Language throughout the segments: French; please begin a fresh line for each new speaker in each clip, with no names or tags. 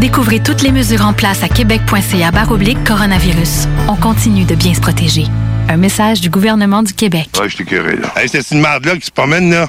Découvrez toutes les mesures en place à québec.ca baroblique coronavirus. On continue de bien se protéger. Un message du gouvernement du Québec.
Ouais, je curé, là. Hey, c'est une marde-là qui se promène, là.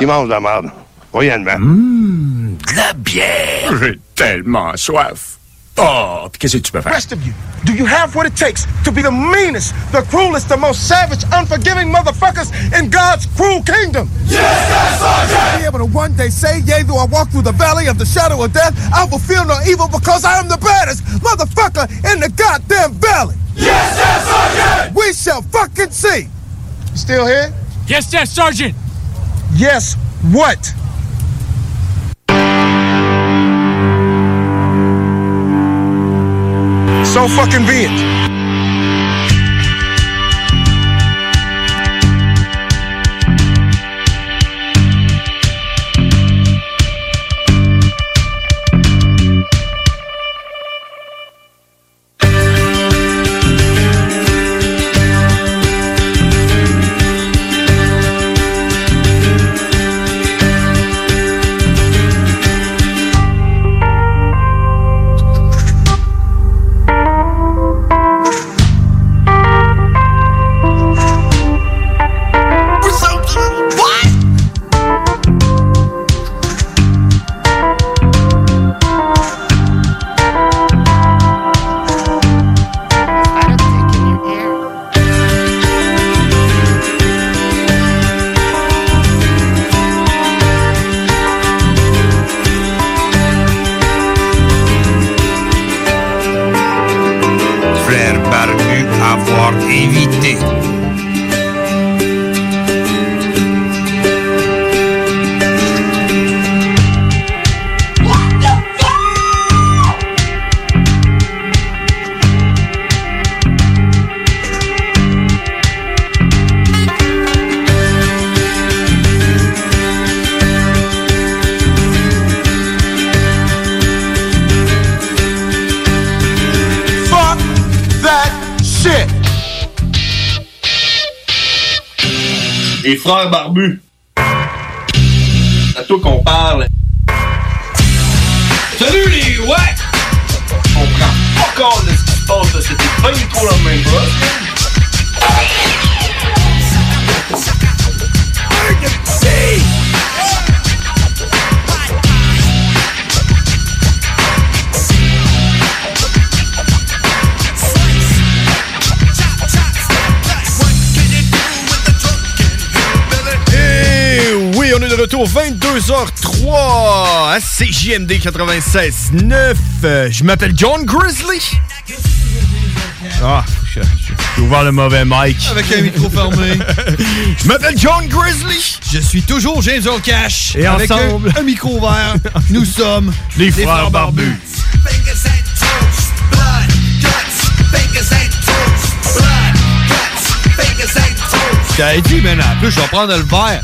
Il mange de la marde. Royalement. Mmh.
De la bière! J'ai tellement soif. Oh, puis qu'est-ce que tu peux faire?
rest of you, do you have what it takes to be the meanest, the cruelest, the most savage, unforgiving motherfuckers in God's cruel kingdom? Yes, Be able to one day say, yea, though I walk through the valley of the shadow of death, I will feel no evil because I am the baddest motherfucker in the goddamn valley. Yes, We shall fucking see. You still here?
Yes, yes, Sergeant!
Yes, what? So fucking be it.
Frère barbu, avoir évité.
Fuck that shit.
Les frères barbus. C'est à toi qu'on parle. Salut les ouais! On prend pas compte de ce qui se passe, là. C'était pas du tout la même chose.
Et Eh oui, on est de retour 22h03 à CJMD 96.9. Euh, je m'appelle John Grizzly. Ah, je- je- j'ai ouvert le mauvais mic.
Avec un micro fermé.
je m'appelle John Grizzly.
Je suis toujours James Earl Cash.
Et
avec
ensemble-
un, un micro ouvert, nous sommes
Les frères barbus.
Fingers and toes, blood, guts. Fingers and toes, blood, guts. Fingers and toes.
T'avais dit, man, en plus, je vais prendre le verre.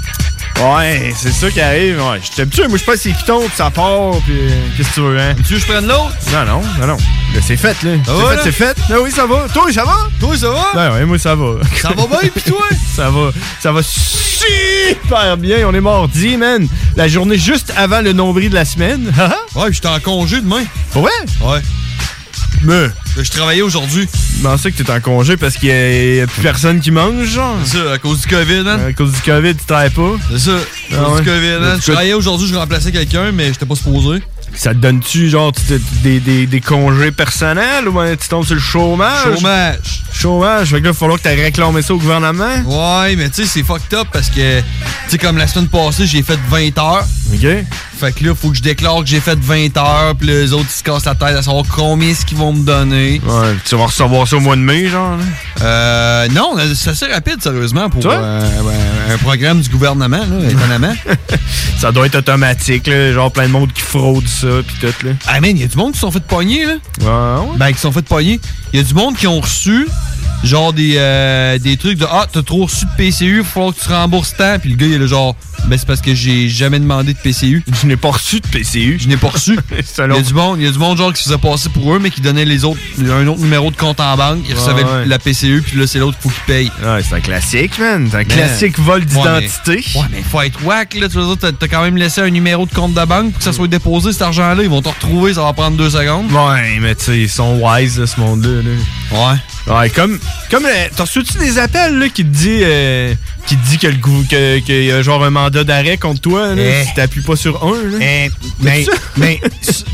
Ouais, c'est ça qui arrive. Ouais, je suis habitué. Moi, je passe les pitons, puis ça part, puis euh, qu'est-ce que tu veux, hein? Tu veux que je prenne l'autre? Non, non, non, non. Là, c'est fait, là.
Ça
c'est
va,
fait,
là?
c'est fait. Ah oui, ça va. Toi, ça va? Toi, ça va? Ben ouais, moi, ça va.
Ça va bien, pis toi?
ça va. Ça va super bien. On est mardi, man. La journée juste avant le nombril de la semaine. ouais, j'étais en congé demain. Ouais? Ouais. Mais. Je travaillais aujourd'hui. Je pensais que t'étais en congé parce qu'il n'y a, plus personne qui mange, genre. C'est ça, à cause du COVID, hein? À cause du COVID, tu travailles pas. Ah Ben, C'est ça,
À cause du COVID, hein. Je travaillais aujourd'hui, je remplaçais quelqu'un, mais j'étais pas supposé.
Ça te donne-tu, genre, tu te- des, des- des congés personnels ou euh, tu tombes sur le chômage?
Chômage.
Chômage. Fait que là, il va falloir que tu réclamé ça au gouvernement.
Ouais, mais tu sais, c'est fucked up parce que, tu sais, comme la semaine passée, j'ai fait 20 heures.
OK.
Fait que là, faut que je déclare que j'ai fait 20 heures, puis les autres, ils se cassent la tête à savoir combien ce qu'ils vont me donner.
Ouais, tu vas recevoir ça au mois de mai, genre,
Euh, non, c'est assez rapide, sérieusement, pour
Toi?
euh, ouais, un programme du gouvernement, là, étonnamment.
ça doit être automatique, là. Genre, plein de monde qui fraude ça, pis tout, là.
Ah, man, y a du monde qui se sont fait pogner, là.
Ouais,
Ben, qui se sont fait pogner. Y a du monde qui ont reçu, genre, des, euh, des trucs de Ah, t'as trop reçu de PCU, faut falloir que tu rembourses tant. Puis le gars, il est là, genre, ben, c'est parce que j'ai jamais demandé de PCU.
Je n'ai pas reçu de PCU.
Je n'ai pas reçu.
y
a du monde, y a du monde, genre, qui se faisait passer pour eux, mais qui donnait les autres, un autre numéro de compte en banque. Ils
Ouais,
recevaient
ouais.
la PCU, puis là, c'est l'autre, faut qu'il paye.
Ouais, c'est un classique, man. C'est un
Man.
classique vol
Ouais,
d'identité.
mais- Ouais, mais faut être whack, là. Tu veux dire, t'as- t'as quand même laissé un numéro de compte de banque pour que ça soit déposé, cet argent-là. Ils vont te retrouver, ça va prendre deux secondes.
Ouais, mais tu sais, ils sont wise, là, ce monde-là. Ouais. Ouais, comme. comme euh, T'as reçu-tu des appels, là, qui te dit. euh, qui te dit que le goût. que- qu'il y a genre un mandat d'arrêt contre toi, là,
Eh.
si t'appuies pas sur un, là. ben,
Mais, mais,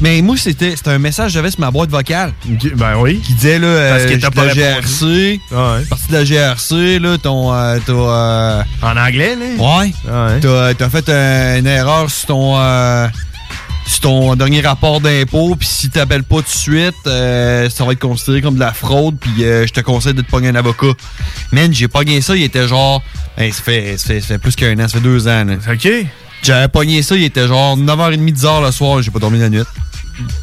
mais moi, c'était c'était un message que j'avais sur ma boîte vocale.
Ben oui.
Qui disait, là, euh,
Parce que t'as
je suis
pas
de la
répondu. Ah
GRC.
Ouais.
Parti de la GRC, là, ton. euh, ton, euh,
En anglais, là? Ah
Ouais. T'as- T'as fait un- une erreur sur ton. euh, sur ton dernier rapport d'impôt, puis si t'appelles pas tout de suite, euh, ça va être considéré comme de la fraude, puis euh, je te conseille de te pogner un avocat. Man, j'ai pogné ça, il était genre... Hey, ça, fait, ça fait- ça fait plus qu'un an, ça fait deux ans. là.
OK.
J'avais pogné ça, il était genre 9h30, 10h le soir, j'ai pas dormi la nuit.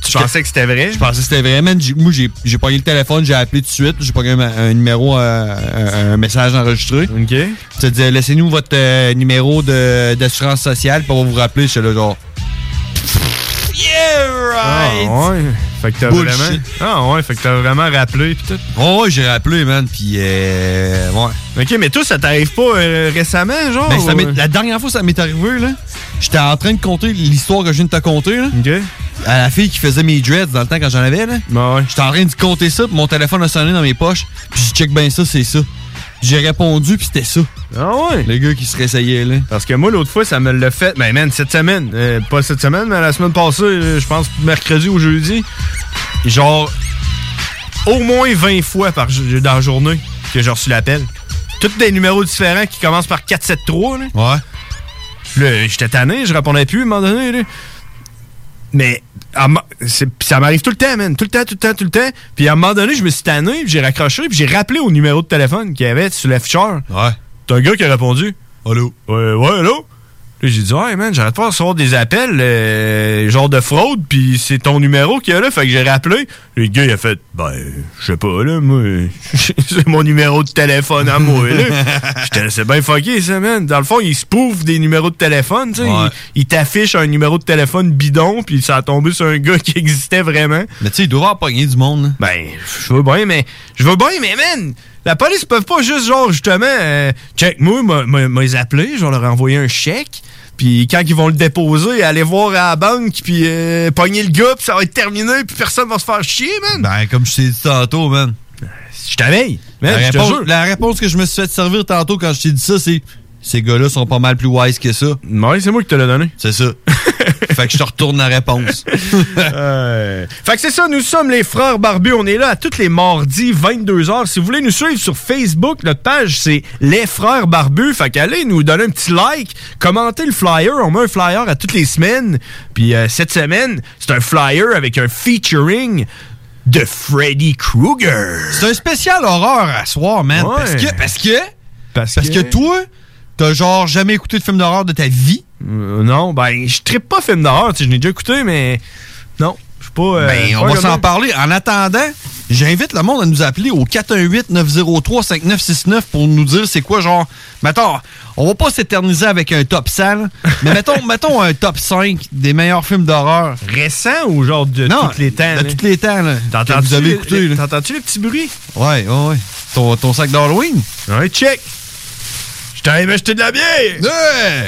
Tu pensais que c'était vrai?
Je pensais que c'était vrai, man. J'ai- Moi, j'ai j'ai pogné le téléphone, j'ai appelé tout de suite. J'ai pogné un, un numéro, euh, un, un message enregistré.
OK.
Ça disait, laissez-nous votre euh, numéro de- d'assurance sociale, puis on va vous rappeler. J'étais là, genre, Yeah, right!
Ah, ouais. Fait que t'as
Bullshit.
vraiment. Ah, ouais, fait que t'as vraiment rappelé, pis tout.
oh, j'ai rappelé, man, puis euh, ouais.
OK, mais toi, ça t'arrive pas euh, récemment, genre?
Ben, ça
ou- euh?
m'est- la dernière fois, ça m'est arrivé, là. J'étais en train de conter l'histoire que je viens de te conter, là. À la fille qui faisait mes dreads dans le temps quand j'en avais, là.
Ben,
J'étais en train de compter ça, puis mon téléphone a sonné dans mes poches, puis j'ai check ben ça, c'est ça. J'ai répondu, puis c'était ça.
Ah ouais?
Le gars qui se réessayait, là.
Parce que moi, l'autre fois, ça me l'a fait. Ben, man, cette semaine. euh, pas cette semaine, mais la semaine passée, euh, je pense mercredi ou jeudi. Genre, au moins 20 fois par, jo- dans la journée que j'ai reçu l'appel. Tous des numéros différents qui commencent par 473, là.
Ouais.
Là, j'étais tanné, je répondais plus à un moment donné, là. Mais à ma- c'est- pis ça m'arrive tout le temps, man. Tout le temps, tout le temps, tout le temps. Puis à un moment donné, je me suis tanné, puis j'ai raccroché, puis j'ai rappelé au numéro de téléphone qu'il y avait sur l'afficheur.
Ouais.
T'as un gars qui a répondu. Allô? Ouais, ouais, allô? Là, j'ai dit, ouais, man, j'arrête pas de recevoir des appels, euh, genre de fraude, puis c'est ton numéro qu'il y a là, fait que j'ai rappelé. Le gars, il a fait, ben, je sais pas, là, moi, c'est mon numéro de téléphone à moi, là. J'étais là, c'est bien fucké, ça, man. Dans le fond, ils spoofent des numéros de téléphone, tu sais.
Ouais.
Ils, ils t'affichent un numéro de téléphone bidon, puis ça a tombé sur un gars qui existait vraiment.
Mais tu sais, il doit avoir pogné du monde,
Ben, je veux bien, mais. Je veux bien, mais man! La police peuvent pas juste, genre, justement, euh, check moi, m'a- m'a m'a les appeler, genre leur envoyer un chèque, puis quand ils vont le déposer, aller voir à la banque, puis euh, pogner le gars, puis ça va être terminé, puis personne va se faire chier, man!
Ben, comme je t'ai dit tantôt, man.
Je t'avais. Man,
La,
je te
réponse-
jure.
la réponse que je me suis fait servir tantôt quand je t'ai dit ça, c'est ces gars-là sont pas mal plus wise que ça.
Ouais, c'est moi qui te l'ai donné.
C'est ça. fait que je te retourne la réponse.
Euh, Fait que c'est ça, nous sommes les frères barbus. On est là à tous les mardis, 22h. Si vous voulez nous suivre sur Facebook, notre page, c'est Les Frères Barbus. Fait qu'allez nous donner un petit like, commentez le flyer. On met un flyer à toutes les semaines. Puis euh, cette semaine, c'est un flyer avec un featuring de Freddy Krueger.
C'est un spécial horreur à soir, man.
Ouais.
Parce que. Parce que.
Parce,
que... toi, t'as genre jamais écouté de film d'horreur de ta vie.
Euh, non, ben, je trippe pas film d'horreur. tu sais, Je l'ai déjà écouté, mais non, je suis pas. euh,
ben, on
pas
va
comme-
s'en parler. En attendant, J'invite le monde à nous appeler au 418-903-5969 pour nous dire c'est quoi, genre. Mettons, on va pas s'éterniser avec un top sale, mais mettons, mettons un top 5 des meilleurs films d'horreur.
Récent ou genre de
tous les temps? De
là?
tous les temps, là. que vous avez écouté, là.
T'entends-tu les petits bruits?
Ouais, ouais, ouais. Ton, ton sac d'Halloween?
Ouais, check! Je t'arrive à acheter de la bière!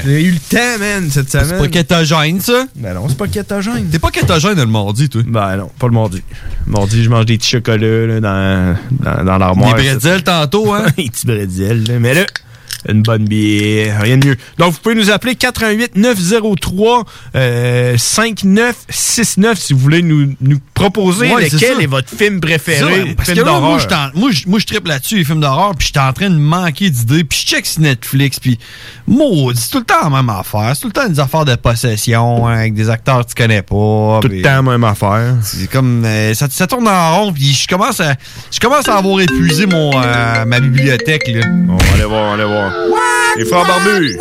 J'ai eu le temps, man, cette semaine.
C'est pas kétogène, ça?
Ben non, c'est pas kétogène.
T'es pas kétogène le mardi, toi?
Ben non, pas le mardi. Le mardi, je mange des petits chocolats là, dans, dans, dans l'armoire.
Des bretzels tantôt, hein?
des petits bretzels, là. Mais là, une bonne bière, rien de mieux. Donc, vous pouvez nous appeler 88-903-5969 euh, si vous voulez nous, nous proposer
Ouais, c'est
lequel
ça.
est votre film
Ça,
préféré.
ouais, parce
film
que là, moi,
d'horreur.
je t'en- moi, je- moi, je tripe là-dessus, les films d'horreur, puis j'étais en train de manquer d'idées, puis je check sur Netflix, puis maudit, c'est tout le temps la même affaire. C'est tout le temps des affaires de possession, hein, avec des acteurs que tu connais pas.
Tout le temps la même affaire.
C'est comme, euh, ça, ça tourne en rond, puis je commence à, je commence à avoir épuisé mon, euh, ma bibliothèque, là.
Bon, on va aller voir, on va aller voir. Les frères barbus!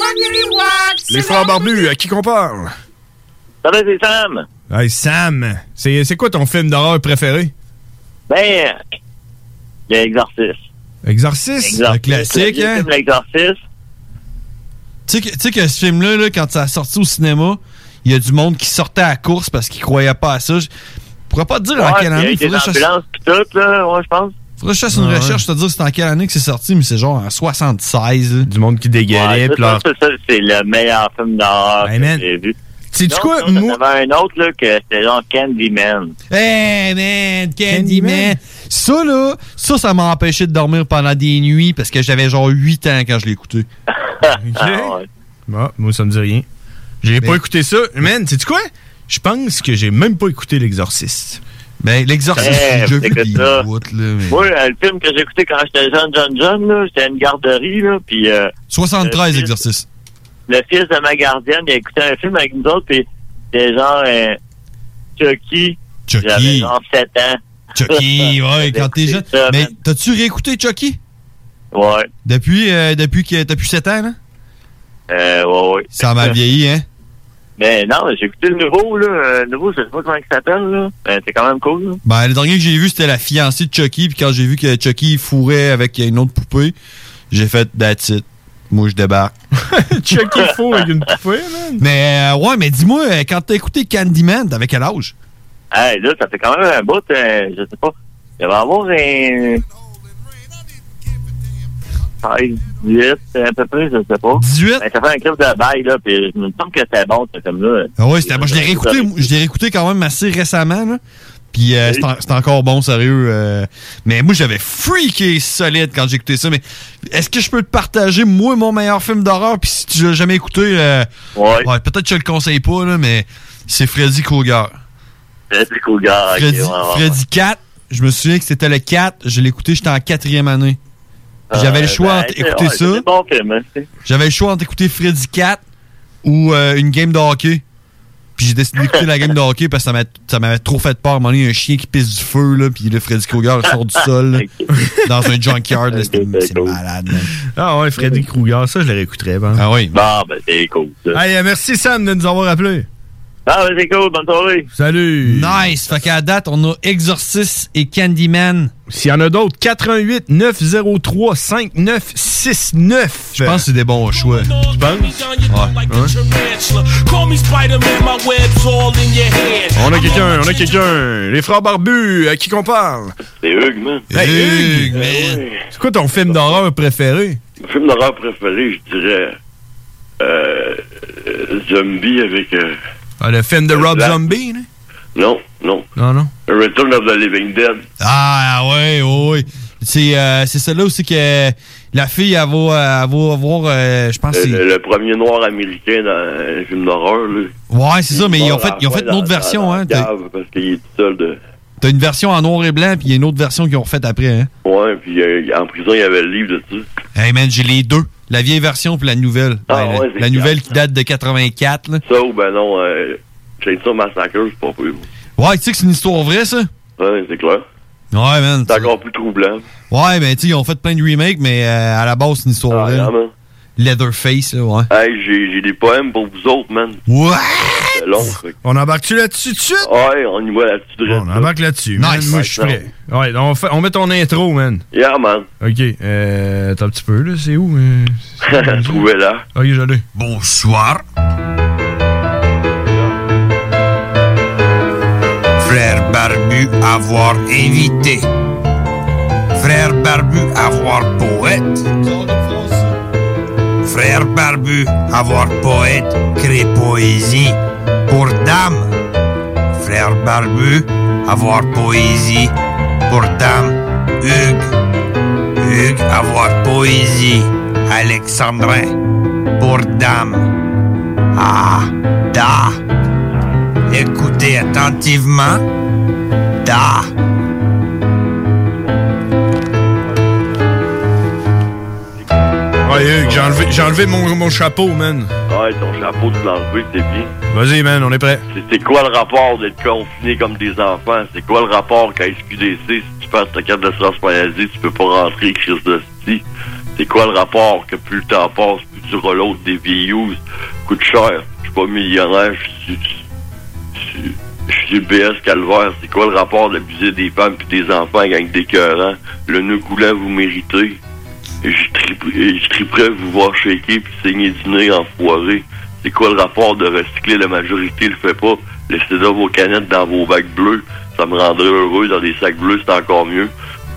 Les frères barbus, à qui qu'on parle?
Ça va, c'est Sam.
Hey, Sam, c'est c'est quoi ton film d'horreur préféré?
Ben, l'exorciste.
Exorciste?
Le classique, hein?
L'exorciste.
Tu sais que- tu sais que ce film-là, là, quand ça a sorti au cinéma, il y a du monde qui sortait à la course parce qu'il croyait pas à ça. Je je pourrais pas te dire en
Ouais,
Ah, quelle
puis
année.
avec des
faudrait que je fasse-
ambulances pis tout, là, ouais, je pense.
Faudrait que je fasse une
Ah ouais.
recherche, je te dire c'est en quelle année que c'est sorti, mais c'est genre en 76.
Du monde qui dégueulait.
Ouais, ça, ça, ça, ça, c'est le meilleur film d'horreur que j'ai vu.
C'est
du quoi? Il y avait un autre, là, que c'était genre Candyman.
Hey man, Candyman! Ça là, ça, ça m'a empêché de dormir pendant des nuits parce que j'avais genre 8 ans quand je l'écoutais.
Ah,
Bon, Ah, moi, ça me dit rien. J'ai pas écouté ça. Man, sais-tu quoi? Je pense que j'ai même pas écouté L'Exorciste.
Ben, L'Exorciste,
Eh,
j'ai
c'est que ça. Moi, euh, le film que j'ai écouté quand j'étais jeune, jeune, jeune, là, j'étais à une garderie, là, puis euh,
73 exercices.
le fils de ma gardienne, il écoutait un film avec nous autres, puis c'était genre euh, Chucky.
Chucky.
J'avais genre 7 ans.
Chucky, ouais, quand t'es jeune.
ça,
Mais
man.
t'as-tu réécouté Chucky?
Ouais.
Depuis, euh, depuis que t'as plus 7 ans, là?
Euh, ouais, ouais.
Ça m'a vieilli, hein?
Mais non, j'ai écouté le nouveau, là. euh, Le nouveau, je sais pas comment il s'appelle, là. Ben, c'est quand même cool, là.
Ben, le dernier que j'ai vu, c'était la fiancée de Chucky, puis quand j'ai vu que Chucky fourrait avec une autre poupée, j'ai fait that's it. Moi, je débarque.
Chucky fou avec une poupée, man.
Mais euh, ouais, mais dis-moi, euh, quand t'as écouté Candyman, t'avais quel âge?
Hey, là, ça fait quand même un bout, euh, je sais pas. Il va avoir un. 16, 18, à peu près, je sais pas.
18?
Ben, ça fait un clip de bail, là, pis je me semble que c'était bon, ce film-là.
Ah ouais, c'était, moi, je l'ai réécouté, moi, je l'ai réécouté quand même assez récemment, là. Puis euh, c'est, en- c'est encore bon, sérieux. euh, mais moi, j'avais freaké solide quand j'ai écouté ça. Mais est-ce que je peux te partager, moi, mon meilleur film d'horreur? Puis si tu l'as jamais écouté, euh, ouais, peut-être que je le conseille pas, là, mais c'est Freddy Krueger.
Freddy Cougar,
Freddy,
ok, ouais, ouais, ouais.
Freddy 4, je me souviens que c'était le 4. Je l'ai écouté, j'étais en quatrième année. Puis
Euh,
J'avais le choix
ben,
entre
c'est-
écouter
ouais,
ça.
C'est des bons films, hein, c'est-
J'avais le choix entre écouter Freddy 4 ou euh, une game de hockey. Puis j'ai décidé d'écouter la game de hockey parce que ça m'a- ça m'avait trop fait peur. À un moment donné, il y a un chien qui pisse du feu, là, puis le Freddy Krueger sort du sol là, dans un junkyard. là, C'était c'est malade. man.
Ah ouais, Freddy Krueger, ça, je le réécouterais. Ben.
Ah oui.
Bon, ben, c'est cool, ça.
Hey, euh, merci Sam de nous avoir appelés.
Ah, ben, c'est cool, bonne soirée.
Salut.
Nice. Fait qu'à date, on a Exorcist et Candyman.
S'il y en a d'autres, 88 903 5969. Je pense
que c'est des bons choix.
Tu penses? On a quelqu'un, on a quelqu'un. Les frères barbus, à qui qu'on parle?
C'est Hugues, man.
Hey, Hugues, C'est quoi ton film d'horreur préféré?
Mon film d'horreur préféré, je dirais euh, euh, Zombie avec. euh,
Ah, le film de Rob
Black.
Zombie, là?
non, non.
Non, non.
Return of the Living Dead.
Ah ouais, ouais, ouais. C'est euh, c'est celle-là aussi que la fille, elle va, elle va avoir, euh, je pense, que
Le,
c'est-
le- le premier noir américain dans un film d'horreur, là.
Ouais, c'est ça, mais ils ont
Mort à
fait,
la
ils ont
fin
fait une
dans-
autre version,
dans la
hein. T'as-
cave, parce qu'il est tout seul de.
T'as une version en noir et blanc, puis il y a une autre version qu'ils ont refaite après, hein.
Ouais, puis euh, en prison, il y avait le livre dessus.
Hey man, j'ai les deux. La vieille version puis la nouvelle. Ben, la-
Ah, ouais,
la
c'est clair.
nouvelle qui date de 84. Là.
Ça ou ben non, euh, Chainsaw Massacre, c'est pas possible.
Ouais, tu sais que c'est une histoire vraie, ça?
Ouais, c'est clair.
Ouais, man.
C'est encore plus troublant.
Ouais, ben tu sais, ils ont fait plein de remakes, mais euh, à la base, c'est une
Ah,
histoire vraie. là.
man.
Leatherface, là, ouais.
Hey, j'ai j'ai des poèmes pour vous autres, man.
What?
l'autre.
On embarque-tu là-dessus tout de suite?
Ouais, on y va là-dessus. direct,
On
là.
embarque là-dessus. man.
Nice.
Moi, je suis prêt. Ouais, donc on, fait- on met ton intro, man.
Yeah, man.
Ok, euh, attends un petit peu, là, c'est où? euh, c'est-
Trouvez-la.
Ok, j'allais. Bonsoir.
Frère Barbu avoir invité. Frère Barbu avoir poète. Frère Barbu avoir poète crée poésie pour dame. Frère Barbu avoir poésie pour dame. Hugues. Hugues avoir poésie. Alexandrin pour dame. Ah, da. Écoutez attentivement. Da.
Ouais, Hugues, j'ai enlevé, j'ai enlevé mon, mon chapeau, man.
Ouais, ton chapeau, tu l'as enlevé, c'est bien.
Vas-y, man, on est prêt.
C'est- C'est quoi le rapport d'être confiné comme des enfants? C'est quoi le rapport qu'à SQDC, si tu passes ta carte d'assurance maladie, tu peux pas rentrer, crise de sti? C'est quoi le rapport que plus le temps passe, plus tu reloads des vieilloux, coûte cher? Je suis pas millionnaire, je suis... Je suis BS Calvaire, c'est quoi le rapport d'abuser des femmes puis des enfants avec des cœurants? Le nœud coulant, vous méritez. Je tripe- je triperais vous voir shaker puis saigner du nez enfoiré. C'est quoi le rapport de recycler la majorité le fait pas? Laissez là vos canettes dans vos bacs bleus. Ça me rendrait heureux dans des sacs bleus, c'est encore mieux.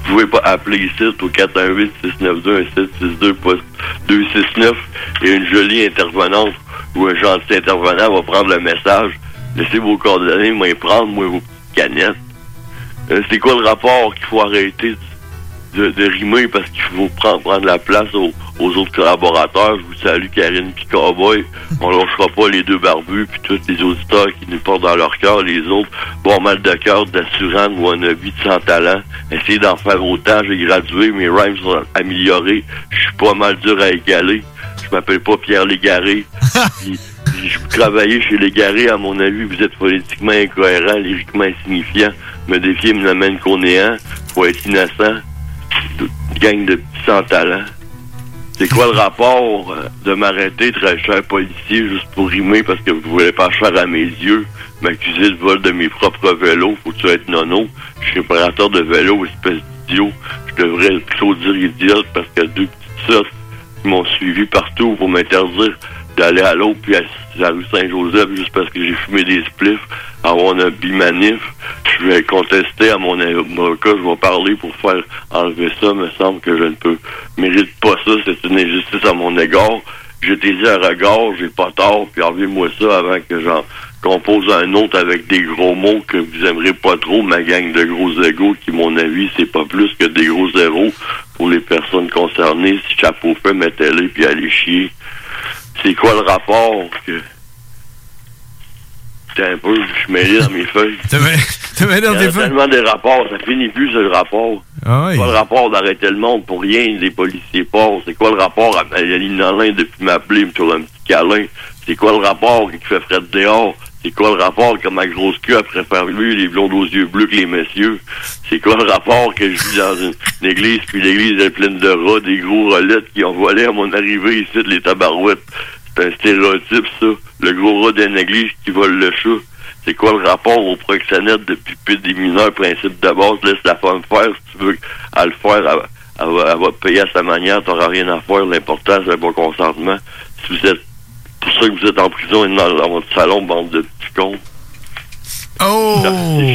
Vous pouvez pas appeler ici au 418-692-1762 poste 269 et une jolie intervenante ou un gentil intervenant va prendre le message. Laissez vos coordonnées, moi les prendre, moi vos petites canettes. Euh, c'est quoi le rapport qu'il faut arrêter de, de rimer parce qu'il faut prendre, prendre la place aux, aux autres collaborateurs. Je vous salue, Karine puis Cowboy. On lâchera pas les deux barbus puis tous les auditeurs qui nous portent dans leur cœur, les autres. Bon mal de cœur, d'assurance, wannabe, de sans talent. Essayez d'en faire autant. J'ai gradué, mes rhymes sont améliorés. Je suis pas mal dur à égaler. Je m'appelle pas Pierre Légaré. Puis, puis je travaillais chez Légaré, à mon avis, vous êtes politiquement incohérent, lyriquement insignifiant. Me défier me l'amène qu'on est un. Faut être innocent gang de petits sans talent. C'est quoi le rapport euh, de m'arrêter, très cher policier, juste pour rimer parce que vous voulez pas faire à mes yeux, m'accuser de vol de mes propres vélos, faut-tu être nono? Je suis opérateur de vélo, espèce d'idiot. Je devrais plutôt dire idiote parce que deux petites sœurs qui m'ont suivi partout pour m'interdire d'aller à l'eau puis à la rue Saint-Joseph juste parce que j'ai fumé des spliffs, avoir un bimanif. Je vais contester à mon avocat, je vais parler pour faire enlever ça, me semble que je ne peux mérite pas ça, c'est une injustice à mon égard. J'ai dit un regard, j'ai pas tort, puis enlevez-moi ça avant que j'en compose un autre avec des gros mots que vous aimerez pas trop, ma gang de gros égaux qui, mon avis, c'est pas plus que des gros zéros pour les personnes concernées. Si chapeau fait, mettez-les, puis allez chier c'est quoi le rapport que. T'es un peu, je mêlé dans mes feuilles.
T'as mis
Il y
dans
en a
tes feux?
tellement des rapports, ça finit plus ce rapport.
Ah oui.
C'est quoi le rapport d'arrêter le monde pour rien, les policiers passent? C'est quoi le rapport à Magali Nolin depuis m'appeler, me tourne un petit câlin? C'est quoi le rapport qui fait Fred dehors? C'est quoi le rapport que ma grosse queue a préféré lui, les blondes aux yeux bleus que les messieurs? C'est quoi le rapport que je vis dans une, une église, puis l'église est pleine de rats, des gros relettes qui ont volé à mon arrivée ici, les tabarouettes? C'est un stéréotype, ça. Le gros rat d'une église qui vole le chat. C'est quoi le rapport au proxénète de pupille des mineurs, principe de base, laisse la femme faire, si tu veux à le faire, elle, elle va, elle va te payer à sa manière, t'auras rien à faire, l'important c'est le bon consentement. Si vous êtes, pour ça que vous êtes en prison et dans, dans votre salon, bande de petits cons.
Oh!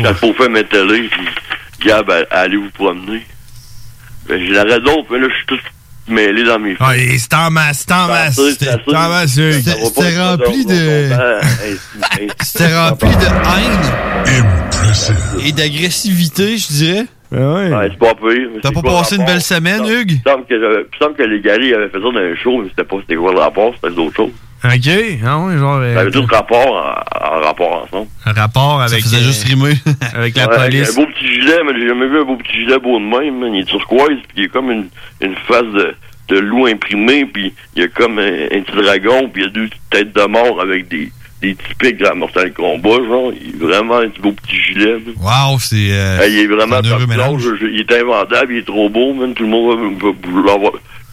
Chapeau fait, mettez-les, puis Gab, a- allez vous promener. Ben, j'ai la raison, mais là, je suis tout mêlé dans mes
Ah, et c'est en masse, c'est en masse. C'est en masse, Hugues.
C'était rempli de.
C'était rempli de haine. Et d'agressivité, je dirais.
Ouais, c'est pas pire.
T'as pas passé une belle semaine, Hugues?
Il me semble que, j'avais- il me semble que les gars, ils avaient fait ça dans un show, mais c'était pas c'était quoi le rapport, c'était d'autres choses.
Ok, ah oui, genre.
Ça
euh,
Ben,
avait tout rapport en, en rapport ensemble.
un rapport avec. euh,
faisait juste
rimer. Avec la
Ouais, avec
police.
Un beau petit gilet, mais j'ai jamais vu un beau petit gilet beau de même. man. Il est turquoise, puis il est comme une, une face de, de loup imprimé, puis il y a comme un, un petit dragon, puis il y a deux petites têtes de mort avec des, des typiques de la Mortal Kombat, genre. Il est vraiment un petit beau petit gilet. man.
Wow, c'est. euh,
Ah, il est vraiment
c'est un heureux
top
mélange.
notch, je- je- Il est invendable, il est trop beau, man. Tout le monde va, va vouloir,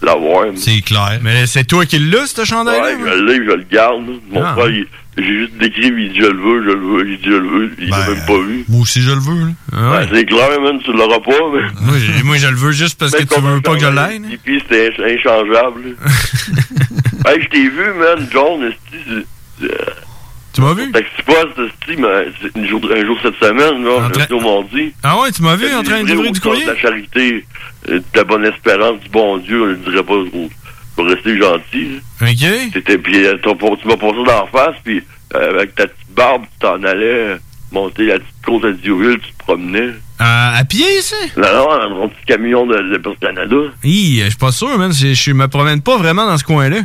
l'avoir.
C'est hein? clair.
Mais c'est toi qui l'as, ce chandail
Ouais, je l'ai, je le garde. Mon
Ah.
hein?
frère, il- j'ai juste décrit, il dit je le veux, je le veux, il dit je le veux, il
Ben,
l'a même pas vu.
Moi aussi, je le veux. là.
Ben, c'est clair, man, tu l'auras pas. Mais...
Ah Moi, j'ai- moi, je le veux juste parce que tu veux pas que je l'aille.
Et puis c'était inch- inchangeable. là. hey, je t'ai vu, man, John, esti, euh,
Tu m'as vu?
Fait que tu postes, esti, mais c'est une jour- un jour cette semaine, là, le jour mardi.
Ah ouais, tu m'as vu en train de livrer
au
du
corps
courrier?
de la charité, euh, de la bonne espérance, du bon Dieu, on le dirait pas trop. Faut rester gentil.
OK.
C'était, puis euh, ton- tu m'as passé dans la face, puis euh, avec ta petite barbe, tu t'en allais euh, monter la petite côte à Diouville, tu te promenais.
Euh, à pied, ça?
Non, non, dans ton petit camion de, de Post Canada.
Hi, je suis pas sûr, man. Je je me promène pas vraiment dans ce coin-là.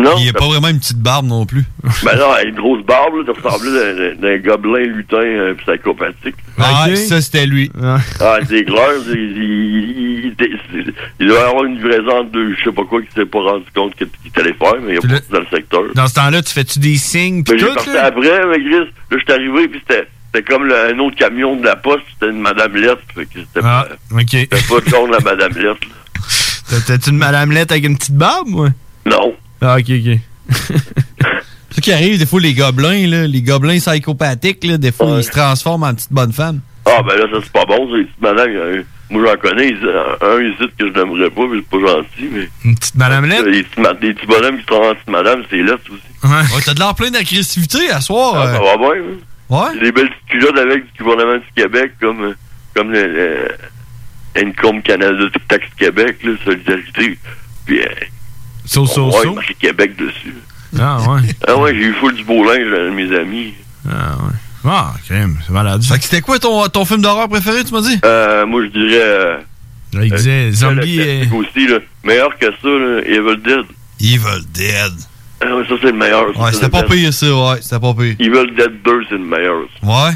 Non.
Il a pas vraiment une petite barbe non plus.
Ben non, elle a une grosse barbe, là, tu ressemblais d'un- d'un- d'un gobelin lutin euh, psychopathique.
Ah, ça, c'était lui.
Ah, c'est clair, il, il, il- il- il doit y avoir une livraison de je sais pas quoi qui s'est pas rendu compte que- qu'il t'allait faire, mais il a pas dans le secteur.
Dans ce temps-là, tu fais-tu des signes pis
Mais Ben, j'ai
tout,
parti
là?
après, mais Chris, là, je suis arrivé, puis c'était c'était comme le- un autre camion de la poste, c'était une Madame Lette, fait que c'était
Ah, OK.
c'était pas le genre de la Madame Lette. là.
T'as- T'as-tu une madame Lette avec une petite barbe, moi?
Non.
Ah, OK, OK.
C'est ça qui arrive, des fois, les gobelins, là, les gobelins psychopathiques, là, des fois, ils se transforment en petites bonnes femmes.
Ah, ben là, ça c'est pas bon, c'est Madame, euh, moi j'en connais, ils- euh, un, ils disent que je n'aimerais pas, mais c'est pas gentil, mais...
Une petite madame Lette?
Les petits, ma- les petits bonhommes qui sont en petite madame, c'est Lette aussi.
Ouais, t'as de l'air plein d'agressivité à soir.
Ah,
euh.
ça va bien, hein?
Ouais.
Des belles petites culottes avec du gouvernement du Québec, comme, euh, comme le, le Income Canada Tic Tac du Québec, là, Solidarité. Puis, euh,
So, so,
on voit
so.
marqué Québec dessus.
Ah, ouais.
Ah ouais, j'ai eu full du beau linge, euh, mes amis.
Ah, ouais. Ah, crème, c'est malade. Fait que c'était quoi ton, ton film d'horreur préféré, tu m'as dit?
Euh, moi, je dirais... euh,
Ah,
Là, il
euh,
disait
le
zombie
classique aussi, là, meilleur que ça, là, Evil Dead.
Evil Dead.
Ah ouais, ça, c'est le meilleur. ça,
Ouais,
c'est
c'était
le
pas
best.
pire, ça, ouais, c'était pas pire.
Evil Dead 2, c'est le meilleur.
Ouais.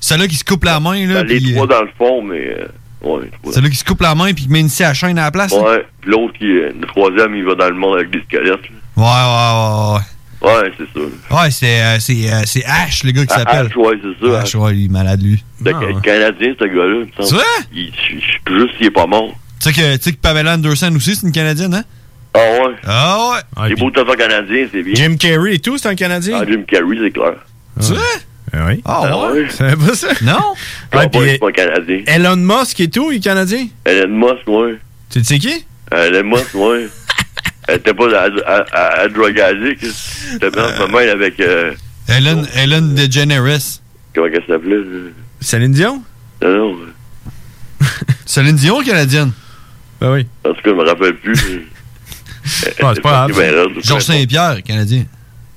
Celle-là qui se coupe la main, là.
Ben, les
puis,
trois dans le fond, mais... euh, ouais,
euh, Celle-là qui se coupe la main puis qui met une scie à la chaîne à la place. là.
ouais. Puis l'autre, qui est- le troisième, il va dans le monde avec des squelettes. là.
Ouais, ouais, ouais, ouais.
Ouais, c'est ça.
Ouais, c'est euh, c'est, euh, c'est Ash, le gars qui
Ah,
s'appelle.
Ash, ouais, c'est ça,
Ash, ouais, il est malade, lui.
C'est Canadien, ce gars-là. il me semble. Il- Je je sais plus juste s'il est pas mort.
Tu sais que, tu sais que Pamela Anderson aussi, c'est une Canadienne, hein?
Ah ouais?
Ah ouais?
Les beaux tatars canadiens, c'est bien.
Jim Carrey et tout, c'est un Canadien?
Ah, Jim Carrey, c'est clair.
Tu vois? oui.
Ah ouais?
C'est pas ça? Non.
Ah, ouais, c'est pas canadien.
Elon Musk et tout, il est Canadien?
Elon Musk, ouais. Euh,
Tu sais qui?
Elon Musk, ouais. Elle était pas à, à, à, à drogue addict. C'était bien en main avec. euh,
Ellen, Ellen DeGeneres.
comment qu'elle s'appelait? là?
Céline Dion?
Non, non.
Céline Dion, Canadienne.
Ben oui.
En tout cas, je me rappelle plus.
Ah, c'est pas
ben,
grave. Georges
Georges
Saint-Pierre, Canadien.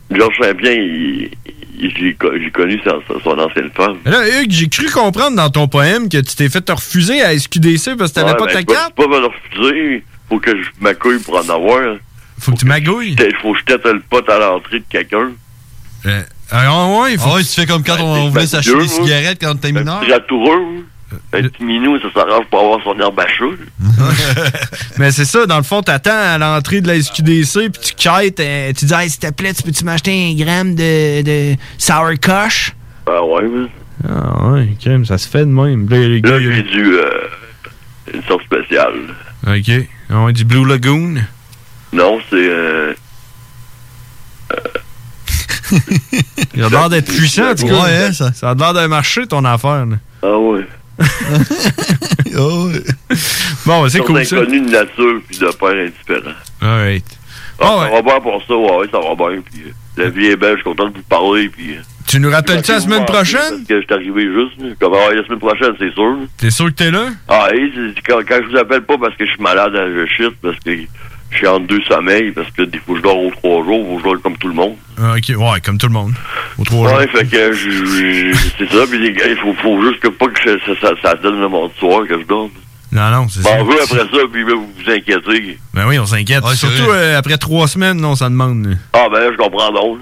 Georges Saint-Pierre, il- il- j'ai co- j'ai connu sa- sa- son ancienne femme.
Mais Là, Hugues, j'ai cru comprendre dans ton poème que tu t'es fait te refuser à SQDC parce que t'avais
Ouais,
pas
ben,
ta
je peux-
carte.
Je peux pas me le refuser. Faut que je m'accueille pour en avoir.
Faut que tu magouilles.
Faut que je tète le pote à l'entrée de quelqu'un.
Euh, ah ouais, il faut.
Ah ouais, tu fais comme quand on
Ben, c'est
voulait
pas
s'acheter
vieux, hein. Ben,
des
moi.
cigarettes quand t'es
Ah.
mineur.
Petit ratoureux. Un petit minou, ça s'arrange pour avoir son herbe à chou.
Mais c'est ça, dans le fond, t'attends à l'entrée de la SQDC puis tu quêtes, euh, tu dis, hey, s'il te plaît, tu peux-tu m'acheter un gramme de, de sourcoche?
Ah ouais, mais.
Ah ouais, crème, ça se fait de même. Là, les
Là, j'ai du. euh, une sorte spéciale.
Ok. On du Blue Lagoon.
Non, c'est. euh,
Il a l'air d'être puissant, en tout cas.
Ouais, hein,
ça. a l'air de marcher, ton affaire. là.
Ah ouais. Oh,
Bon, ben, c'est
Sorte
cool, ça.
d'inconnu de nature puis de père indifférent.
All right.
Ah, Ça va bien pour ça, ouais, ouais, ça va bien. Puis, euh, la vie est belle, je suis content de vous parler. Puis, euh,
Tu nous rappelles-tu la
merci de vous
semaine
penser,
prochaine?
Parce que je suis arrivé juste. là. Comme, ah, la semaine prochaine, c'est sûr.
T'es sûr que t'es là?
Ah, et c'est- quand, quand je vous appelle pas parce que je suis malade, hein, je chute, parce que je suis en deux sommeils, parce que des fois je dors aux trois jours, faut que je dors comme tout le monde.
Ah, Ok, ouais, comme tout le monde. Au trois
ouais,
jours.
fait que je- je- je- c'est ça, puis les gars, il faut, faut juste que pas que je- ça, ça, ça donne le monde soir que je dorme.
Non, non, c'est ça.
Bon, vous, après ça, puis là, vous vous inquiétez.
Ben oui, on s'inquiète.
Ouais, c'est
Surtout
vrai.
euh, après trois semaines, non, ça demande. là.
Ah, ben là, je comprends donc.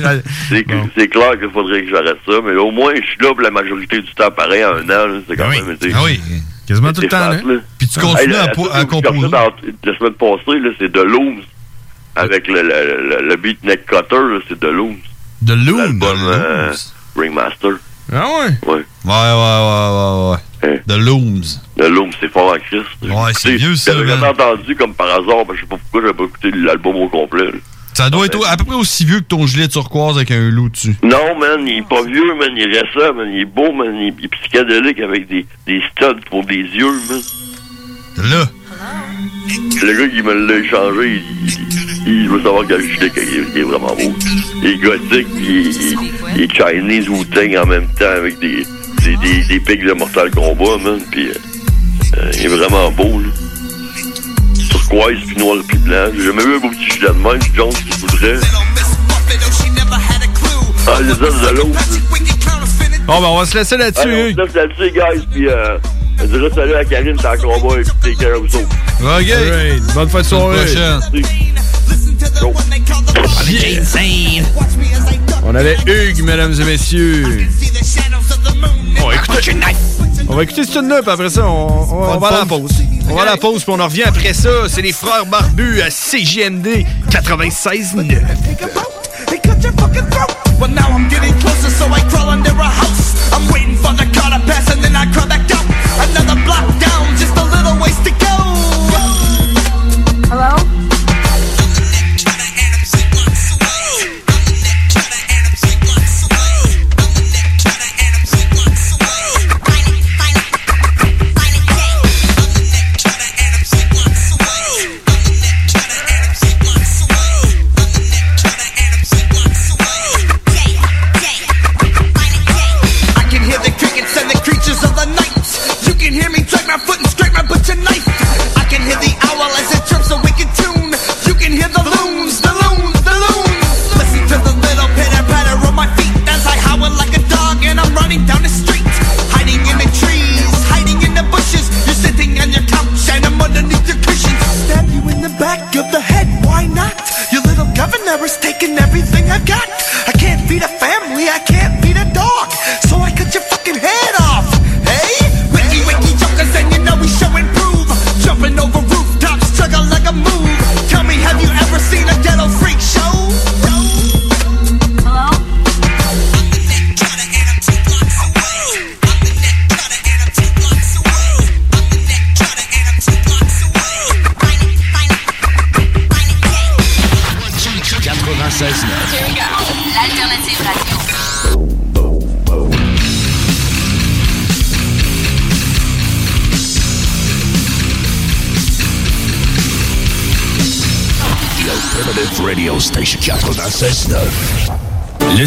là. c'est que- c'est clair qu'il faudrait que j'arrête ça, mais là, au moins, je suis là pour la majorité du temps, pareil, à un an, là, c'est quand même... tu sais,
Ah oui.
Quasiment tout le temps,
Là.
Puis tu continues à po- à composer.
la semaine passée, là, c'est de Looms. Avec le, le, le, le beatnik cutter, là, c'est de Looms.
De Looms?
L'album euh, Ringmaster.
Ah ouais?
Ouais.
Ouais, ouais, ouais, ouais, ouais. The Looms.
The Le Loom, c'est fort en Christ.
Ouais, c'est vieux, ça,
J'avais
man.
jamais entendu comme par hasard, ben, je sais pas pourquoi j'avais pas écouté l'album au complet. là.
Ça
Ah,
doit
ben,
être à peu près aussi vieux que ton gilet turquoise avec un loup dessus.
Non, man, il est pas vieux, man, il est récent, man, il est beau, man, il est, il est psychédélique avec des, des studs pour des yeux, man.
Là.
Le gars qui me l'a échangé, il, il- il veut savoir quel gilet qu'il est, il est vraiment beau. Il est gothique, puis il, il- il est Chinese ou Tang en même temps avec des, des, des, des pics de Mortal Kombat, man, puis euh, euh, il est vraiment beau, là. Turquoise, puis noir, puis blanc. J'ai jamais vu un beau petit gilet de même, Jones, si tu voudrais. Ah, les autres de l'autre, là.
Bon, ben, on va se laisser là-dessus.
Ouais, on se laisse là-dessus, guys, puis euh, je dirais salut à Karine, c'est un combat, et puis t'es Caruso.
OK. Bonne fin de soirée. On avait Hugues, mesdames et messieurs. On
Oh,
va écouter, on va écouter ce tune-là, puis après ça, on, on- on va à la pause. On va à la pause, puis on en revient après ça. C'est les Frères Barbus à CGMD 96.9.
They cut your fucking throat. Well, now I'm getting closer, so I crawl under a house. I'm waiting for the car to pass, and then I crawl back out. Another block down, just a little ways to go. Hello? I can hear the crickets and the creatures of the night. You can hear me drag my foot and scrape my butcher knife. I can hear the owl as it chirps a wicked tune. You can hear the loons, the loons, the loons. Listen to the little pitter patter on my feet as I howl like a dog and I'm running down the street. Hiding in the trees, hiding in the bushes. You're sitting on your couch and I'm underneath your cushions. Stab you in the back of the head, why not? Your little governor is taking everything I've got. I can't feed a family, I can't feed a dog. So I cut your fucking head off. Hey? Wiki wiki jokers and you know we show and prove. Jumping over rooftops, struggle like a move. Tell me, have you ever seen a ghetto freak show? Hello?
Alternative Radio Station 969.
Le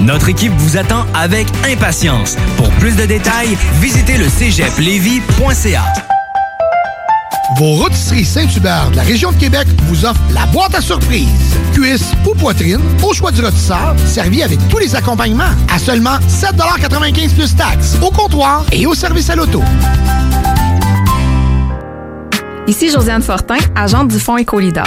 Notre équipe vous attend avec impatience. Pour plus de détails, visitez le cégeplevy.ca.
Vos rôtisseries Saint-Hubert de la région de Québec vous offrent la boîte à surprise. Cuisse ou poitrine, au choix du rôtisseur, servi avec tous les accompagnements à seulement 7,95 plus taxes, au comptoir et au service à l'auto.
Ici Josiane Fortin, agente du Fonds Écolidar.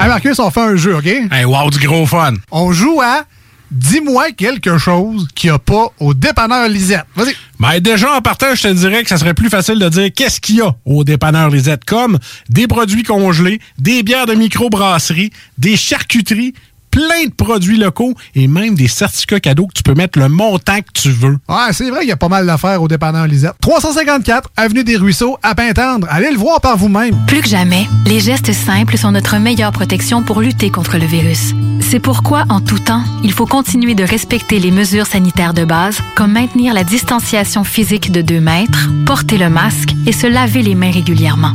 Hey Marcus, on fait un jeu, OK? Hey, wow, du gros fun. On joue à Dis-moi quelque chose qu'il n'y a pas au dépanneur Lisette. Vas-y.
Ben déjà, en partage, je te dirais que ça serait plus facile de dire qu'est-ce qu'il y a au dépanneur Lisette, comme des produits congelés, des bières de microbrasserie, des charcuteries, plein de produits locaux et même des certificats cadeaux que tu peux mettre le montant que tu veux.
Ouais, c'est vrai qu'il y a pas mal d'affaires au dépanneur Lisette. 354 Avenue des Ruisseaux, à Pintendre. Allez le voir par vous-même.
Plus que jamais, les gestes simples sont notre meilleure protection pour lutter contre le virus. C'est pourquoi, en tout temps, il faut continuer de respecter les mesures sanitaires de base, comme maintenir la distanciation physique de 2 mètres, porter le masque et se laver les mains régulièrement.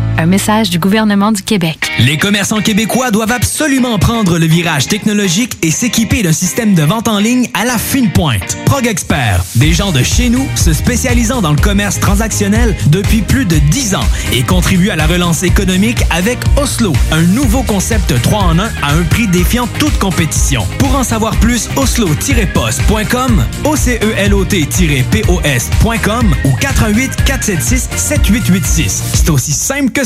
Un message du gouvernement du Québec.
Les commerçants québécois doivent absolument prendre le virage technologique et s'équiper d'un système de vente en ligne à la fine pointe. Prog Expert, des gens de chez nous se spécialisant dans le commerce transactionnel depuis plus de 10 ans et contribuent à la relance économique avec Oslo, un nouveau concept 3 en 1 à un prix défiant toute compétition. Pour en savoir plus, oslo-post.com, E OCELOT-POS.com ou 88 476 7886. C'est aussi simple que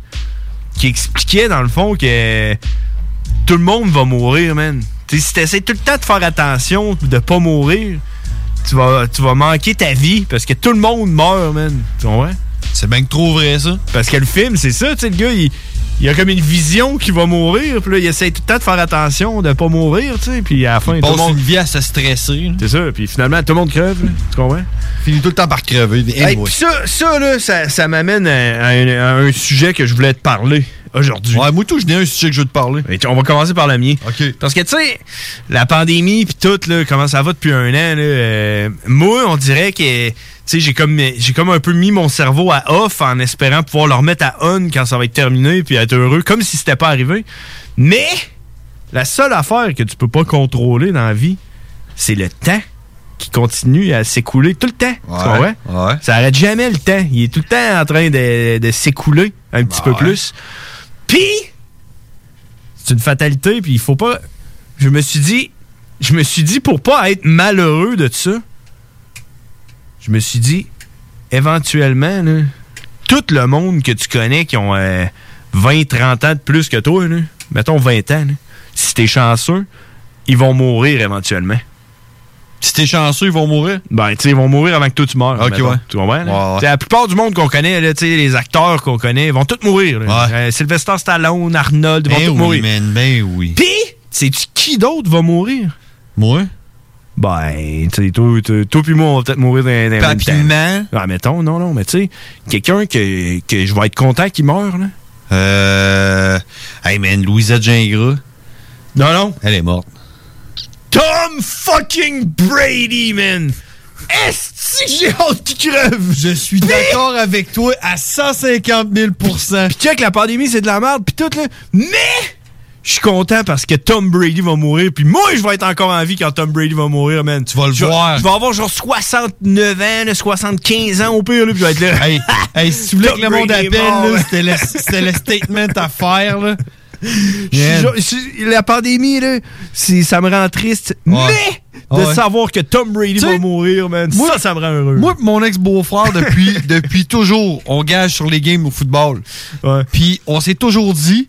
qui expliquait, dans le fond, que tout le monde va mourir, man. T'sais, si t'essaies tout le temps de faire attention, de pas mourir, tu vas, tu vas manquer ta vie parce que tout le monde meurt, man. Tu comprends?
C'est bien que trop vrai, ça.
Parce que le film, c'est ça, tu sais, le gars, il, il a comme une vision qui va mourir, puis là, il essaie tout le temps de faire attention, de pas mourir, tu sais, puis à la fin,
Il
tout le
passe
monde.
une vie à se stresser.
C'est ça, puis finalement, tout le monde crève, là. tu comprends?
Finit tout le temps par crever. Eh
Hey, puis ça, ça, là, ça, ça m'amène à, à un, à un sujet que je voulais te parler aujourd'hui. Ouais,
moi tout, je n'ai un sujet que je veux te parler.
on va commencer par le mien.
OK.
Parce que, tu sais, la pandémie, puis tout, là, comment ça va depuis un an, là, euh, moi, on dirait que, tu sais, j'ai comme, j'ai comme un peu mis mon cerveau à off en espérant pouvoir le remettre à on quand ça va être terminé, puis être heureux, comme si c'était pas arrivé. Mais, la seule affaire que tu peux pas contrôler dans la vie, c'est le temps qui continue à s'écouler tout le temps. Tu comprends? Ça arrête jamais le temps. Il est tout le temps en train de, de s'écouler un petit peu plus. Puis, c'est une fatalité, puis il faut pas. Je me suis dit, je me suis dit pour pas être malheureux de ça, je me suis dit, éventuellement, là, tout le monde que tu connais qui ont euh, 20, 30 ans de plus que toi, là, mettons 20 ans, là, si t'es chanceux, ils vont mourir éventuellement. Si t'es chanceux, ils vont mourir? Ben, tu sais, ils vont mourir avant que toi tu meurs.
Ok,
mettons.
ouais.
Tu comprends? là?
Ouais, ouais.
T'sais, La plupart du monde qu'on connaît, là, tu sais, les acteurs qu'on connaît, ils vont tous mourir. là. Euh, Sylvester Stallone, Arnold, ils vont
Ben
tous
oui,
mourir.
man, ben oui.
Puis, sais-tu qui d'autre va mourir?
Moi?
Ben, tu sais, toi, toi, toi puis moi, on va peut-être mourir d'un même
Papy
temps. Ah, mettons, non, non, mais tu sais, quelqu'un que, que je vais être content qu'il meure, là.
Euh. Hey man, Louisette Gingras.
Non, non.
Elle est morte.
Tom fucking Brady, man! Est-ce que j'ai hâte qu'il crève?
Je suis
d'accord avec toi à 150 000 Puis check, la pandémie, c'est de la merde, puis tout, là. Mais! Je suis content parce que Tom Brady va mourir, puis moi, je vais être encore en vie quand Tom Brady va mourir, man. Tu vas le
voir.
Je vais avoir genre 69 ans, là, 75 ans au pire, là, puis je vais être là. Hey, si tu voulais
que le monde appelle, là, c'était le- c'était le
statement à faire, là. la pandémie, là, c'est- ça me rend triste. Mais de
Ouais.
savoir que Tom Brady va mourir, man, ça, ça me rend heureux.
Moi pis mon ex-beau-frère, depuis, depuis toujours, on gage sur les games au football. Puis on s'est toujours dit,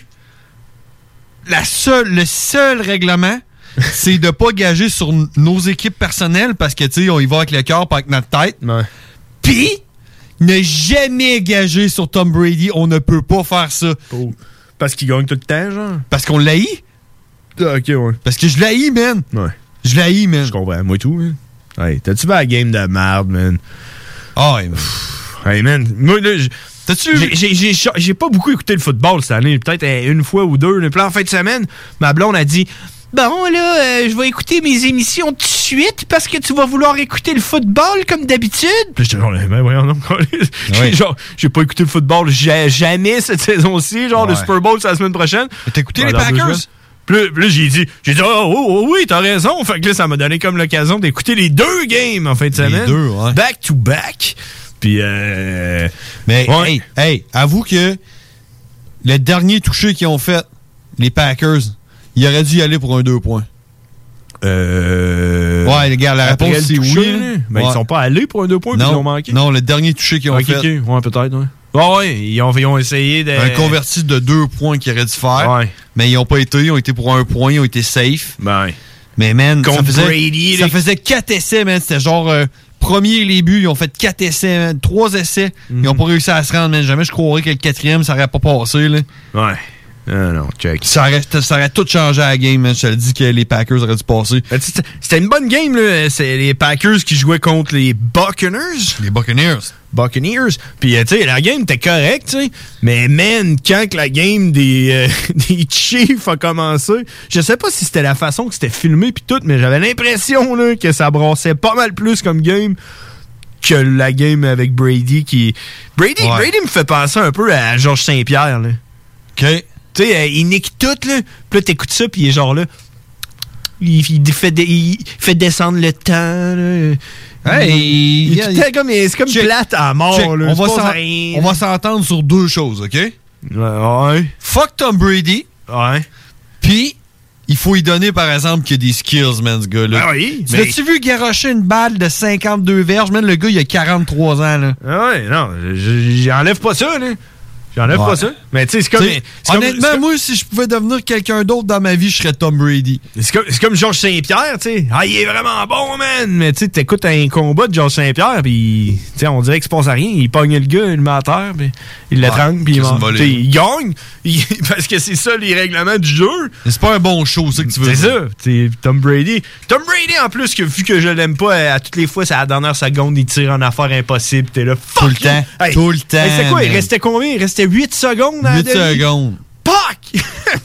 la seule, le seul règlement, c'est de pas gager sur n- nos équipes personnelles parce que, tu sais, on y va avec le cœur, pas avec notre tête. Puis, ne jamais gager sur Tom Brady, on ne peut pas faire ça.
Parce qu'il gagne tout le temps, genre?
Parce qu'on l'haït.
Ah, Ok, ouais.
Parce que je l'haïs, man.
Ouais.
Je la hais, man.
Je comprends, moi et tout, hein. man. Hey, t'as-tu vu la game de merde, man?
Ah, ouais, man.
Hey, man. Moi, là, j- J'ai- j'ai- J'ai cho- j'ai pas beaucoup écouté le football cette année, peut-être euh, une fois ou deux. là. Puis là, en fin de semaine, ma blonde a dit Bon, là, euh, je vais écouter mes émissions tout de suite parce que tu vas vouloir écouter le football comme d'habitude. Puis j'étais genre, ben voyons donc,
Ah
câlisse. J'ai genre, j'ai pas écouté le football ja- jamais cette saison-ci, genre le
Ouais.
Super Bowl c'est la semaine prochaine. T'as écouté
les Packers?
Puis là, puis là, j'ai dit, j'ai dit, oh, oh, oh, oui, t'as raison. Fait que là, ça m'a donné comme l'occasion d'écouter les deux games en fin de semaine.
deux,
Back to back. Puis, euh,
Mais, hey, hey, avoue que le dernier touché qu'ils ont fait, les Packers, il aurait dû y aller pour un deux points.
Euh...
Ouais, les gars, la
après
réponse,
le
c'est oui.
toucher, là. Ben, ils sont pas allés pour un deux points, puis ils l'ont manqué.
Non, le dernier touché qu'ils ont
Ok,
fait.
ok, ouais, peut-être, ouais. Ouais, ouais, ils ont, ils ont essayé de.
Un converti de deux points qu'ils auraient dû faire. Mais ils n'ont pas été. Ils ont été pour un point. Ils ont été safe. Mais man, ça
Ben, Contre
faisait,
Brady,
ça
les-
faisait quatre essais, man. C'était genre euh, premier les buts. Ils ont fait quatre essais, man. Trois essais. Ils
Mhm.
n'ont pas réussi à se rendre, man. Jamais je croirais que le quatrième, ça n'aurait pas passé, là.
Ouais. Ah, non, check.
Ça aurait, ça aurait tout changé à la game, man. Je te le dis que les Packers auraient dû passer.
Ben, C'était une bonne game, là. C'est les Packers qui jouaient contre les Buccaneers.
Les Buccaneers.
Buccaneers. Puis, euh, tu sais, la game était correcte, tu sais. Mais, man, quand que la game des, euh, des Chiefs a commencé, je sais pas si c'était la façon que c'était filmé puis tout, mais j'avais l'impression, là, que ça brassait pas mal plus comme game que la game avec Brady qui... Brady,
Ouais.
Brady me fait penser un peu à Georges Saint-Pierre, là.
OK.
Tu sais, euh, il nique tout, là. Puis là, t'écoutes ça, puis il est genre là... Il, il fait, dé- il fait descendre le temps, là.
Hey,
il, il
il-
est tout le temps comme, c'est comme
Check.
plate à mort.
Check.
là.
On,
Il se
va
passe
s'en-
rien.
on va s'entendre sur deux choses, OK? Fuck Tom Brady.
Ouais.
Puis, il faut y donner, par exemple, qu'il y a des skills, man, ce gars-là.
Ah oui,
Tu
mais-
As-tu vu garocher une balle de 52 verges? Man, le gars, il a 43 ans, là.
Ah ouais, non, je- j'enlève pas ça, là. J'enlève
Ouais.
pas ça. Mais tu sais, c'est comme.
T'sais,
c'est comme-
honnêtement,
c'est comme-
moi, si je pouvais devenir quelqu'un d'autre dans ma vie, je serais Tom Brady.
C'est comme, c'est comme Georges Saint-Pierre, tu sais. Ah, il est vraiment bon, man! Mais tu sais, t'écoutes un combat de Georges Saint-Pierre, puis tu sais, on dirait qu'il se passe à rien. Il pogne le gars, il le met à terre, puis il l'étrangle, puis il
qu'est-ce
meurt.
que c'est une volée?
Tu sais, Il gagne, il- parce que c'est ça les règlements du jeu.
C'est pas un bon show, ça que tu veux
C'est ça,
dire.
tu sais, Tom Brady. Tom Brady, en plus, que vu que je l'aime pas, à, à toutes les fois, c'est à la dernière seconde, il tire en affaire impossible, t'es là, fuck! Tout le temps,
tout le temps,
c'est quoi, il
man.
restait combien? Il restait 8 secondes à la
8
demi?
secondes.
Pac!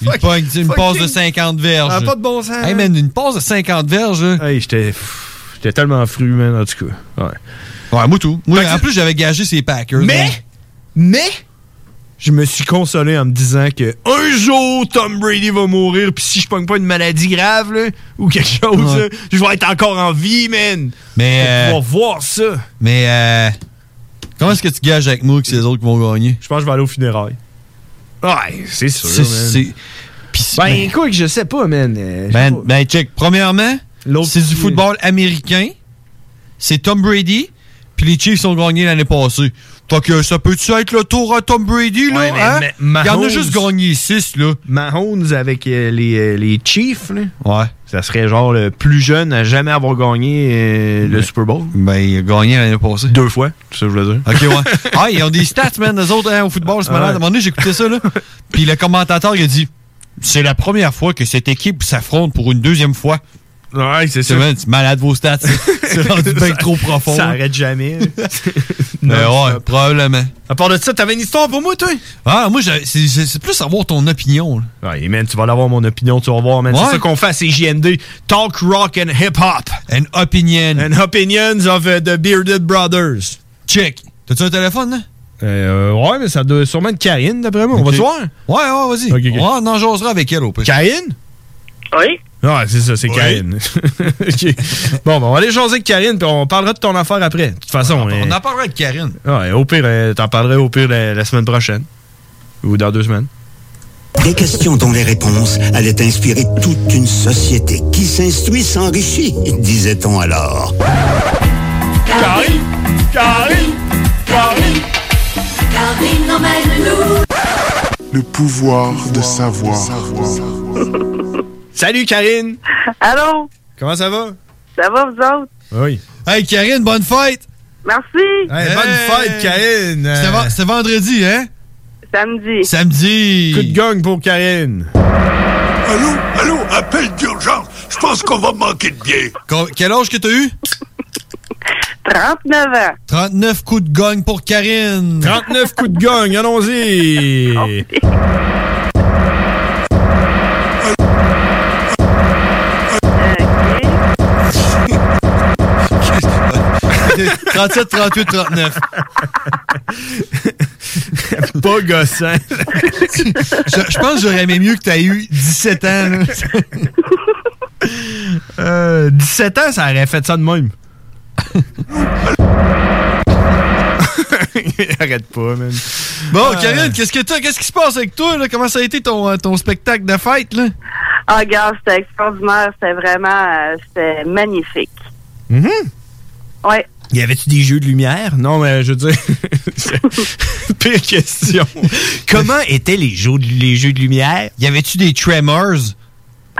Une, pogne, tu sais, une passe de 50 verges.
Ah, pas de bon sens.
Hey, man, une passe de 50 verges. là.
Hey, j'étais. J'étais tellement fru, man, en tout cas. Ouais.
Ouais, moi tout. Moi, en plus, j'avais gagé ces Packers.
Mais,
man.
mais, je me suis consolé en me disant que un jour, Tom Brady va mourir, puis si je pogne pas une maladie grave, là, ou quelque chose,
Ouais.
là, je vais être encore en vie, man.
Mais,
On
euh,
va voir ça.
Mais, euh, comment est-ce que tu gages avec moi que c'est les autres qui vont gagner?
Je pense que je vais aller au funérail. Ouais, c'est sûr.
C'est-
man.
c'est-
ben, écoute, je sais pas, man. Euh, je sais
Ben, ben, check. Premièrement, c'est du football américain. C'est Tom Brady. Puis les Chiefs ont gagné l'année passée. Fait que ça peut-tu être le tour à Tom Brady, là?
Ouais, mais
hein?
Ma-
Il y en a
Mahomes-
juste gagné 6, là.
Mahomes avec euh, les, euh, les Chiefs, là.
Ouais.
Ça serait genre le plus jeune à jamais avoir gagné euh, le Super Bowl.
Ben, il a gagné l'année passée.
Deux fois, c'est ça que je voulais dire.
OK, ouais. Ah, ils ont des stats, man, eux autres, hein, au football, c'est malade.
Ouais.
À un moment donné, j'écoutais ça, là. Puis le commentateur, il a dit C'est la première fois que cette équipe s'affronte pour une deuxième fois.
Ouais, c'est
ça. Euh, C'est malade, vos stats. C'est rendu bien trop profond.
Ça
là.
arrête jamais.
Mais ouais, probablement.
À part de ça, t'avais une histoire pour moi, toi?
Ah, moi, j'ai- c'est- c'est c'est plus avoir ton opinion.
Là. Ouais, man, tu vas l'avoir, mon opinion, tu vas voir, man.
Ouais.
C'est ça qu'on fait à CJMD. Talk, rock and hip-hop.
And opinion.
And opinions of uh, the Bearded Brothers. Euh,
Check. T'as-tu un téléphone, là?
ouais, mais ça doit sûrement être Karine, d'après moi. On va
Ok.
se voir?
Ouais, ouais, vas-y.
Ok, ok.
Ouais, on en jasera avec elle, au pire.
Karine?
Oui?
Ouais, c'est ça, c'est Karine. Ok. Bon, ben, on va aller jaser avec Karine, puis on parlera de ton affaire après. De toute façon,
On
euh,
en parlera avec Karine.
Ouais, au pire, euh, t'en parlerais au pire la, la semaine prochaine. Ou dans deux semaines.
Des questions dont les réponses allaient inspirer toute une société qui s'instruit s'enrichit, disait-on alors.
Karine, Karine, Karine.
Karine emmène-nous.
Le pouvoir de savoir.
Salut, Karine!
Allô?
Comment ça va?
Ça va, vous autres?
Ah
Oui.
Hey, Karine, bonne fête!
Merci!
bonne fête, Karine!
C'était ven- C'était vendredi, hein?
Samedi.
Samedi.
Coup de gang pour Karine.
Allô, allô, appel d'urgence. Je pense qu'on va manquer de biais.
Quel âge que t'as eu?
39 ans.
39 coups de gang pour Karine.
39 coups de gang, allons-y.
Ok, 37, 38, 39.
Pas gossant.
je, je pense que j'aurais aimé mieux que t'aies eu 17 ans. là.
Euh, 17 ans, ça aurait fait ça de même. Arrête pas, man.
Bon,
Euh,
Karine, qu'est-ce que t'as? Qu'est-ce qui se passe avec toi? Là? Comment ça a été ton, euh, ton spectacle de fête? Là?
Ah, gars, c'était extraordinaire. C'était vraiment... euh, c'était magnifique.
mhm.
Ouais.
Y avait-tu des jeux de lumière? Non, mais je veux dire. c'est- Pire question. Comment étaient les jeux de, les jeux de lumière?
Y avait-tu des tremors?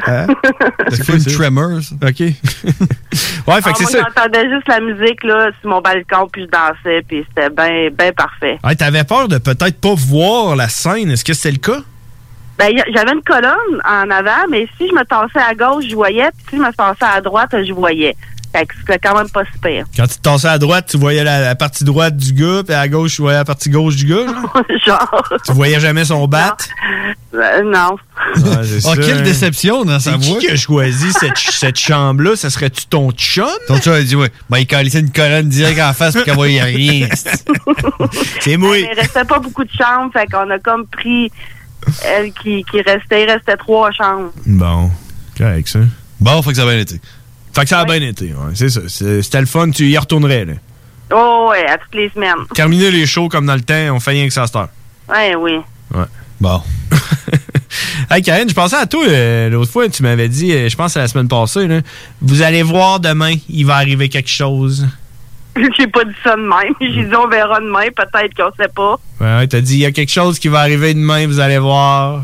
Hein?
Le film Tremors.
OK. ouais, fait
Ah,
que c'est
moi,
ça.
j'entendais juste la musique, là, sur mon balcon, puis je dansais, puis c'était bien, bien parfait.
Ouais, T'avais peur de peut-être pas voir la scène. Est-ce que c'est le cas?
Ben, y a- j'avais une colonne en avant, mais si je me tassais à gauche, je voyais, puis si je me tassais à droite, je voyais. Fait que c'était quand même pas super.
Quand tu te tassais à droite, tu voyais la, la partie droite du gars, puis à gauche, tu voyais la partie gauche du gars. Genre. Tu voyais jamais son bat.
Euh, non.
Ah,
quelle déception dans sa voix.
qui qui a choisi cette, ch- cette chambre-là? Ça serait-tu ton chum?
Ton chum a dit, ouais. Ben, il collait une colonne direct en face pour qu'elle voyait rien.
C'est moi.
Il restait pas beaucoup de chambres, fait qu'on a comme pris elle qui, qui restait. Il restait trois chambres.
Bon. Correct, ça.
Bon, faut que ça a bien été.
Fait que ça a bien été, ouais. C'est ça. C'est- C'était le fun, tu y retournerais, là.
Oh, ouais, à toutes les semaines.
Terminer les shows comme dans le temps, on fait rien que ça à cette heure.
Ouais, oui.
Ouais.
Bon.
hey Karine, je pensais à toi euh, l'autre fois, tu m'avais dit, euh, je pense à la semaine passée, là, vous allez voir demain, il va arriver quelque chose.
J'ai pas dit ça de même. J'ai dit on verra demain, peut-être qu'on sait pas.
Ouais, ouais, t'as dit, il y a quelque chose qui va arriver demain, vous allez voir.
Ouais,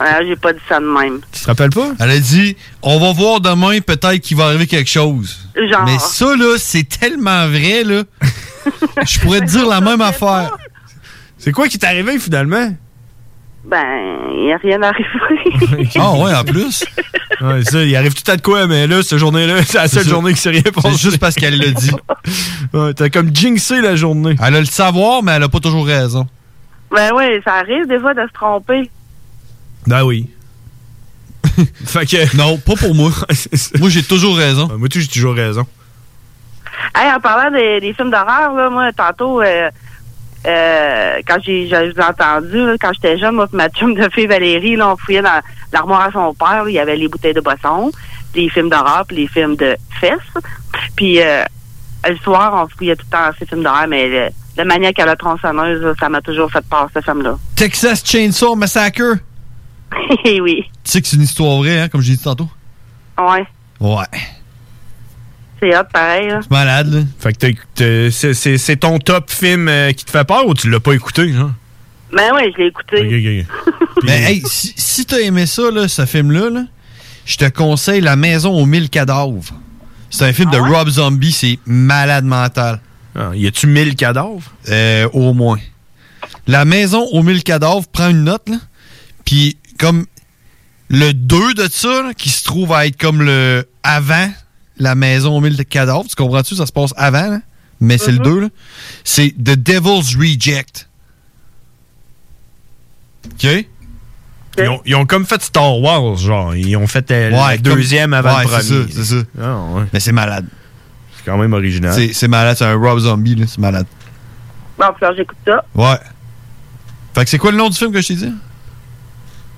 Euh, j'ai pas dit ça de même.
Tu te rappelles pas?
Elle a dit, on va voir demain, peut-être qu'il va arriver quelque chose.
Genre.
Mais ça, là, c'est tellement vrai, là. Je pourrais te dire la même affaire.
C'est quoi qui t'est arrivé, finalement?
Ben, il a rien arrivé.
Ah ouais, en plus.
Ouais, ça, il arrive tout à de quoi, mais là, cette journée-là, c'est la
C'est
seule
ça.
journée qui s'est rien passé.
C'est juste parce qu'elle l'a dit.
Ouais, t'as comme jinxé la journée.
Elle a le savoir, mais elle a pas toujours raison.
ben oui, ça arrive des fois de se tromper.
Ben oui. fait que.
Non, pas pour moi. moi, j'ai toujours raison.
Ben, moi, tu j'ai toujours raison.
Hey, en parlant des, des films d'horreur, là, moi, tantôt, euh, euh, quand j'ai, je vous ai entendu, là, quand j'étais jeune, moi, pis ma chum de fille Valérie, là, on fouillait dans l'armoire à son père, là, il y avait les bouteilles de boisson, les films d'horreur, puis les films de fesses. Puis euh, le soir, on fouillait tout le temps ces films d'horreur, mais le, le maniaque à la tronçonneuse, là, ça m'a toujours fait peur, cette femme-là.
Texas Chainsaw Massacre.
Eh oui.
Tu sais que c'est une histoire vraie, hein, comme j'ai dit tantôt.
Ouais.
Ouais.
C'est hot, pareil, là.
Malade, là.
Fait que t'as- t'as- c'est- c'est c'est ton top film euh, qui te fait peur ou tu l'as pas écouté, hein? genre?
Ben oui, je l'ai écouté.
Mais Ben, hey, si, si t'as aimé ça, là, ce film-là, là, je te conseille La Maison aux mille cadavres. C'est un film de Rob Zombie, c'est malade mental.
Ah,
Euh,
y a-tu mille cadavres?
au moins. La Maison aux mille cadavres, prends une note, là, puis comme le 2 de ça, là, qui se trouve à être comme le avant La Maison aux mille cadavres, tu comprends-tu? Ça se passe avant, là, mais c'est le 2, là. c'est The Devil's Reject. OK?
Ils, ont, ils ont comme fait Star Wars, genre. Ils ont fait euh,
Ouais,
le
comme-
deuxième avant
ouais,
le
c'est
premier.
ça, c'est ça. Mais c'est malade.
C'est quand même original.
C'est, c'est malade, c'est un Rob Zombie, là, c'est malade.
Bon, alors j'écoute ça.
Ouais. Fait que c'est quoi le nom du film que je t'ai dit?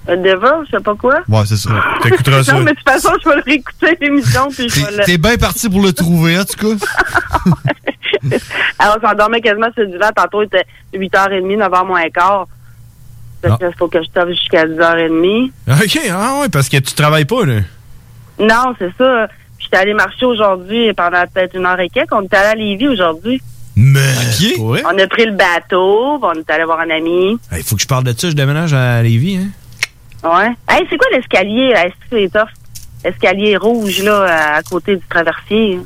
Un Devil, Euh, je sais pas quoi.
Ouais, c'est ça. Ah, T'écouteras
non, mais de toute façon, je vais le réécouter, l'émission, puis je vais le...
T'es bien parti pour le trouver, en tout cas.
Alors, on s'endormait quasiment sur le divan. Tantôt, il était 8h30, 9h moins quart. Fait
Ah.
que là, faut que je t'offre jusqu'à 10h30.
OK, ah ouais, parce que tu travailles pas, là.
Non, c'est ça. J'étais allé marcher aujourd'hui pendant peut-être une heure et quelques. On est allé à Lévis
Euh,
aujourd'hui.
Mais.
On a pris le bateau, puis on est allé voir un ami.
Il faut que je parle de ça, je déménage à Lévis, hein.
Ouais. Hey, c'est quoi l'escalier? là? Est-ce que c'est tough? L'escalier rouge, là, à côté du traversier.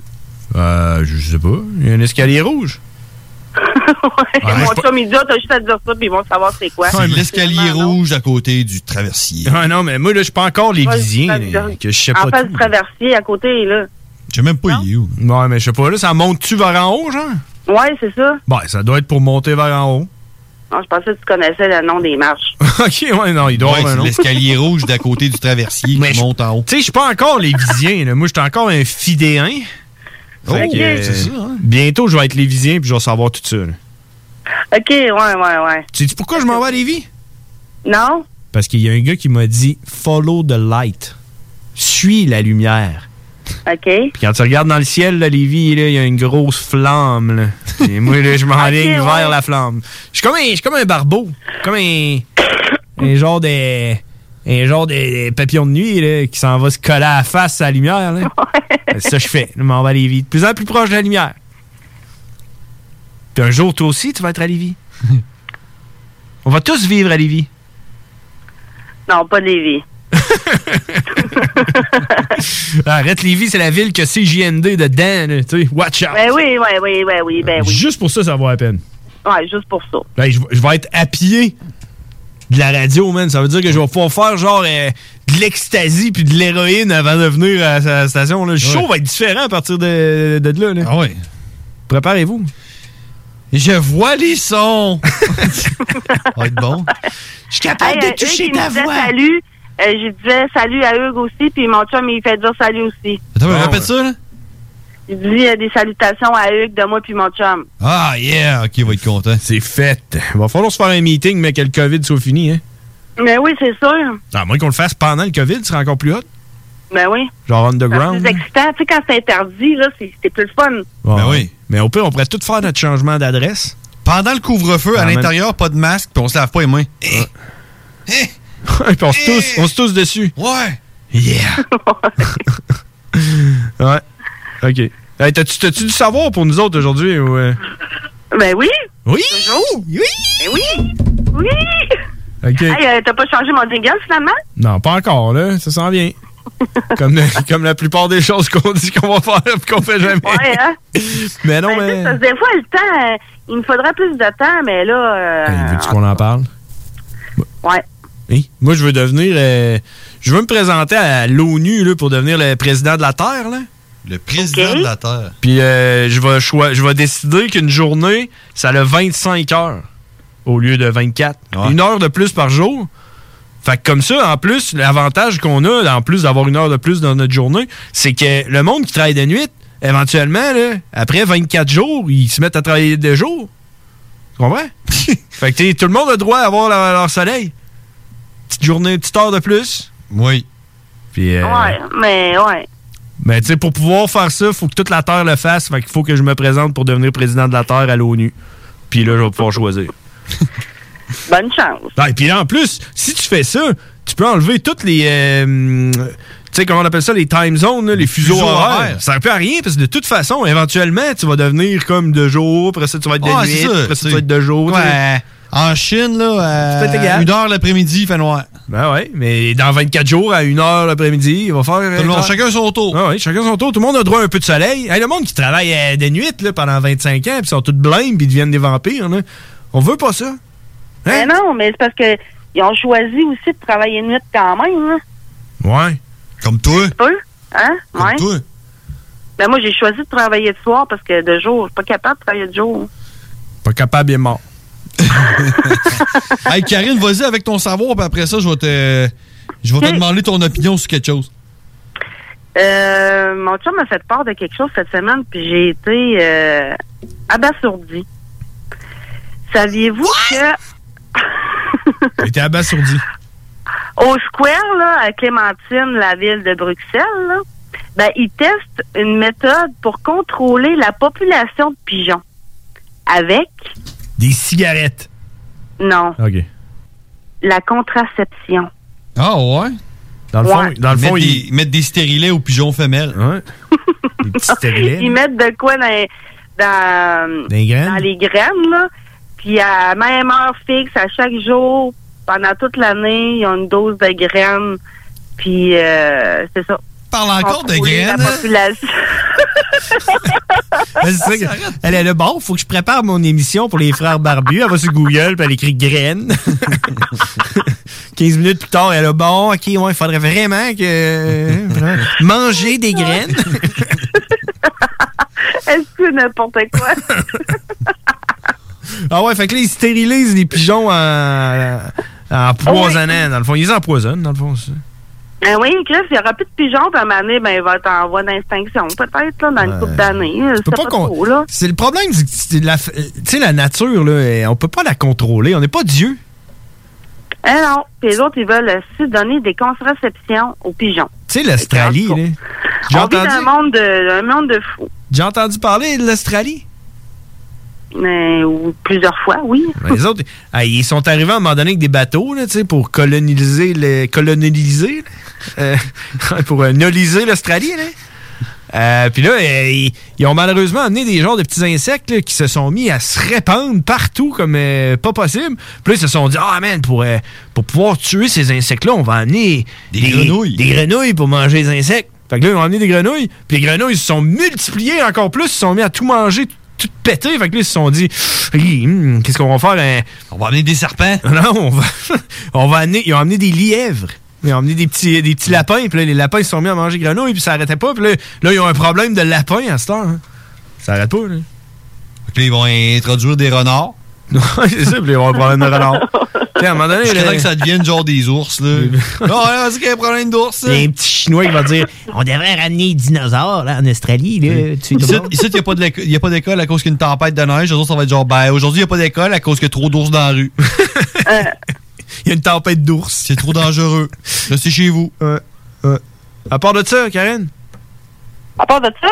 Euh, je sais pas. Il y a un escalier rouge.
Mon chum, il dit, Ah, t'as juste à dire ça, puis ils vont savoir c'est quoi.
C'est l'escalier rouge à côté du traversier.
Ah non, mais moi, là, je suis pas encore Lévisien, là, que je sais pas
En face
tout.
du traversier, à côté, là.
Je sais même pas il est où.
Ouais, mais je sais pas, là, ça monte-tu vers en haut, genre?
Ouais, c'est ça.
Ben, ça doit être pour monter vers en haut.
Non, je pensais que tu connaissais le nom des marches.
OK, ouais, non, il doit
Ouais,
avoir un
c'est
nom.
l'escalier rouge d'à côté du traversier qui monte en haut.
Tu sais, je suis pas encore lévisien. là. Moi, je suis encore un fidéen.
Oh,
Fait que,
ok.
euh,
C'est ça, hein.
Bientôt, je vais être lévisien puis je vais savoir tout ça. là.
OK, ouais, ouais, ouais.
Tu sais pourquoi je m'en vais à Lévis?
Non?
Parce qu'il y a un gars qui m'a dit « Follow the light ». Suis la lumière.
OK.
Puis quand tu regardes dans le ciel, là, Lévis, là, il y a une grosse flamme. là. Et moi, là, je m'enligne
Ok, ouais.
vers la flamme. Je suis comme un, je suis comme un barbeau. Comme un, un genre de... Un genre de de papillon de nuit là, qui s'en va se coller à la face à la lumière. là. Ça, je fais. Je m'en vais à Lévis. De plus en plus proche de la lumière. Puis un jour, toi aussi, tu vas être à Lévis. On va tous vivre à Lévis.
Non, pas Lévis.
Arrête, Lévis, c'est la ville que CJND dedans. là, tu sais. watch out.
Ben oui, ouais, oui, ouais, oui, ben oui.
Juste pour ça, ça vaut la peine.
Ouais, juste pour ça.
Ben, je, je vais être appuyé de la radio, man. Ça veut dire que je vais pouvoir faire genre euh, de l'ecstasy puis de l'héroïne avant de venir à la station. là. Le show va être différent à partir de, de là. Ah
ouais.
Préparez-vous.
Je vois les sons. Ça va être bon.
Je suis
capable de toucher ta voix.
Salut. Euh, je disais salut à Hugues aussi, puis mon chum, il fait dire salut aussi.
Attends,
Ah,
mais répète ça, là.
Il dit euh, des salutations à Hugues de moi puis mon chum.
Ah, yeah. OK, il va être content.
C'est fait. Il va falloir se faire un meeting, mais que le COVID soit fini. Hein. Ah,
Mais oui, c'est sûr.
À moins qu'on le fasse pendant le COVID, ce sera encore plus hot.
Ben oui.
Genre
Parce que
underground.
C'est excitant. Tu sais, quand c'est interdit, là, c'est c'est plus le fun.
ben oui. Mais au pire, on pourrait tout faire notre changement d'adresse.
Pendant le couvre-feu, à
Ah, man.
l'intérieur, pas de masque, puis on se lave pas les mains. Eh.
Puis on se tousse, on se tousse dessus.
Ouais.
Yeah. ouais. OK. Hey, t'as-tu, t'as-tu du savoir pour nous autres aujourd'hui? ou, euh?
Ben oui.
Oui.
Toujours. Oui. Ben oui. Oui.
OK.
Hey, euh, t'as pas changé mon jingle finalement?
Non, pas encore, là. Ça s'en vient. comme, le- comme la plupart des choses qu'on dit qu'on va faire et qu'on fait jamais.
Ouais, hein?
Mais non, mais.
Parce que des fois, le temps, euh, il me faudrait plus de temps, mais là. euh,
Hey, veux-tu qu'on en parle?
Ouais.
Hein? Moi, je veux devenir. euh, je veux me présenter à l'ONU là, pour devenir le président de la Terre. Là.
Le président de la Terre.
Puis euh, je, vais choi- je vais décider qu'une journée, ça a 25 heures au lieu de 24. Une heure de plus par jour. Fait que comme ça, en plus, l'avantage qu'on a, en plus d'avoir une heure de plus dans notre journée, c'est que le monde qui travaille de nuit, éventuellement, là, après 24 jours, ils se mettent à travailler de jour. Tu comprends? fait que t'sais, tout le monde a droit à avoir leur, leur soleil. Petite journée, petite heure de plus.
Oui.
Puis, euh,
Ouais, mais ouais.
mais tu sais, pour pouvoir faire ça, faut que toute la Terre le fasse. Fait qu'il faut que je me présente pour devenir président de la Terre à l'ONU. Puis là, je vais pouvoir choisir.
Bonne chance.
Ah, et puis en plus, si tu fais ça, tu peux enlever toutes les. euh, hum, tu sais, comment on appelle ça, les time zones, là, les fuseaux
Fuseaux
horaires.
horaires.
Ça ne sert à rien parce que de toute façon, éventuellement, tu vas devenir comme de jour, après ça, tu vas être de
Ah,
nuit,
c'est ça,
après ça,
c'est-
tu vas être de jour.
Ouais. Ah,
En Chine, là,
à une
Euh, heure l'après-midi, il fait noir. Ben ouais, mais dans 24 jours, à une heure l'après-midi, il va faire.
Tout le monde,
chacun son tour. Ah oui, chacun son tour. Tout le monde a droit à un peu de soleil. Hey, le monde qui travaille euh, de nuit là, pendant 25 ans, puis ils sont tous blêmes, puis ils deviennent des vampires. Là. On veut pas ça.
Mais non, mais c'est parce que ils ont choisi aussi de travailler de nuit quand même, hein.
Ouais. Comme toi.
Peu, hein? ouais. Ben moi, j'ai choisi de travailler de soir parce que de jour, je suis pas capable de travailler de jour.
Pas capable, il est mort.
hey, Karine, vas-y avec ton savoir, puis après ça, je vais te, je vais te demander ton opinion sur quelque chose.
Euh, mon chum m'a fait part de quelque chose cette semaine, puis j'ai été euh, abasourdie. Saviez-vous que
T'as été abasourdi.
au square, là, à Clémentine, la ville de Bruxelles, là, ben, ils testent une méthode pour contrôler la population de pigeons. Avec,
Des cigarettes.
non,
OK.
la contraception.
Ah ouais?
Dans
le fond, Ouais. dans le fond,
mettre des, mettre des stérilets aux pigeons femelles.
des petits
Ils mettent de quoi dans, les- dans,
Des graines?
dans les graines, là. Puis à même heure fixe, à chaque jour, pendant toute l'année, ils ont une dose de graines. Puis euh, c'est ça.
Parle
encore de graines,
La
hein?
population.
Ben, c'est ça que- elle est là, bon, faut que je prépare mon émission pour les frères barbus. Elle va sur Google, puis elle écrit graines. 15 minutes plus tard, elle est là, bon, ok, ouais, il faudrait vraiment que. euh, manger des graines.
Est-ce que n'importe quoi?
Ah ouais, fait que là, ils stérilisent les pigeons en,
Ah
en empoisonnant, dans le fond. Ils les empoisonnent, dans le fond, c'est ça.
Ben oui, Chris, il n'y aura plus de pigeons, puis à un moment donné, ben, il va être en voie d'extinction, peut-être, là, dans une
Ouais.
couple d'années. Je sais
peux
pas,
pas qu'on-
trop, là.
C'est le problème, c'est que c'est la, f- euh, tu sais, la nature, là, euh, on peut pas la contrôler. On n'est pas Dieu.
Eh non. Puis les autres, ils veulent aussi donner des contraceptions aux pigeons.
Tu sais, l'Australie, là. J'ai
On vit dans
entendu,
un monde de, un monde de fous.
j'ai entendu parler de l'Australie.
Mais, ou plusieurs fois, oui.
Ben, les autres, ah, ils sont arrivés à un moment donné avec des bateaux, là, tu sais, pour coloniser, le, coloniser, là. Euh, pour euh, noliser l'Australie, là. Euh, Puis là, euh, ils, ils ont malheureusement amené des genres de petits insectes là, qui se sont mis à se répandre partout comme euh, pas possible. Puis là, ils se sont dit, ah man, pour, euh, pour pouvoir tuer ces insectes-là, on va amener des,
grenouilles.
Des grenouilles pour manger les insectes. Fait que là, ils ont amené des grenouilles. Puis les grenouilles se sont multipliées encore plus. Ils se sont mis à tout manger, tout péter. Fait que là, ils se sont dit, Hi, hum, qu'est-ce qu'on va faire? On va amener des serpents. Non, on va, on va amener, ils ont amené des lièvres. Ils ont amené des petits, des petits lapins, puis là, les lapins, ils se sont mis à manger grenouilles, puis ça arrêtait pas. Puis là, là, ils ont un problème de lapin à cette heure. hein. Ça arrête pas, là.
Fait que là, ils vont introduire des renards.
Ouais, c'est ça, puis ils vont avoir un problème de renard. T'sais, à un moment donné,
Jusqu'à
là-
temps que ça devienne genre des ours, là.
Non, là, c'est qu'il y a un problème d'ours. Il y a un petit chinois qui va dire On devrait ramener les dinosaures là, en Australie. Là, tu
Ici, ici, il n'y a pas de l'éco- il y a pas d'école à cause qu'une tempête de neige. Eux autres, ça va être genre, ben, aujourd'hui, il n'y a pas d'école à cause qu'il y a trop d'ours dans la rue.
Il y a une tempête d'ours. Euh.
C'est trop dangereux. Là, c'est chez vous.
À part de ça, Karen
À part de ça,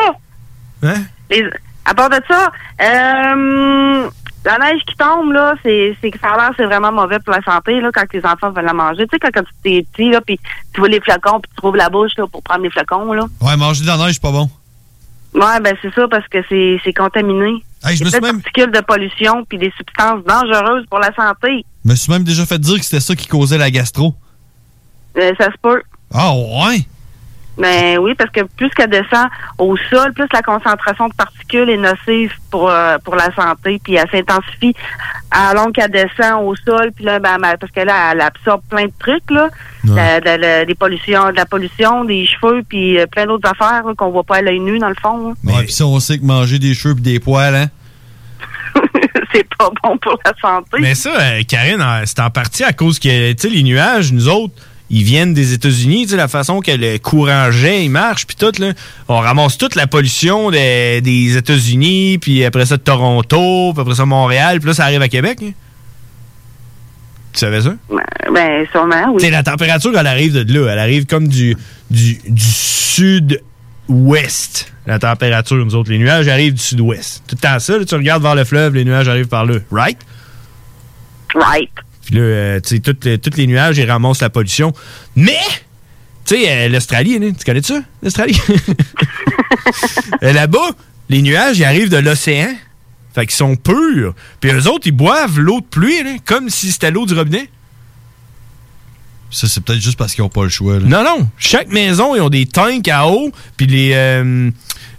Hein?
les- à part de ça, euh, la neige qui tombe, là, c'est c'est que ça a l'air, c'est vraiment mauvais pour la santé, là, quand les enfants veulent la manger. Tu sais, quand, quand tu es petit, là, puis tu vois les flocons, puis tu trouves la bouche, là, pour prendre les flocons, là.
Ouais, manger de la neige, c'est pas bon.
Ouais, ben, c'est ça, parce que c'est c'est contaminé.
Hey, je
Il y
me
a
suis
plein de particules de pollution, puis des substances dangereuses pour la santé.
Je me suis même déjà fait dire que c'était ça qui causait la gastro.
Euh, ça se peut.
Ah, ouais?
Ben oui, parce que plus qu'elle descend au sol, plus la concentration de particules est nocive pour euh, pour la santé, puis elle s'intensifie alors qu'elle descend au sol, puis là, ben, ben, parce que là, elle absorbe plein de trucs, là, La- de, la- des pollutions, de la pollution, des cheveux, puis euh, plein d'autres affaires là, qu'on voit pas à l'œil nu, dans le fond. là.
Ouais, pis ça, on sait que manger des cheveux pis des poils, hein.
C'est pas bon pour la santé.
Mais ça, euh, Karine, euh, c'est en partie à cause que, tu sais, les nuages, nous autres, ils viennent des États-Unis, tu sais, la façon que le courant jet, il marche, puis tout, là, on ramasse toute la pollution des, des États-Unis, puis après ça, de Toronto, puis après ça, Montréal, puis là, ça arrive à Québec. hein. Tu savais ça?
Ben, sûrement, oui.
Tu sais, la température, elle arrive de là. Elle arrive comme du, du, du sud ouest. La température, nous autres, les nuages arrivent du sud-ouest. Tout le temps ça, là, tu regardes vers le fleuve, les nuages arrivent par là. Right?
Right.
Puis là, euh, tu sais, toutes les- tous les nuages, ils ramassent la pollution. Mais, tu sais, euh, l'Australie, hein, tu connais ça, l'Australie? Euh, Là-bas, les nuages, ils arrivent de l'océan. Fait qu'ils sont purs. Puis eux autres, ils boivent l'eau de pluie, là, comme si c'était l'eau du robinet.
Ça, c'est peut-être juste parce qu'ils n'ont pas le choix.
Non, non. Chaque maison, ils ont des tanks à eau, puis les, euh,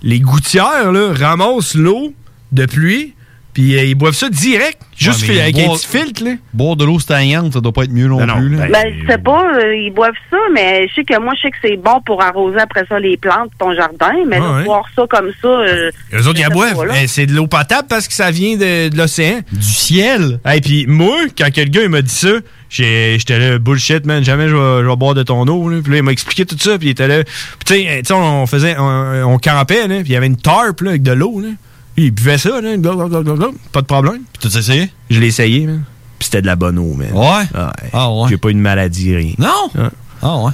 les gouttières là, ramassent l'eau de pluie, puis euh, ils boivent ça direct, juste
Ouais, mais
avec un
boire-
petit filtre. Là.
Boire de l'eau stagnante, ça doit pas être mieux non, plus. là.
Ben, je sais pas, euh, ils boivent ça, mais je sais que moi, je sais que c'est bon pour arroser après ça les plantes, ton jardin, mais
Ah
de
ouais.
boire ça comme ça. euh,
Eux autres, ils la boivent.
là.
Eh, c'est de l'eau potable parce que ça vient de, de l'océan. Du ciel. Et puis moi, quand quelqu'un il m'a dit ça, j'ai- j'étais là, bullshit, man, jamais je vais, je vais boire de ton eau. là. Puis là, il m'a expliqué tout ça, puis il était là. Puis tu sais, eh, tu sais, on faisait, on, on campait, là, puis il y avait une tarpe là, avec de l'eau. là. Puis il buvait ça, là, blablabla, blablabla, pas de problème. Puis t'as essayé? Je l'ai essayé, man. Puis c'était de la bonne eau, man. Ouais? Ah ouais. J'ai pas eu de maladie, rien. Non? Ah ouais.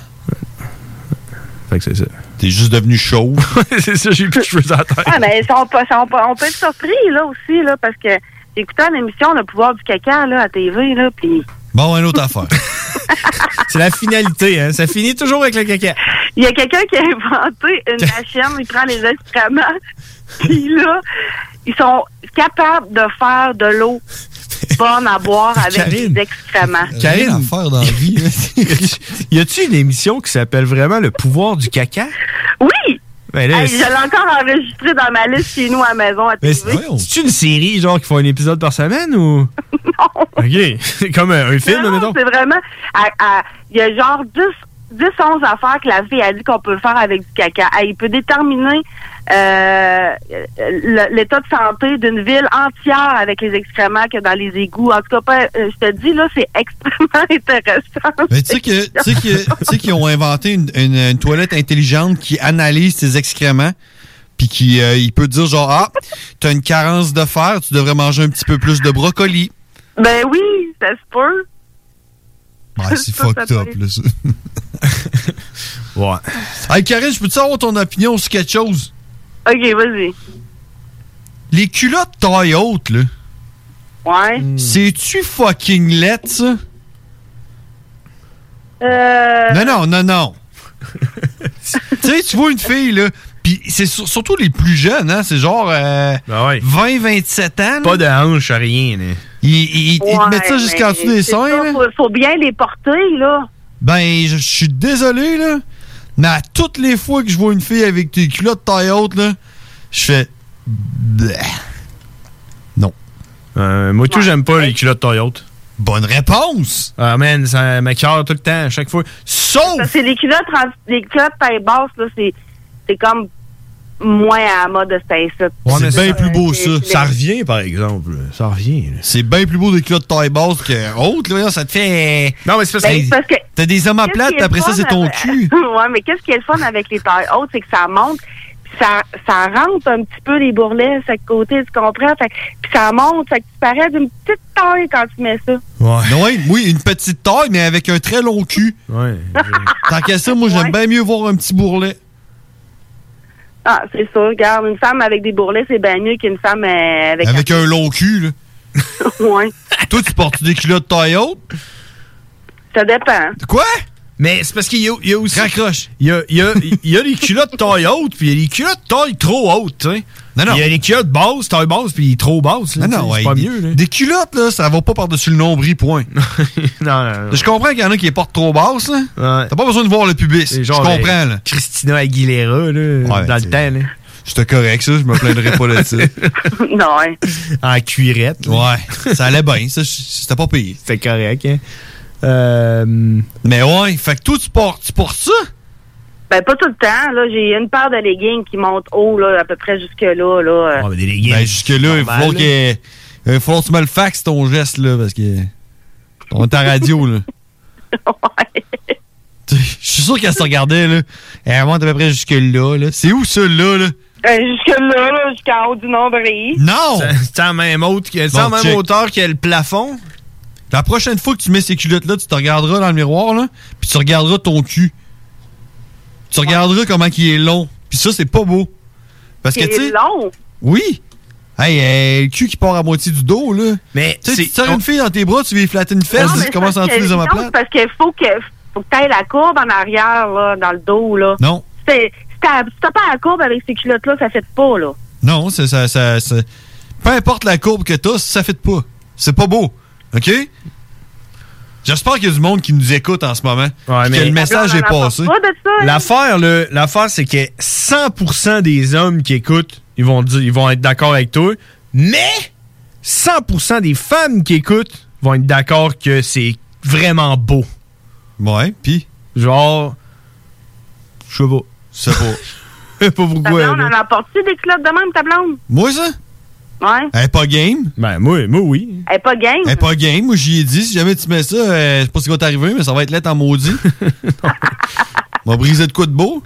Fait que c'est ça. T'es juste devenu chaud. c'est ça, j'ai plus de cheveux à la tête.
Ah, mais ça, on, peut- ça, on peut- on peut être surpris, là, aussi, là, parce que j'écoutais l'émission Le pouvoir du caca, là, à TV, là, puis
Bon, une autre affaire.
c'est la finalité, hein. Ça finit toujours avec le caca.
il y a quelqu'un qui a inventé une machine, il prend les excréments, puis là, ils sont capables de faire de l'eau bonne à boire avec
Karine.
des excréments.
Karine, faire dans vie. y a-tu une émission qui s'appelle vraiment Le pouvoir du caca?
Oui!
Ben là,
Hey, je
c'est-
l'ai encore enregistré dans ma liste chez nous à la maison à
mais
TV.
c'est c'est-tu une série, genre, qui font un épisode par semaine ou. Non! Ok, c'est comme euh, un, un film,
Non, non,
mettons.
c'est vraiment. à- à- Il y a genre 10, 10, 11 affaires que la fille a dit qu'on peut faire avec du caca. Elle, il peut déterminer euh, le- l'état de santé d'une ville entière avec les excréments qu'il y a dans les égouts. En tout cas, pas- euh, je te dis, là, c'est extrêmement intéressant.
Mais Ben, tu sais que- tu sais que- tu sais qu'ils ont inventé une, une- une toilette intelligente qui analyse tes excréments. Puis qui euh, il peut dire genre ah t'as une carence de fer tu devrais manger un petit peu plus de brocoli
Ben oui, ça se peut.
Ouais, c'est
Ça, ça
fucked up
peut.
là ça ouais hey Karine je peux te savoir ton opinion sur quelque chose
Ok, vas-y.
les culottes taille haute là
Ouais.
c'est-tu fucking lettre ça
Euh,
Non, non, non, non. tu sais, tu vois une fille, là, puis c'est sur- surtout les plus jeunes, hein, c'est genre
Ben
20-27 ans.
Pas de hanche, rien.
Ils il, il te
ouais,
mettent ça jusqu'en
mais
dessous des
c'est
seins.
ça, Faut, faut bien les porter, là.
Ben, je je suis désolé, là, mais à toutes les fois que je vois une fille avec des culottes taille haute, là, je fais... Bleh. Non.
Euh, moi, tout, j'aime pas les culottes Toyota.
Bonne réponse!
Ah, man, ça m'écœure tout le temps, à chaque fois. Sauf!
Parce que les culottes, rendues- les culottes taille basse, là, c'est, c'est comme moins à la mode de cet ça.
c'est bien plus beau, ça.
c'est-
Ça
revient, par exemple. Ça revient.
C'est bien plus beau des culottes taille basse que haute, là. Ça te fait.
Non, mais c'est parce
Ben, que- c'est parce que-
T'as des omoplates,
Qu'est-ce qui est
puis après ça,
le
c'est
fun
ton
avec-
cul.
ouais, mais qu'est-ce qui est le fun avec les tailles hautes, c'est que ça monte, puis ça, ça rentre un petit peu les bourrelets, chaque côté, tu comprends? Fait, que- puis ça monte, fait que tu parais d'une petite taille quand tu mets ça.
Non, ouais, oui, une petite taille, mais avec un très long cul.
Ouais.
Tant qu'à ça, moi, j'aime bien mieux voir un petit bourrelet.
Ah, c'est ça. Regarde, une femme avec des bourrelets, c'est bien mieux qu'une femme euh, avec...
Avec un long cul, là.
ouais.
Toi, tu portes des culottes taille haute?
Ça dépend.
Quoi?
Mais c'est parce qu'il y, a- il y a aussi. Il y a, il y a- il y a les culottes taille haute, puis il y a les culottes taille trop haute, tu sais.
non.
Il y a les culottes basses, taille basse, puis trop basses.
Non,
là, tu sais,
non,
c'est
ouais,
pas
des,
mieux, là.
des culottes, là, ça va pas par-dessus le nombril, point.
non, non, non.
Je comprends qu'il y en a qui les portent trop basses, là. T'as pas besoin de voir le pubis.
C'est
Je
genre
comprends,
les
là.
Christina Aguilera, là, dans le temps, là.
C'était correct, ça. Je me plaindrais pas de ça.
non, hein.
En cuirette.
Ouais. Ça allait bien, ça. C'était pas payé.
C'était correct, hein. Euh,
Mais ouais, fait que toi, tu portes, tu portes ça?
Ben, pas tout le temps, là. J'ai une paire de leggings qui monte haut, là, à peu près jusque-là, là.
Ah, mais des leggings.
Ben, jusque-là, il va
normal,
falloir
là.
que- il va falloir que tu me le faxes, ton geste, là, parce que. On est à radio, là. Tu- Je suis sûr qu'elle se regardait, là. Elle monte à peu près jusque-là, là. C'est où, ça, là, là?
Euh, jusque-là, là, jusqu'en haut du nombril.
Non!
C'est en même, haute que- c'est en même hauteur que le plafond.
La prochaine fois que tu mets ces culottes-là, tu te regarderas dans le miroir, là, puis tu regarderas ton cul. Tu regarderas comment il est long, puis Puis ça, c'est pas beau. Parce que,
C'est
tu sais-
long.
Oui. Hey, euh, le cul qui part à moitié du dos, là.
Mais
tu sais, tu sors une fille dans tes bras, tu lui flatter une fesse,
Non, mais
tu commences à
parce
sentir
que-
les
non,
omoplates.
c'est Parce qu'il faut que, faut que t'ailles la courbe en arrière, là, dans le dos, là.
Non.
C'est- Si t'as si t'as pas la courbe avec ces culottes-là, ça fait pas, là.
Non, c'est ça, ça, ça- Peu importe la courbe que t'as, ça fait pas. C'est pas beau. OK? J'espère qu'il y a du monde qui nous écoute en ce
hein?
moment. puis que le message est passé.
L'affaire, le- l'affaire, c'est que 100% des hommes qui écoutent, ils vont, dire, ils vont être d'accord avec toi, mais 100% des femmes qui écoutent vont être d'accord que c'est vraiment beau.
Ouais, puis?
Genre, je sais pas.
C'est pas.
Je sais pas
Ta
pourquoi.
blonde,
là.
on en apporte-tu des culottes de même, ta blonde?
Moi, ça?
Ouais.
Elle est pas game?
Ben, moi, moi oui.
Elle est pas game.
Elle est pas game. Moi, j'y ai dit, si jamais tu mets ça, euh, je sais pas ce qui va t'arriver, mais ça va être laid en maudit. On va briser de quoi de beau?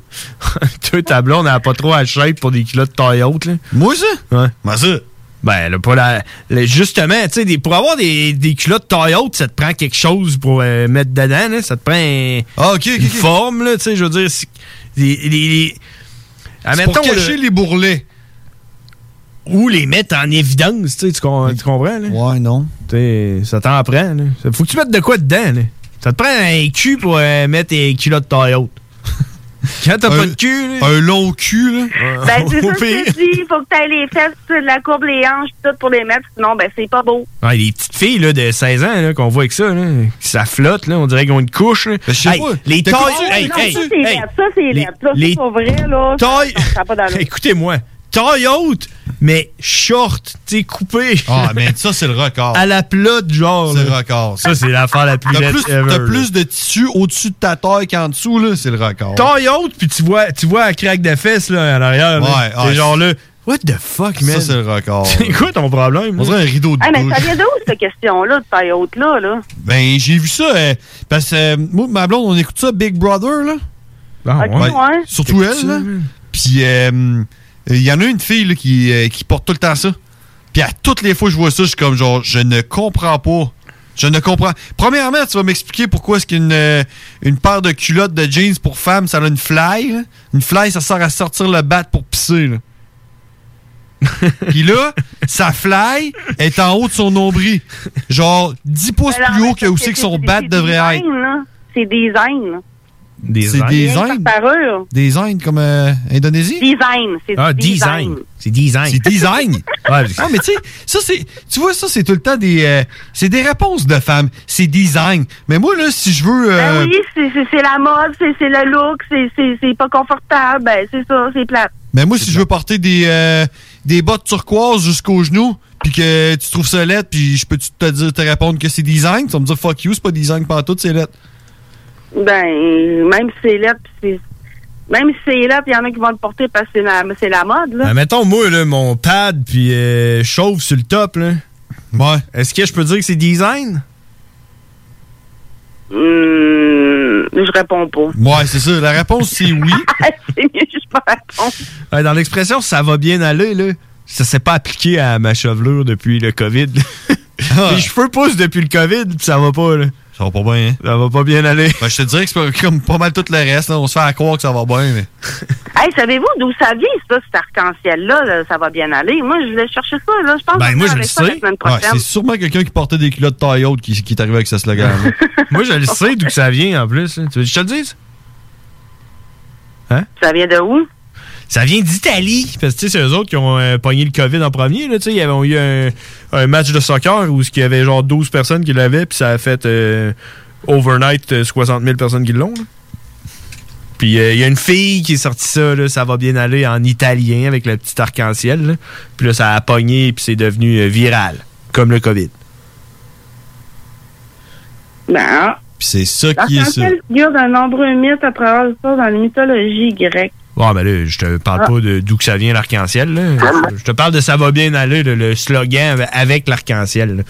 Toi, ta blonde, elle a pas trop à shape pour des culottes taille haute, là.
Moi, ça?
Ouais.
Moi, ça?
Ben, elle a pas la. la- justement, tu sais, des- pour avoir des, des culottes taille haute, ça te prend quelque chose pour euh, mettre dedans, là. Ça te prend un-
Ah,
une forme, là. Tu sais, je veux dire, c'est- les. les, les- Ah,
C'est pour cacher les bourrelets.
Ou les mettre en évidence, tu sais, tu com- tu comprends, là?
Ouais, non.
Tu sais, ça t'en prend, là. Ça- Faut que tu mettes de quoi dedans, là. Ça te prend un cul pour euh, mettre tes culottes taille haute. Quand t'as pas de cul, là.
Un long cul, là.
Ben, c'est ça que je te dis. Faut que t'ailles les fesses, de la courbe, les hanches, tout pour les mettre. Sinon, ben, c'est pas beau.
Ouais, les petites filles là, de 16 ans là, qu'on voit avec ça, là, qui ça flotte, là, on dirait qu'ils ont une couche. là.
Ben,
Hey, Les tailles. hey,
non,
hey,
ça, c'est
hey.
laid. Ça, c'est
les-
laid. Ça,
les
c'est pas vrai, là. Ça-
tailles-
Ça a pas d'allure.
Écoutez-moi. Taille haute, mais short, t'es coupé.
Ah, mais ça, c'est le record.
À la plotte, genre.
C'est le
là.
record.
Ça, c'est l'affaire la plus
T'as
laide
plus,
ever,
t'as
là.
plus de tissu au-dessus de ta taille qu'en dessous, là. C'est le record.
Taille haute, puis tu vois, tu vois la craque de fesses, là, à l'arrière. là.
Ouais,
T'es
ouais.
genre là. What the fuck,
Ça,
man?
c'est le record.
C'est quoi ton problème?
On dirait un rideau de
Ah, mais
douche.
ça vient d'où, cette question-là, de taille haute-là, là?
Ben, j'ai vu ça. euh, parce que euh, moi, ma blonde, on écoute ça, Big Brother, là.
Ah,
ouais. ouais.
Surtout elle, là. Puis, euh, il y en a une fille là, qui, euh, qui porte tout le temps ça. Puis, à toutes les fois que je vois ça, je suis comme genre, je ne comprends pas. Je ne comprends. Premièrement, tu vas m'expliquer pourquoi est-ce qu'une euh, une paire de culottes de jeans pour femme, ça a une fly. là. Une fly, ça sert à sortir le bat pour pisser. Là. Puis là, sa fly est en haut de son nombril. Genre 10 pouces
Alors,
plus
mais
haut que
c'est-
où
c'est-
c'est que
c'est-
son
c'est-
bat
c'est
devrait être.
design, là. C'est design. là.
C'est des Indes.
Par parure.
Des Indes comme euh, Indonésie?
Design. C'est
Ah,
du
design.
design.
C'est design.
C'est design. Ah, mais tu sais, ça, c'est. Tu vois, ça, c'est tout le temps des. euh, c'est des réponses de femmes. C'est design. Mais moi, là, si je veux. euh,
Ben oui, c'est- c'est c'est la mode, c'est c'est le look, c'est- c'est c'est pas confortable, ben c'est ça, c'est plate.
Mais moi, si je veux porter des, euh, des bottes turquoises jusqu'aux genoux, puis que tu trouves ça laid, puis je peux te dire, te répondre que c'est design, tu vas me dire fuck you, c'est pas design pantoute, c'est laid.
Ben, même si c'est là, pis c'est... Même si c'est là, puis il y en a qui vont le porter parce que c'est la, c'est la mode, là.
Ben, mettons, moi, là, mon pad, puis euh, chauve sur le top, là.
Ouais.
Est-ce que je peux dire que c'est design?
Hmm, je réponds pas. Ah,
Ouais, c'est ça. La réponse, c'est oui.
c'est mieux que je pas répondre.
Ouais, dans l'expression, ça va bien aller, là. Ça s'est pas appliqué à ma chevelure depuis le COVID.
Ah.
Les cheveux poussent depuis le COVID, puis ça va pas, là.
Ça va pas bien, hein?
Ça va pas bien aller.
Ben, je te dirais que c'est pas- comme pas mal tout le reste, là, on se fait à croire que ça va bien, mais.
Hey, savez-vous d'où ça vient, ça, cet arc-en-ciel-là, là, ça va bien aller? Moi, je voulais chercher ça, là. Je pense
Ben,
que vais avec ça la semaine
Ouais,
prochaine.
c'est sûrement quelqu'un qui portait des culottes taille haute qui, qui est arrivé avec ce slogan.
Moi, je le sais d'où que ça vient, en plus. hein. Tu veux que je te le dise?
ça vient de où?
Ça vient d'Italie. Parce que, tu sais, c'est eux autres qui ont euh, pogné le COVID en premier. Là, Tu sais, ils avaient eu un, un match de soccer où il y avait genre 12 personnes qui l'avaient, puis ça a fait euh, overnight euh, 60 000 personnes qui l'ont. là. Puis euh, il y a une fille qui est sortie ça, là, ça va bien aller en italien avec le petit arc-en-ciel. là. Puis là, ça a pogné, puis c'est devenu euh, viral, comme le COVID.
Ben,
Puis c'est ça
l'arc-en-ciel figure de nombreux mythes à travers l'histoire dans la mythologie grecque.
Ouais, mais là, je te parle
Ah.
pas de- d'où que ça vient l'arc-en-ciel. là. Je te parle de ça va bien aller, le, le slogan av- avec l'arc-en-ciel. là.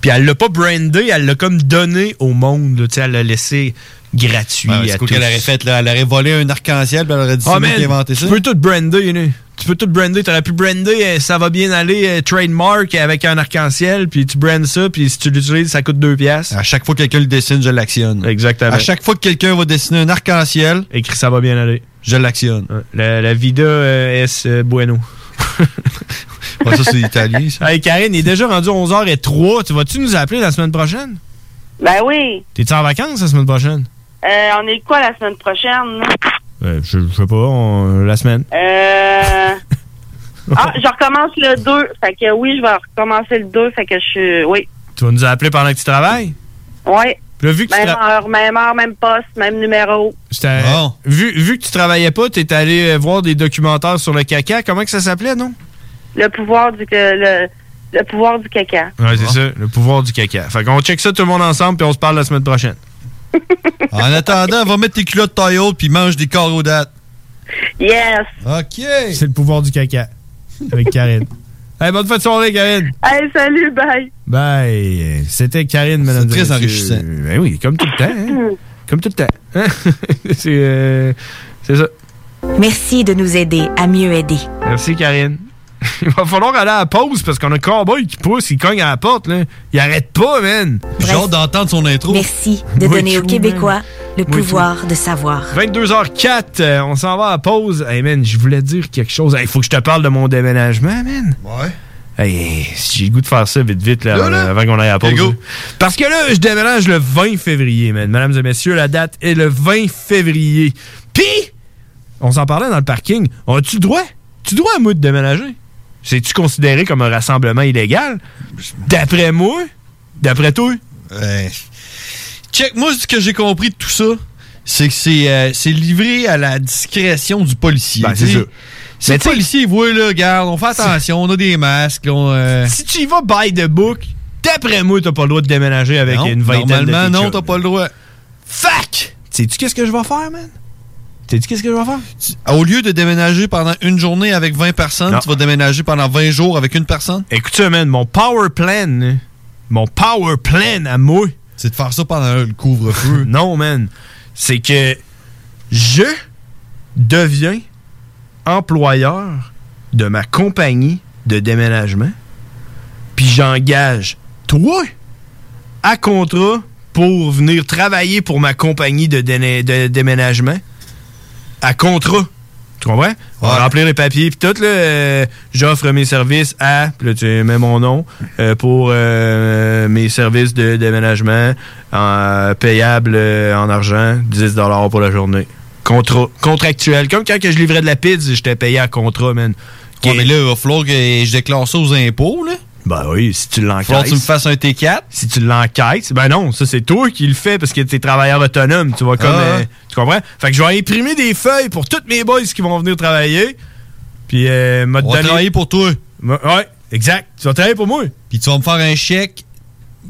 Puis elle l'a pas brandé, elle l'a comme donné au monde. là, tu sais, elle l'a laissé gratuit
Ouais, ouais,
à
c'est
tous.
quoi qu'elle aurait fait, là? Elle aurait volé un arc-en-ciel, puis elle aurait dit
Ah,
c'est moi
man,
qui ai inventé ça.
Tu peux tout brander, là. tu peux tout brander. T'aurais pu brander, euh, ça va bien aller, euh, trademark avec un arc-en-ciel, puis tu brandes ça, puis si tu l'utilises, ça coûte 2 piastres.
À chaque fois que quelqu'un le dessine, je l'actionne.
Exactement.
À chaque fois que quelqu'un va dessiner un arc-en-ciel,
écrit ça va bien aller.
Je l'actionne.
La, la Vida euh, S Bueno.
Ouais, ça, c'est italien, ça.
Hey Karine, il est déjà rendu 11h03. Tu vas-tu nous appeler la semaine prochaine?
Ben oui.
T'es-tu en vacances la semaine prochaine?
Euh, on est quoi la semaine prochaine? là?
Euh, je, sais pas, la semaine.
Euh... Ah, je recommence le 2. Fait que oui, je vais recommencer le 2. Fait que je suis. Oui.
Tu vas nous appeler pendant que tu travailles?
Oui.
Puis là, vu que tu
Même
tra-
heure, même heure, même poste, même numéro.
C'était- vu, vu que tu travaillais pas, t'es allé euh, voir des documentaires sur le caca. Comment que ça s'appelait, non?
Le pouvoir du que- le, le pouvoir du caca.
Ouais, c'est ça, le pouvoir du caca. Fait qu'on check ça tout le monde ensemble, puis on se parle la semaine prochaine.
En attendant, va mettre tes culottes taille haute puis mange des corps aux dates.
Yes!
OK!
C'est le pouvoir du caca. Avec Karine. hey, bonne fin de soirée, Karine.
Hey, salut, bye!
Bye. C'était Karine, madame.
très enrichissant.
Ben oui, comme tout le temps. hein. Comme tout le temps. Hein? c'est euh, c'est ça.
Merci de nous aider à mieux aider.
Merci, Karine. Il va falloir aller à la pause parce qu'on a un cowboy qui pousse, il cogne à la porte, là. Il arrête pas, man.
J'ai hâte
d'entendre son intro.
Merci de
Moi
donner
et
aux
tout,
Québécois
man.
le
Moi et
pouvoir de savoir.
22h04, euh, on s'en va à la pause. Hey man, je voulais dire quelque chose. Il faut que je te parle de mon déménagement, man.
Ouais.
Hey, si j'ai le goût de faire ça vite, vite, là,
Là, là.
avant qu'on aille à la pause.
Let's go.
là. Parce que là, je déménage le 20 février, man. Mesdames et messieurs, la date est le 20 février. Puis, on s'en parlait dans le parking. As-tu le droit? Tu dois à moi de déménager. C'est-tu considéré comme un rassemblement illégal? D'après moi? D'après toi?
Check, moi, ce que j'ai compris de tout ça, c'est que c'est euh, c'est livré à la discrétion du policier.
Ben, c'est
Tu sais,
ça.
Si
Mais
le
tu sais-
policier voit, là, regarde, on fait attention, on a des masques, on... euh,
Si tu y vas by the book, d'après moi, t'as pas le droit de déménager avec
Non,
une vingtaine
normalement,
de
non, t'as pas le droit.
Fuck! Sais-tu qu'est-ce que je vais faire, man? Sais-tu qu'est-ce que je vais faire?
Au lieu de déménager pendant une journée avec 20 personnes,
Non.
tu vas déménager pendant 20 jours avec une personne?
Écoute ça, man, mon power plan, hein, mon power plan à moi...
C'est de faire ça pendant le couvre-feu.
non, man. C'est que je deviens employeur de ma compagnie de déménagement, puis j'engage toi à contrat pour venir travailler pour ma compagnie de, déné- de déménagement à contrat. Tu comprends? On va remplir les papiers, puis tout, là, euh, j'offre mes services à, puis là, tu mets mon nom, euh, pour euh, mes services de déménagement euh, payables euh, en argent, 10 pour la journée. Contrat, contractuel. Comme quand que je livrais de la pizza, j'étais payé à contrat, man.
Ouais, mais là, il va falloir que je déclare ça aux impôts, là.
Ben oui, si tu l'encaisses.
Faut que tu me fasses un T4.
Si tu l'enquêtes, ben non, ça c'est toi qui le fais parce que t'es travailleur autonome, tu vois comme
Ah.
euh, tu comprends Fait que je vais imprimer des feuilles pour toutes mes boys qui vont venir travailler. Puis euh, m'a
On va
donné-
travailler pour toi.
Ouais, exact. Tu vas travailler pour moi.
Puis tu vas me faire un chèque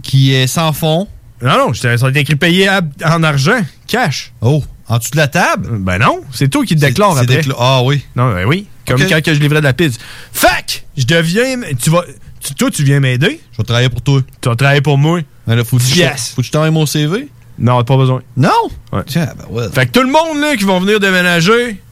qui est sans fond.
Non, non, j'étais- ça a été écrit payé à- en argent, cash.
Oh, en dessous de la table?
Ben non, c'est toi qui le déclare
c'est
après.
décla- Ah oui.
Non, ben oui. Comme
Ok.
quand que je livrais de la pizza. Fac! Je deviens. Tu vas. tu- toi, tu viens m'aider.
Je vais travailler pour toi.
Tu vas travailler pour moi.
Ben là, faut que tu-
Yes.
faut que tu t'envoies mon CV.
Non, pas besoin.
Non?
Ouais.
Tiens, ben ouais.
Fait que tout le monde là, qui vont venir déménager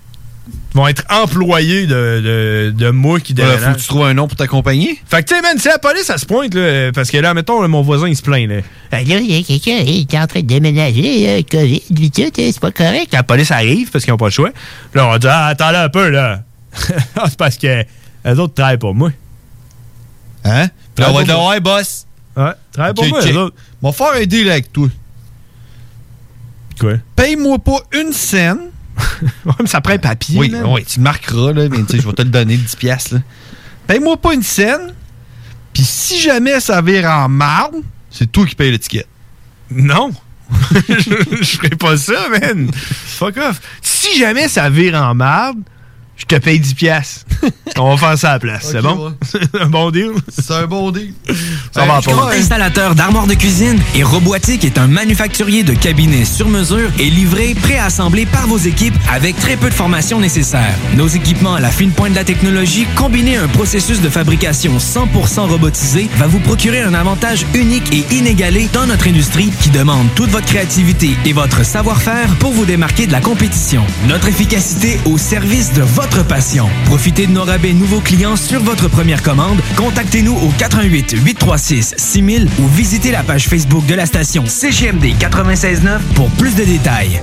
vont être employés de, de, de moi qui
Ben là,
déménage.
faut que tu trouves un nom pour t'accompagner.
Fait que, tu sais, man, si la police, elle se pointe, là, parce que là, mettons, là, mon voisin, il se plaint, là. Hey, Ben, là, il y a quelqu'un, il est en train de déménager, euh, COVID, puis tout, euh, c'est pas correct. La police arrive, parce qu'ils n'ont pas le choix. Là, on dit, ah, attendez un peu, là. Ah, c'est parce que les autres travaillent pour moi.
Hein? Puis là, on va
Travaille
être là,
pour
ouais, boss.
Ouais, travaille pour
Ok,
moi,
ok.
eux autres.
On va faire un deal avec toi.
Quoi?
Paye-moi pas une scène.
ouais, mais ça prend un papier.
Oui,
man.
oui, tu le marqueras, là, mais tu sais, je vais te le donner, le 10 piastres, là. Paye-moi pas une scène. Puis si jamais ça vire en marde, c'est toi qui paye l'étiquette.
Non! je, je ferai pas ça, man! Fuck off! Si jamais ça vire en marde, je te paye 10$. piastres. On va faire ça à la place, c'est
Ok,
bon? C'est un bon deal?
C'est un bon deal.
Ça va
Grand
pas.
installateur d'armoires de cuisine et Robotique est un manufacturier de cabinets sur mesure et livré, préassemblé par vos équipes avec très peu de formation nécessaire. Nos équipements à la fine pointe de la technologie, combinés à un processus de fabrication 100% robotisé, va vous procurer un avantage unique et inégalé dans notre industrie qui demande toute votre créativité et votre savoir-faire pour vous démarquer de la compétition. Notre efficacité au service de votre votre passion. Profitez de nos rabais nouveaux clients sur votre première commande. Contactez-nous au 88 836 6000 ou visitez la page Facebook de la station CGMD 969 pour plus de détails.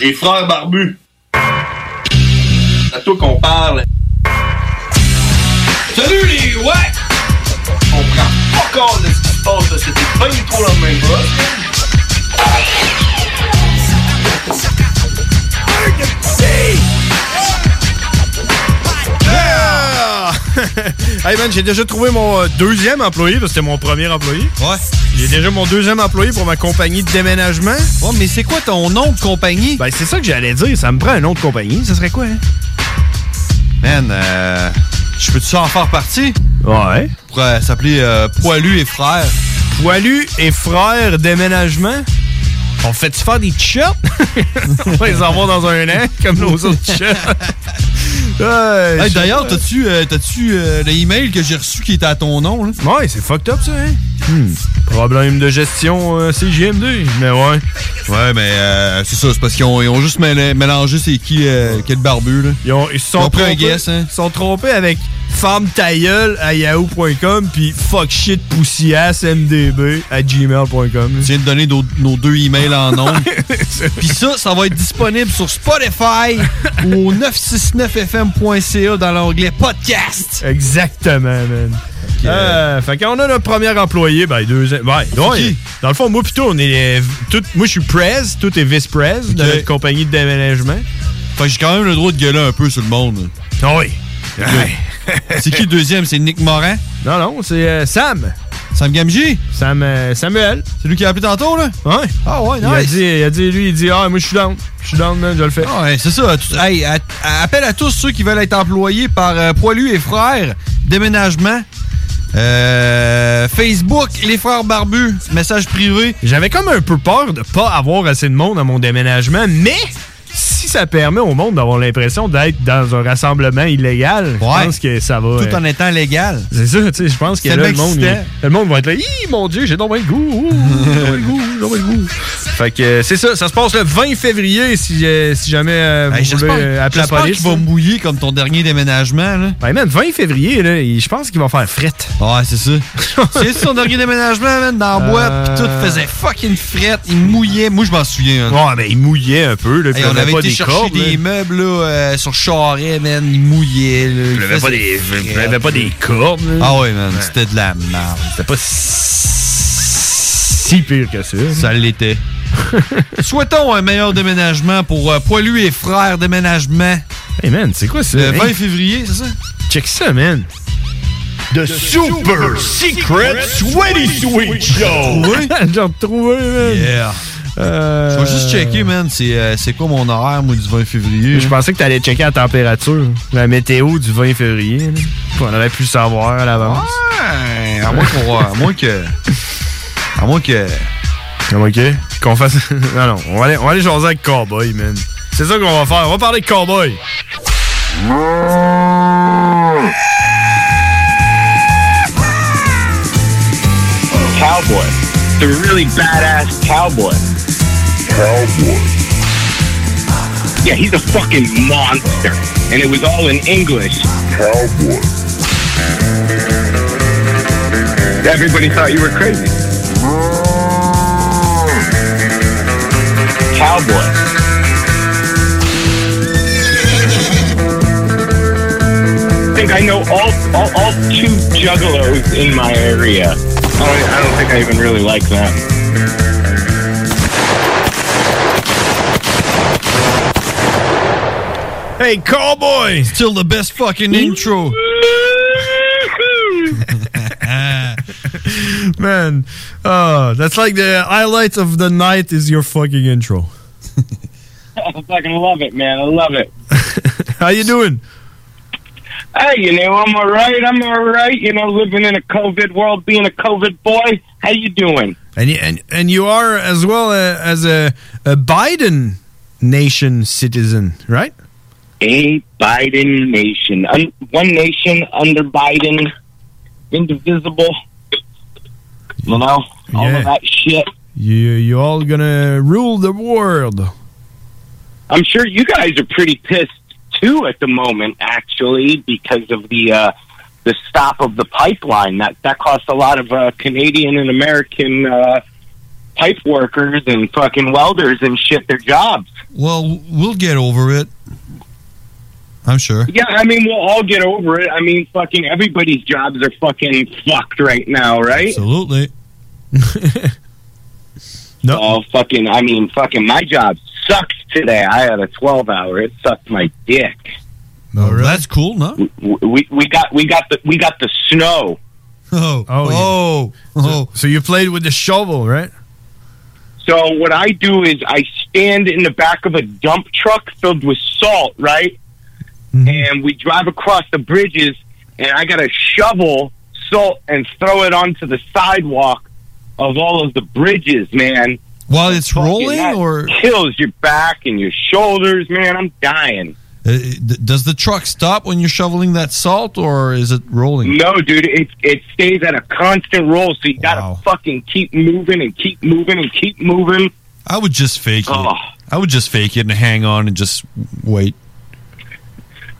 Les frères barbus. C'est à toi qu'on parle. Salut les ouais! On prend pas compte de ce qui se passe, là. c'était pas du tout la même
Ah! hey man, j'ai déjà trouvé mon euh, deuxième employé, parce que c'était mon premier employé. Ouais. J'ai déjà mon deuxième employé pour ma compagnie de déménagement. Ouais, mais c'est quoi ton nom de compagnie? Ben, c'est ça que j'allais dire. Ça me prend un nom de compagnie. Ça serait quoi, hein?
Man, euh, je peux-tu en faire partie? Ouais. Pourrait s'appeler euh, Poilu et Frères.
Poilu et Frères Déménagement? On fait-tu faire des t-shirts? On va les avoir dans un an, comme nos autres t-shirts. Ouais,
Hey,
je-
D'ailleurs, t'as-tu euh, t'as-tu, euh, le email que j'ai reçu qui était à ton nom? Là?
Ouais, c'est fucked up ça, hein? Problème de gestion euh, CGMD, mais ouais.
Ouais, mais euh, c'est ça, c'est parce qu'ils ont, ils ont juste mêlé- mélangé c'est qui, euh, quel barbu. Là.
Ils, ont, ils se sont
Ils ont pris un
trompés-
guess, hein?
Ils se sont trompés avec femme tailleul à yahoo.com puis fuck shit poussiasse MDB à gmail.com. Tu
viens de donner nos, deux emails en ondes. Puis ça, ça va être disponible sur Spotify ou au 969fm.ca dans l'onglet podcast.
Exactement, man. Euh, fait qu'on a notre premier employé, ben deux ans. Ben, non,
qui?
il- dans le fond, moi plutôt, on est. euh, tout- moi je suis prez, tout est vice-prez de
Ok.
notre compagnie de déménagement. Ah
Fait que j'ai quand même le droit de gueuler un peu sur le monde.
Oui.
C'est qui le deuxième? C'est Nick Morin?
Non, non, c'est euh, Sam.
Sam Gamji?
Sam, euh, Samuel.
C'est lui qui a appelé tantôt, là?
Ouais.
Ah ouais,
Il a,
nice.
dit, il a dit, lui, il dit, ah, moi, je suis down. Je suis down, man, je le fais.
Ah ouais, c'est ça. Tout- hey, à- à- appel à tous ceux qui veulent être employés par euh, Poilu et Frères, déménagement. euh, Facebook, les frères barbus, message privé.
J'avais comme un peu peur de pas avoir assez de monde à mon déménagement, mais si ça permet au monde d'avoir l'impression d'être dans un rassemblement illégal, je pense que ça va.
Tout en
euh,
étant légal.
C'est ça, tu sais, je pense que
C'est
là, le monde,
excitant.
il- le monde va être là, Hi, mon Dieu, j'ai donc bien le goût, ouh, j'ai donc bien le goût, j'ai donc bien le goût. Fait que euh, c'est ça, ça se passe le 20 février si, euh, si jamais euh, vous
Hey,
voulez euh,
J'espère
appeler la
j'espère
police.
qu'il va mouiller comme ton dernier déménagement. Là.
Ben, man, 20 février, là, il- je pense qu'il va faire frette.
Ouais, c'est ça. C'est son dernier déménagement, man, dans la boîte,
Euh.
pis tout faisait fucking frette, il mouillait. Moi, je m'en souviens.
Ouais, mais il mouillait un peu, là,
Hey,
puis
on
avait
avait
pas
été
des
chercher
cordes,
des
là.
meubles là, euh, sur Charret, man, il mouillait. Là, il
avait pas
faisait
des-
frette,
il avait pas des cordes, là.
Ah ouais, man,
Ouais.
c'était de la merde. C'était
pas si pire que ça.
Ça l'était. Souhaitons un meilleur déménagement pour euh, Poilu et Frères Déménagement.
Hey man, c'est quoi ça?
Le 20
Hey.
février, c'est ça?
Check ça, man.
The
Super Secret Sweaty Sweet Show! Oui, j'ai retrouvé, man!
Yeah!
Euh,
Je vais juste checker, man, c'est euh, c'est quoi mon horaire, moi, du 20 février?
Je pensais que t'allais checker la température, la météo du 20 février. là. On aurait pu le savoir à l'avance.
Ouais, Ah. à moins qu'on... À moins que... À moins que...
Ok, qu'on fasse. non, non, on va aller, on va aller jaser avec Cowboy, man. C'est ça qu'on va faire, on va parler de Cowboy!
Cowboy. The really badass cowboy. Cowboy. Yeah, he's a fucking monster. And it was all in English. Cowboy. Everybody thought you were crazy. Cowboy. I think I know all, all, all two juggalos in my area. I don't, I don't think I even really like them.
Hey, Cowboy!
Still the best fucking intro!
Man, oh, that's like the highlight of the night is your fucking intro.
I fucking love it, man. I love it.
How you doing?
Hey, you know, I'm all right. I'm all right. You know, living in a COVID world, being a COVID boy. How you doing?
And y- and and you are as well uh, as a, a Biden nation citizen, right?
A Biden nation, Un- one nation under Biden, indivisible. You know, all
Yeah.
of that shit.
You you all gonna rule the world.
I'm sure you guys are pretty pissed too at the moment, actually, because of the uh, the stop of the pipeline. That that cost a lot of uh, Canadian and American uh, pipe workers and fucking welders and shit their jobs.
Well, we'll get over it. I'm sure.
Yeah, I mean we'll all get over it. I mean, fucking everybody's jobs are fucking fucked right now, right?
Absolutely.
No.
Oh, fucking! I mean, fucking! My job sucked today. I had a twelve-hour. It sucked my dick.
Well, That's cool, no?
W- We we got we got the we got the snow.
Oh, oh,
oh, So, so you played with the shovel, right?
So what I do is I stand in the back of a dump truck filled with salt, right?
Mm-hmm.
And we drive across the bridges, and I got to shovel salt and throw it onto the sidewalk of all of the bridges, man.
While it's
rolling, or kills your back and your shoulders, man. I'm dying.
Uh, d- does the truck stop when you're shoveling that salt, or is it rolling?
No, dude, it it stays at a constant roll, so you gotta fucking keep moving and keep moving and keep moving.
I would just fake it.
Ah.
I would just fake it and hang on and just wait.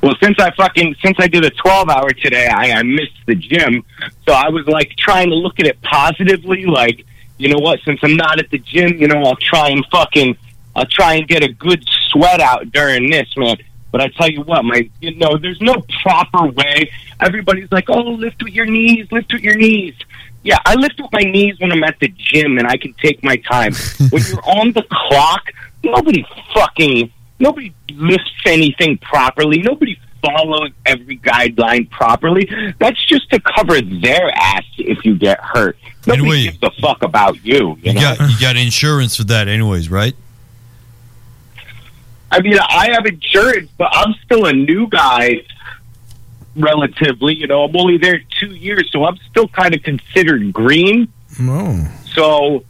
Well, since I fucking since I did a twelve hour today, I, I missed the gym, so I was like trying to look at it positively, like you know what? Since I'm not at the gym, you know, I'll try and fucking I'll try and get a good sweat out during this, man. But I tell you what, my you know, there's no proper way. Everybody's like, oh, lift with your knees, lift with your knees. Yeah, I lift with my knees when I'm at the gym and I can take my time. when you're on the clock, nobody fucking nobody lifts anything properly. Nobody follows every guideline properly. That's just to cover their ass if you get hurt. Nobody gives a fuck about you.
You
You, know?
got you got insurance for that, anyways, right?
I mean, I have insurance, but I'm still a new guy, relatively. You know, I'm only there two years, so I'm still kind of considered green.
No.
So,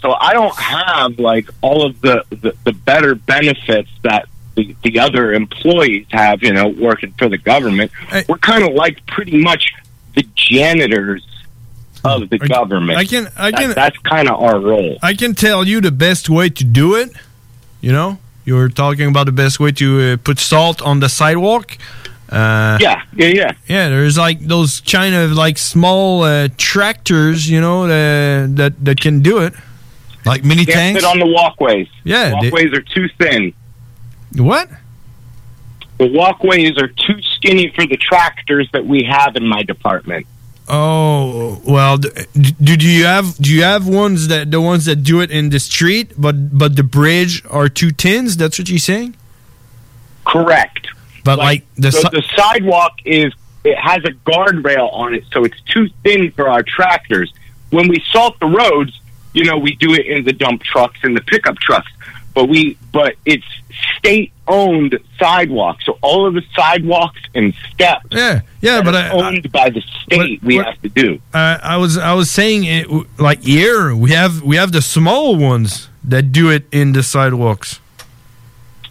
so I don't have like all of the the, the better benefits that the, the other employees have. You know, working for the government, we're kind of like pretty much the janitors of the government.
I can- I
That-
can-
that's kind of our role.
I can tell you the best way to do it. You know, you were talking about the best way to uh, put salt on the sidewalk. Uh,
yeah, yeah, yeah.
Yeah, there's like those kind of like small uh, tractors, you know, uh, that that can do it.
Like mini
Can't fit on the walkways.
Yeah, they-
walkways are too thin.
What?
The walkways are too skinny for the tractors that we have in my department.
Oh well, d- do, do you have do you have ones that the ones that do it in the street, but but the bridge are two tins? That's what you're saying.
Correct.
But like, the,
so
si-
the sidewalk is it has a guardrail on it, so it's too thin for our tractors. When we salt the roads, you know, we do it in the dump trucks and the pickup trucks. But we but it's state owned sidewalks, so all of the sidewalks and steps
yeah, yeah, but I,
owned by the state we have to do.
Uh, I was I was saying it, w- like here we have we have the small ones that do it in the sidewalks.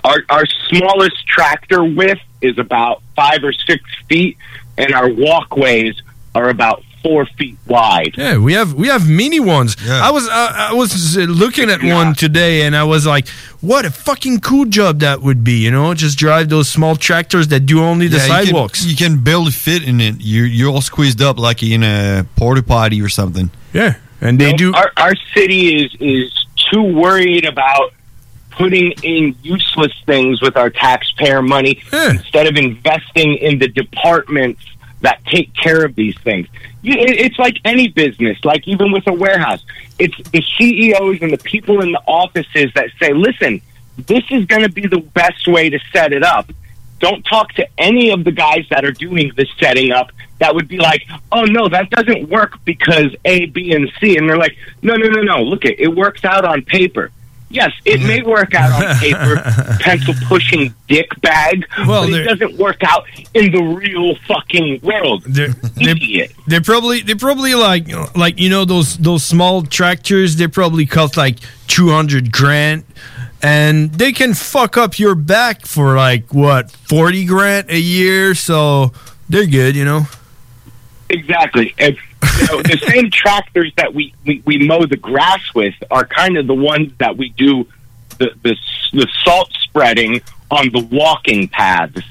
Our our smallest tractor width is about five or six feet, and our walkways are about four feet wide.
Yeah, we have we have mini ones. I was I, I was uh, looking at one today, and I was like, "What a fucking cool job that would be!" You know, just drive those small tractors that do only the
Yeah, you can-
sidewalks.
You can, barely fit in it. You're you're all squeezed up like in a porta potty or something.
Yeah, and
they
do.
Our, our city is is too worried about putting in useless things with our taxpayer money instead of investing in the departments that take care of these things. You, it, it's like any business, like even with a warehouse. It's the CEOs and the people in the offices that say, "Listen, this is going to be the best way to set it up." Don't talk to any of the guys that are doing the setting up that would be like, oh no, that doesn't work because A, B, and C. And they're like, no, no, no, no. Look, it, it works out on paper. Yes, it may work out on paper, pencil pushing dick bag,
Well,
but
there-
it doesn't work out in the real fucking world. Idiot.
They're probably they're probably like like you know those those small tractors. They probably cost like two hundred grand, and they can fuck up your back for like what forty grand a year. So they're good, you know.
Exactly. And, you know, the same tractors that we, we, we mow the grass with are kind of the ones that we do the, the, s- the salt spreading on the walking paths.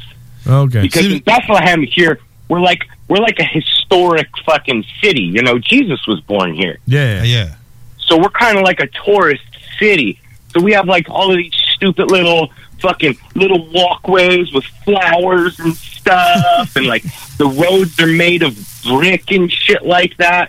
Okay.
Because in Bethlehem here, we're like we're like a historic fucking city. You know, Jesus was born here.
Yeah,
yeah.
So we're kind of like a tourist city. So we have like all of these stupid little fucking little walkways with flowers and stuff, and like the roads are made of brick and shit like that.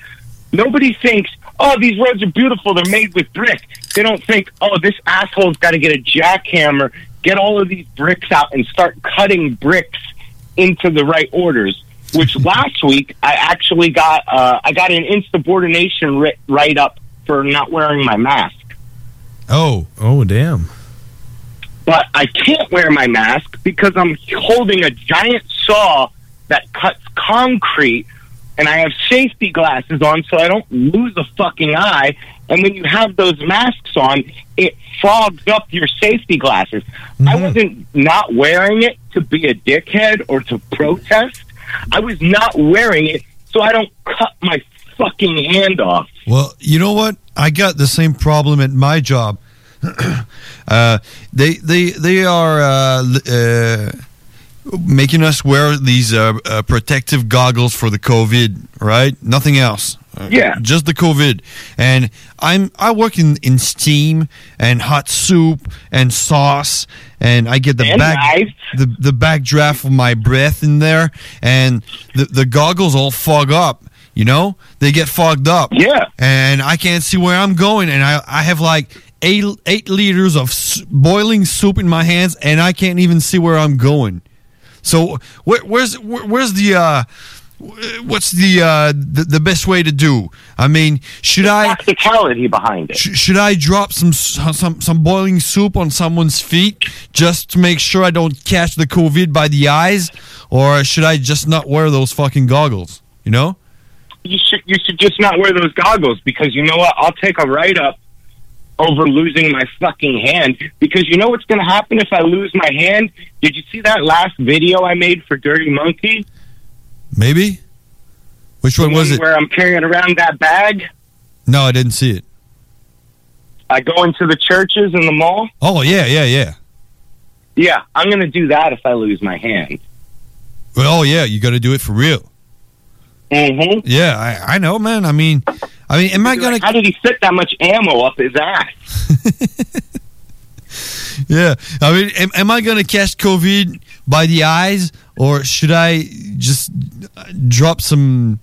Nobody thinks, oh, these roads are beautiful. They're made with brick. They don't think, oh, this asshole's got to get a jackhammer, get all of these bricks out, and start cutting bricks into the right orders. Which last week I actually got uh, I got an insubordination ri- write up for not wearing my mask.
Oh,
oh, damn.
But I can't wear my mask because I'm holding a giant saw that cuts concrete, and I have safety glasses on so I don't lose a fucking eye. And when you have those masks on, it fogs up your safety glasses. I wasn't not wearing it to be a dickhead or to protest. I was not wearing it, so I don't cut my fucking hand off.
Well, you know what? I got the same problem at my job. uh, they they they are uh, l- uh, making us wear these uh, uh, protective goggles for the COVID, right? Nothing else. Uh,
Yeah.
just the COVID. And I'm I work in, in steam and hot soup and sauce, and I get the
And
back
knives.
the the backdraft of my breath in there, and the the goggles all fog up. You know, they get fogged up.
Yeah,
and I can't see where I'm going, and I I have like. Eight, eight liters of s- boiling soup in my hands, and I can't even see where I'm going. So, where, where's where, where's the uh, wh- what's the, uh, the the best way to do? I mean, should I
practicality behind it?
should I drop some s- some some boiling soup on someone's feet just to make sure I don't catch the COVID by the eyes, or should I just not wear those fucking goggles? You know?
you should you should just not wear those goggles because you know what? I'll take a write up over losing my fucking hand because you know what's going to happen if I lose my hand? Did you see that last video I made for Dirty Monkey?
Maybe. Which one was it?
Where I'm carrying around that bag.
No, I didn't see it.
I go into the churches and the mall.
Oh yeah, yeah, yeah.
Yeah, I'm going to do that if I lose my hand.
Well, oh yeah, you got to do it for real.
Mm-hmm.
Yeah, I, I know, man. I mean, I mean, am I gonna?
How did he fit that much ammo up his ass?
Yeah, I mean, am, am I gonna catch COVID by the eyes, or should I just uh, drop some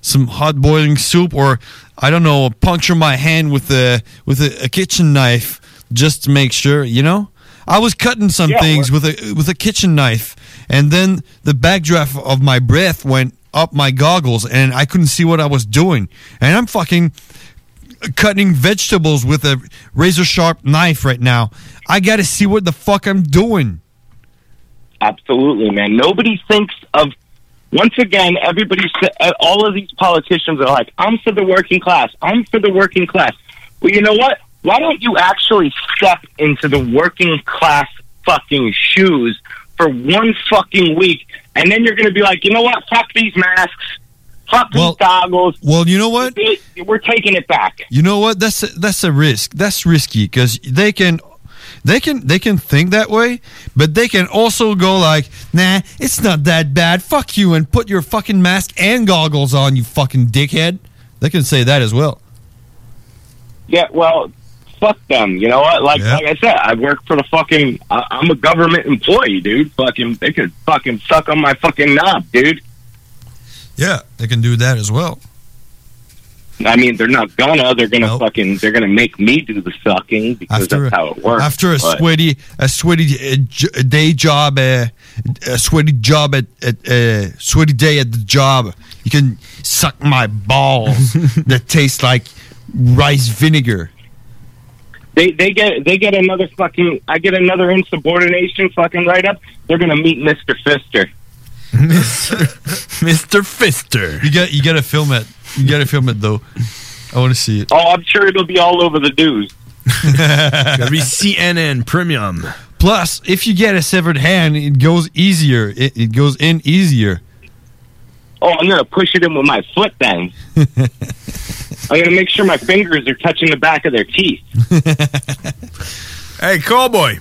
some hot boiling soup, or I don't know, puncture my hand with a with a, a kitchen knife just to make sure? You know, I was cutting some things with a with a kitchen knife, and then the backdraft of my breath went up my goggles, and I couldn't see what I was doing, and I'm fucking cutting vegetables with a razor sharp knife right now. I got to see what the fuck I'm doing.
Absolutely, man. Nobody thinks of. Once again, everybody, sa- uh, all of these politicians are like, "I'm for the working class. I'm for the working class." Well, you know what? Why don't you actually step into the working class fucking shoes for one fucking week, and then you're going to be like, "You know what? Fuck these masks. Fuck these goggles."
Well, you know what?
We're taking it back.
You know what? That's a, that's a risk. That's risky because they can, they can they can think that way, but they can also go like, nah, it's not that bad. Fuck you and put your fucking mask and goggles on, you fucking dickhead. They can say that as well.
Yeah, well, fuck them. You know what? Like, like I said, I work for the fucking. I I'm a government employee, dude. Fucking, they could fucking suck on my fucking knob, dude.
Yeah, they can do that as well.
I mean, they're not gonna. They're gonna fucking. They're gonna make me do the sucking because
After
that's how it works.
After a
but-
sweaty, a sweaty uh, j- a day job, uh, a sweaty job at, at uh, sweaty day at the job, you can suck my balls that taste like rice vinegar.
they they get they get another fucking. I get another insubordination fucking right up. They're gonna meet Mister Fister.
Mister Fister. You got you got to film it. You got to film it though. I want to see it.
Oh, I'm sure it'll be all over the news.
Every CNN premium. Plus, if you get a severed hand, it goes easier. It, it goes in easier.
Oh, I'm gonna push it in with my foot then. I'm gonna make sure my fingers are touching the back of their teeth.
Hey, cowboy.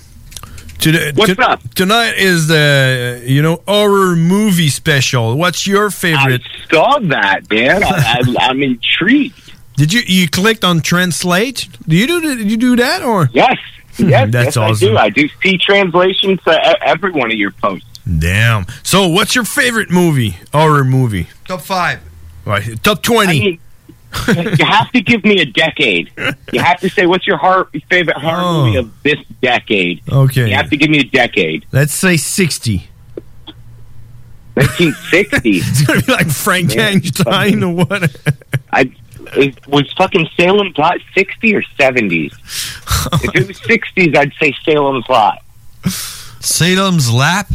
Today,
What's
to- Tonight is the you know horror movie special. What's your favorite?
I saw that, man. I, I, I'm intrigued.
Did you you clicked on translate? Do you do did you do that or Hmm,
yes? Yes,
that's
yes,
awesome.
I do. I do see translations to e- every one of your posts.
Damn. So, what's your favorite movie? Horror movie?
Top five.
Right, top twenty.
you have to give me a decade. You have to say what's your horror, favorite horror movie of this decade.
Oh. Okay.
You have to give me a decade.
Let's say sixty.
1960. it's
gonna be like Frankenstein or what?
I it was fucking Salem's Lot 60 or 70s. if it was 60s, I'd say Salem's Lot.
Salem's Lap.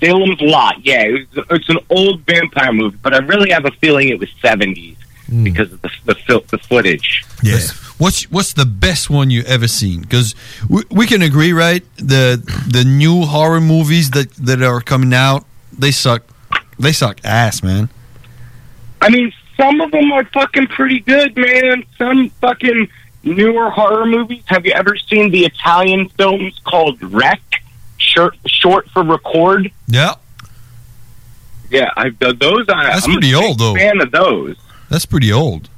Salem's Lot. Yeah, it was, it's an old vampire movie, but I really have a feeling it was 70s.
Hmm.
because of the, the, fil- the footage.
Yes. What's what's the best one you ever seen? Because we, we can agree, right? The the new horror movies that that are coming out, they suck. They suck ass, man.
I mean, some of them are fucking pretty good, man. Some fucking newer horror movies. Have you ever seen the Italian films called Wreck? Short, short for record.
Yeah,
Yeah, I, th- those. I,
That's
I'm
pretty
a big
old, though.
Fan of those.
that's pretty old.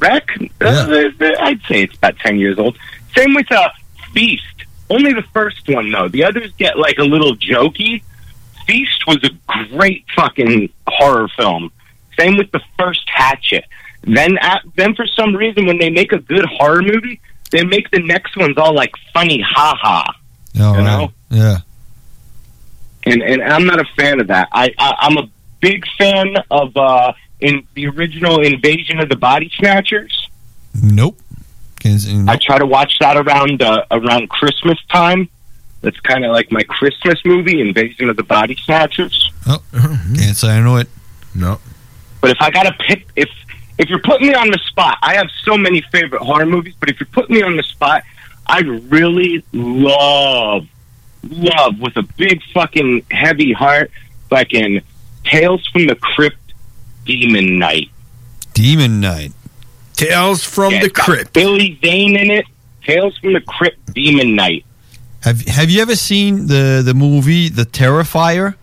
Wreck. Uh, I'd say it's about ten years old. Same with uh, Feast. Only the first one though. The others get like a little jokey. Feast was a great fucking horror film. Same with the first Hatchet. Then, at, then for some reason, when they make a good horror movie, they make the next ones all like funny, ha ha.
All
You know?
Yeah.
and and I'm not a fan of that. I, I I'm a big fan of uh, in the original Invasion of the Body Snatchers.
Nope. Can-
I try to watch that around uh, around Christmas time. That's kind of like my Christmas movie, Invasion of the Body Snatchers.
Oh, can't say I know it. No.
But if I gotta pick, if if you're putting me on the spot, I have so many favorite horror movies. But if you're putting me on the spot, I really love, love with a big fucking heavy heart, fucking Tales from the Crypt, Demon Night.
Demon Night.
Tales from the Crypt. Billy Zane in it. Tales from the Crypt, Demon Night.
Have Have you ever seen the the movie The Terrifier?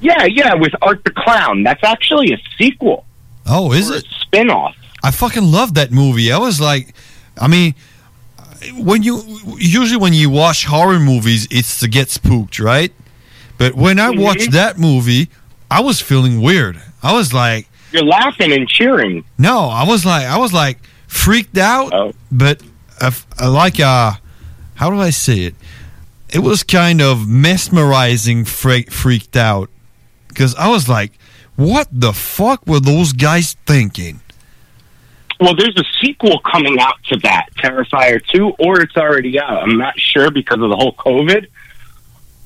Yeah, yeah, with Art the Clown. That's actually a sequel.
Oh, is it
spin off?
I fucking love that movie. I was like, I mean, when you usually when you watch horror movies, it's to get spooked, right? But when I
Mm-hmm.
watched that movie, I was feeling weird. I was like,
you're laughing and cheering. Oh.
No, I was like, I was like freaked out, but I f- I like uh, how do I say it? It was kind of mesmerizing, fre- freaked out, because I was like, what the fuck were those guys thinking?
Well, there's a sequel coming out to that, Terrifier 2, or it's already out. I'm not sure because of the whole COVID.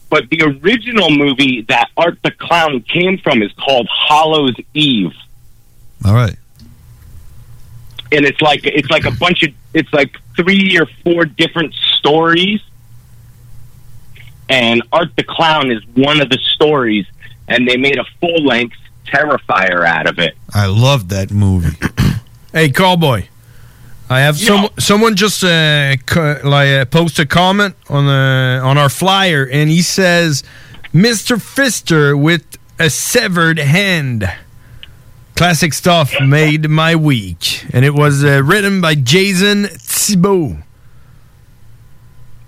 But the original movie that Art the Clown came from is called Hollow's Eve.
All right.
and it's like it's like a bunch of it's like three or four different stories and art the clown is one of the stories and they made a full length terrifier out of it
I love that movie.
hey, Cowboy. I have some someone just uh, co- like uh, post a comment on the on our flyer, and he says, "Mr. Fister with a severed hand." Classic stuff made my week, and it was uh, written by Jason Thibault.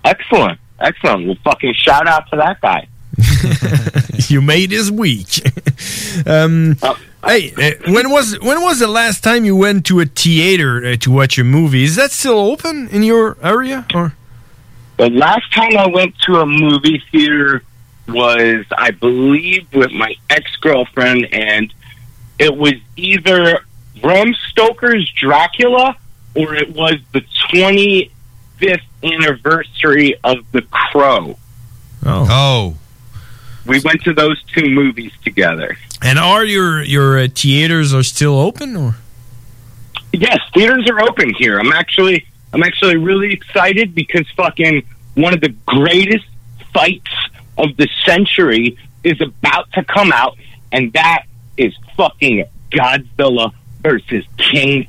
excellent excellent well fucking shout out to that guy
you made his week. um, hey, uh, when was when was the last time you went to a theater uh, to watch a movie? Is that still open in your area? Or
the last time i went to a movie theater was i believe with my ex-girlfriend and it was either Bram Stoker's Dracula or it was the 25th anniversary of The Crow.
oh.
We went to those two movies together.
and are your your uh, theaters are still open? Or
Yes, theaters are open here. I'm actually I'm actually really excited because fucking one of the greatest fights of the century is about to come out and that is fucking Godzilla versus King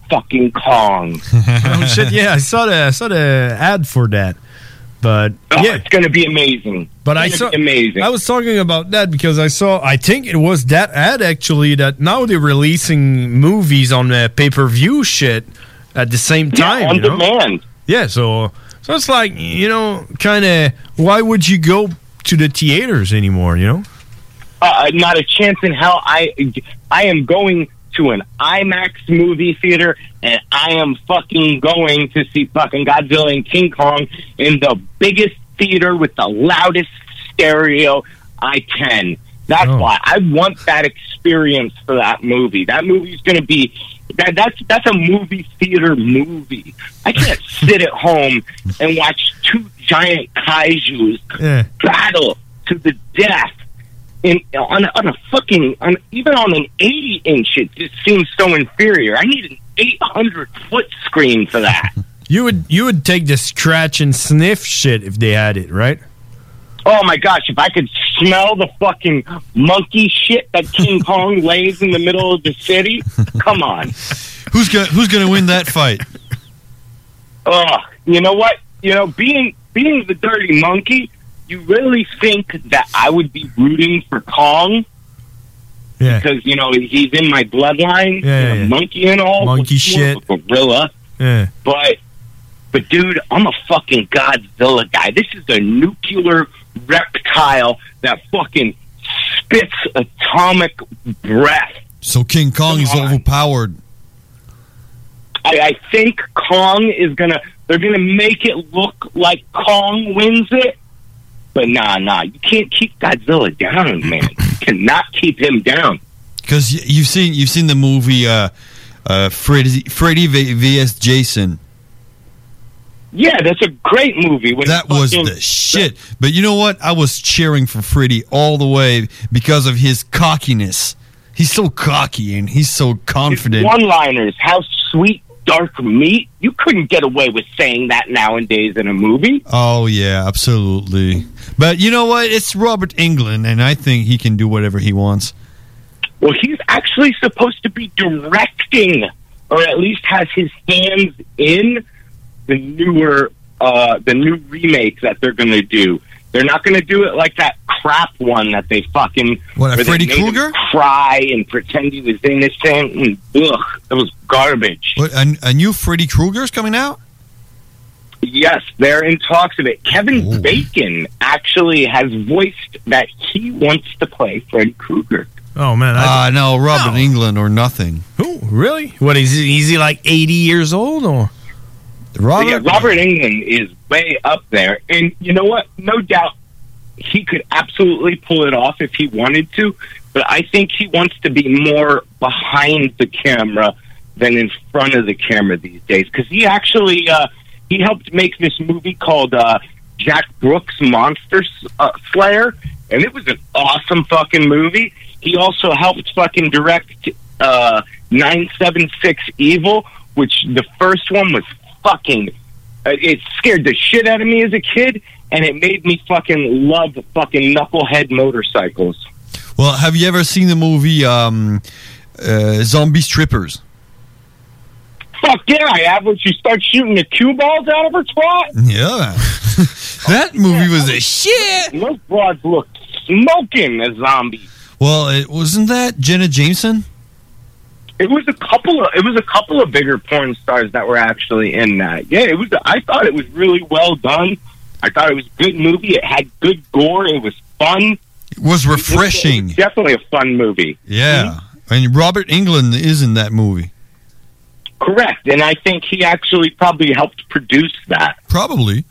fucking Kong.
oh shit! Yeah, I saw the I saw the ad for that, but
Oh,
yeah,
it's going to be amazing.
But I
It's
saw
gonna be amazing.
I was talking about that because I saw. I think it was that ad actually that now they're releasing movies on uh, pay per view shit at the same time
on
you know?
demand.
Yeah, so so it's like you know, kind of why would you go to the theaters anymore? You know,
uh, not a chance in hell. I I am going to an IMAX movie theater, and I am fucking going to see fucking Godzilla and King Kong in the biggest theater with the loudest stereo I can. That's
Oh.
why I want that experience for that movie. That movie's going to be that, that's that's a movie theater movie. I can't sit at home and watch two giant kaiju's
yeah.
battle to the death in on a, on a fucking on even on an eighty inch. It just seems so inferior. I need an eight hundred foot screen for that.
You would you would take the scratch and sniff shit if they had it, right?
Oh my gosh! If I could smell the fucking monkey shit that King Kong lays in the middle of the city, come on.
Who's gonna Who's gonna win that fight?
Oh, you know what? You know, being being the dirty monkey, you really think that I would be rooting for Kong
Yeah.
because you know he's in my
Yeah,
bloodline, you
yeah,
know,
yeah.
monkey and all,
Monkey
He's more
shit.
of a gorilla.
Yeah.
But but dude, I'm a fucking Godzilla guy. This is a nuclear reptile that fucking spits atomic breath.
So King Kong is overpowered.
I, I think Kong is gonna. They're gonna make it look like Kong wins it. But nah, nah, you can't keep Godzilla down, man. You cannot keep him down.
Because you've seen you've seen the movie uh, uh, Freddy Freddy v- vs Jason.
Yeah, that's a great movie.
That was the shit. But you know what? I was cheering for Freddy all the way because of his cockiness. He's so cocky and he's so confident.
One-liners, how sweet dark meat. You couldn't get away with saying that nowadays in a movie.
Oh yeah, absolutely. But you know what? It's Robert England, and I think he can do whatever he wants.
Well, he's actually supposed to be directing, or at least has his hands in the newer, uh, the new remake that they're going to do. They're not going to do it like that crap one that they fucking
What, a
where they
Freddy
made him
Krueger?
cry and pretend he was innocent. And, ugh, it was garbage.
What a, a new Freddy Krueger's coming out?
Yes, they're in talks of it. Kevin Bacon actually has voiced that he wants to play Freddy Krueger.
Oh man,
I uh, no Robert England or nothing.
Who really? What is he? Is he like eighty years old or?
Robert,
yeah, Robert England is way up there, and you know what? No doubt he could absolutely pull it off if he wanted to, but I think he wants to be more behind the camera than in front of the camera these days because he actually uh, he helped make this movie called uh, Jack Brooks Monster S- uh, Slayer, and it was an awesome fucking movie. He also helped fucking direct uh, Nine Seven Six Evil, which the first one was fucking. uh, It scared the shit out of me as a kid, and it made me fucking love fucking knucklehead motorcycles.
Well, have you ever seen the movie um, uh, Zombie Strippers?
Fuck yeah, I have. When she starts shooting the cue balls out of her twat,
Yeah. that movie was a shit.
Those broads look smoking as zombies.
Well, it wasn't that Jenna Jameson?
It was a couple of it was a couple of bigger porn stars that were actually in that. Yeah, it was. I thought it was really well done. I thought it was a good movie. It had good gore. It was fun.
It was refreshing.
Definitely a fun movie.
Yeah. And Robert England is in that movie.
Correct, and I think he actually probably helped produce that.
Probably.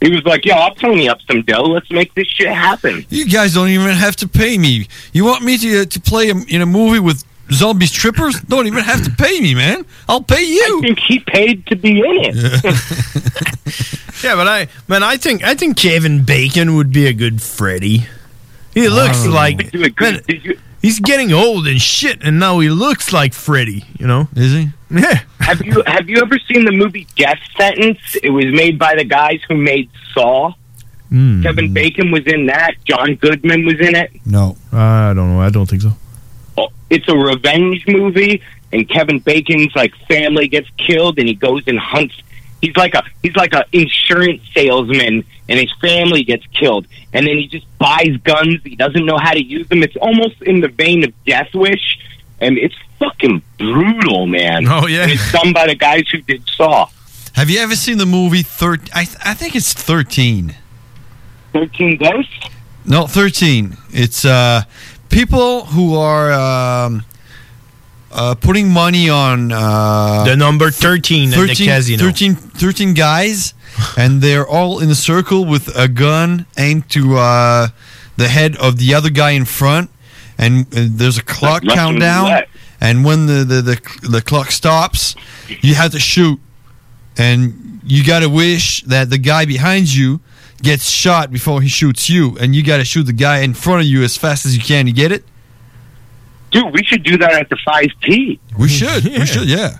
He was like, "Yo, I'll pony up some dough. Let's make this shit happen."
You guys don't even have to pay me. You want me to uh, to play in a movie with zombie strippers? Don't even have to pay me, man. I'll pay you. I
think he paid to be in
it.
Yeah, but I man, I think I think Kevin Bacon would be a good Freddy. He looks
don't know.
like man, he's getting old and shit, and now he looks like Freddy. You know?
Is he?
Yeah.
have you have you ever seen the movie Death Sentence? It was made by the guys who made Saw. Kevin Bacon was in that. John Goodman was in it.
No,
I don't know. I don't think so.
It's a revenge movie, and Kevin Bacon's like family gets killed, and he goes and hunts. He's like a he's like a insurance salesman, and his family gets killed, and then he just buys guns. He doesn't know how to use them. It's almost in the vein of Death Wish, and it's fucking brutal, man.
Oh, yeah.
and it's done by the guys who did Saw.
Have you ever seen the movie Thir? I th- I think it's thirteen.
Thirteen Ghosts.
No, thirteen. It's uh, people who are um, uh, putting money on uh,
The number 13 at the casino.
13, 13 guys, and they're all in a circle with a gun aimed to uh, the head of the other guy in front, and uh, there's a clock
left and
countdown.
left.
And when the, the, the, the clock stops, you have to shoot and you got to wish that the guy behind you gets shot before he shoots you, and you got to shoot the guy in front of you as fast as you can. You get it?
Dude, we should do that at the 5T.
We should. We should. Yeah.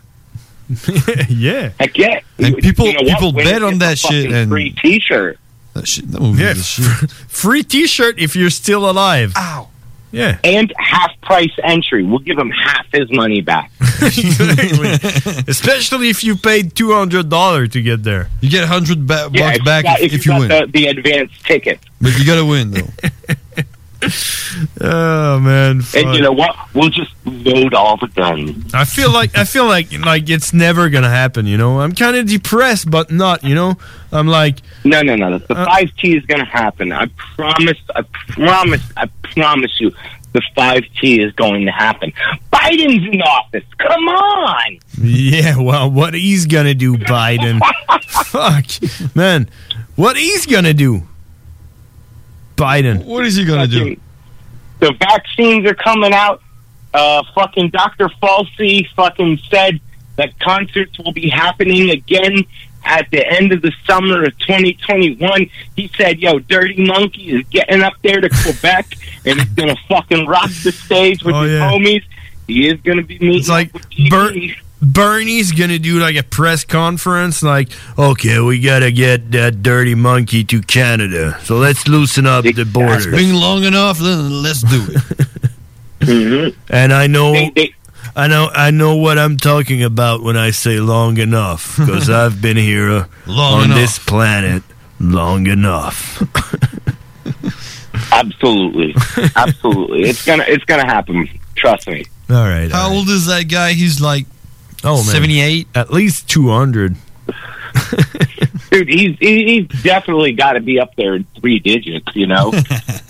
yeah.
Heck yeah.
And people
You know what?
people
Win
bet
is
on
a
that shit
fucking
and
free T-shirt.
That shit. That movie
Yeah,
was a shit.
Free T-shirt if you're still alive. Ow. Yeah.
And half price entry. We'll give him half his money back.
Especially if you paid two hundred dollars to get there.
You get hundred ba-
Yeah, if you got- if you got The, the advanced ticket.
But you got to win though.
oh man.
And you know what? We'll just load all the guns.
I feel like I feel like like it's never gonna happen. You know, I'm kind of depressed, but not. You know, I'm like
no, no, no. The
Uh,
five T is going to happen. I promise. I promise. I promise you, the five T is going to happen. Biden's in office. Come on.
Yeah, well, what he's gonna do, Biden? Fuck, man, what he's gonna do, Biden?
What is he gonna do?
The vaccines are coming out. Uh, fucking Dr. Falsey fucking said that concerts will be happening again at the end of the summer of 2021. He said, yo, Dirty Monkey is getting up there to Quebec and he's going to fucking rock the stage with his homies. He is going to be meeting.
Oh, It's like Ber- Bernie's gonna do like a press conference, like, okay, we gotta get that dirty monkey to Canada, so let's loosen up the borders.
Been long enough, then let's do it.
And I know, I know, I know what I'm talking about when I say long enough, because I've been here uh,
Long
on
enough.
this planet long enough.
Absolutely, absolutely. it's gonna it's gonna happen. Trust me.
All right. Uh,
How old is that guy? He's like
Oh, man.
78?
At least 200.
Dude, he's he- he's definitely got to be up there in three digits. You know,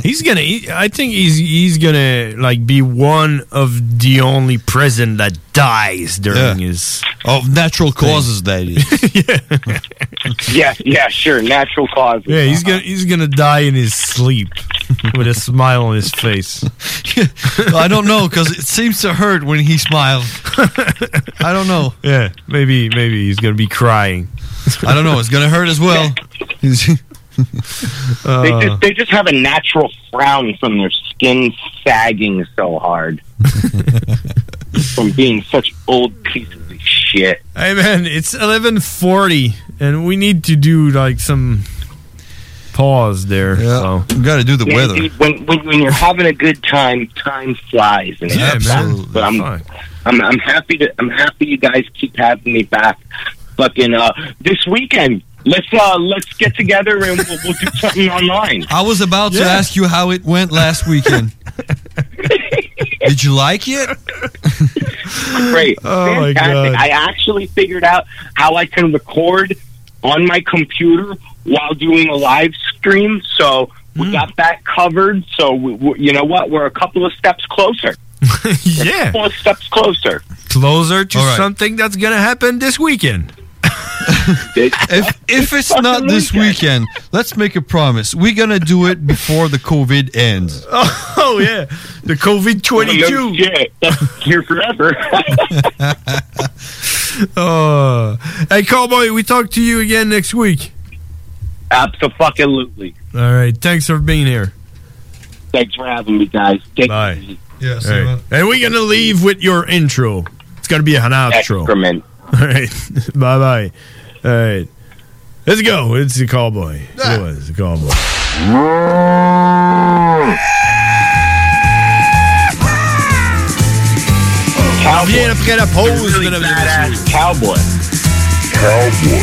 He's gonna. He, I think he's he's gonna like be one of the only president that dies during his
of natural causes. That is.
yeah, yeah, sure, natural causes.
yeah, he's gonna he's gonna die in his sleep with a smile on his face.
I don't know because it seems to hurt when he smiles. I don't know.
Yeah, maybe maybe he's gonna be crying.
I don't know. It's gonna hurt as well.
they
uh,
just they just have a natural frown from their skin sagging so hard from being such old pieces of shit.
Hey man, it's eleven forty, and we need to do like some pause there. Yeah,
we got to do
Yeah, dude, when, when when you're having a good time, time flies. And it
Yeah,
sucks,
man.
But I'm, I'm I'm happy to I'm happy you guys keep having me back. Fucking uh, this weekend, let's uh let's get together and we'll, we'll do something online.
I was about to
Yeah.
ask you how it went last weekend. Did you like it?
Great,
Oh, my
fantastic!
God.
I actually figured out how I can record on my computer while doing a live stream. So. We got that covered, so we, we, you know what? We're a couple of steps closer.
yeah.
A couple of steps closer.
closer to
All right.
something that's gonna happen this weekend.
if if it's not this weekend, let's make a promise. We're gonna do it before the COVID ends.
Oh yeah, the COVID twenty two.
Yeah, that's here forever.
oh, hey cowboy, we talk to you again next week.
Absolutely.
All right, thanks for being here.
Thanks for having me, guys. Take
Bye.
Yeah,
All right. And we're gonna leave with your intro. It's gonna be an outro.
Excrement.
All right, bye bye. All right, let's go. It's the cowboy. It was the cowboy.
Cowboy.
Bien après la pause, mesdames et messieurs.
Cowboy.
Cowboy.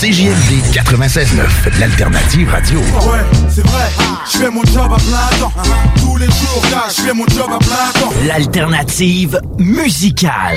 CJMD 96.9, l'alternative radio.
Ouais, c'est vrai, je fais mon job à plein temps. Tous les jours, gars, je fais mon job à plein temps.
L'alternative musicale.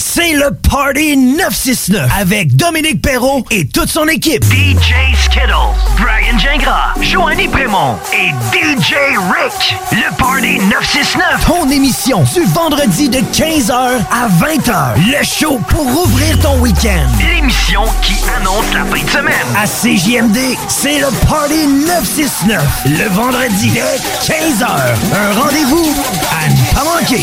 c'est le Party 969 avec Dominique Perrault et toute son équipe.
DJ Skittles, Brian Gingras, Joanny Prémont et DJ Rick. Le Party 969.
Ton émission du vendredi de 15h à 20h. Le show pour ouvrir ton week-end.
L'émission qui annonce la fin de semaine.
À CJMD, c'est le Party 969. Le vendredi de 15h. Un rendez-vous à ne pas manquer.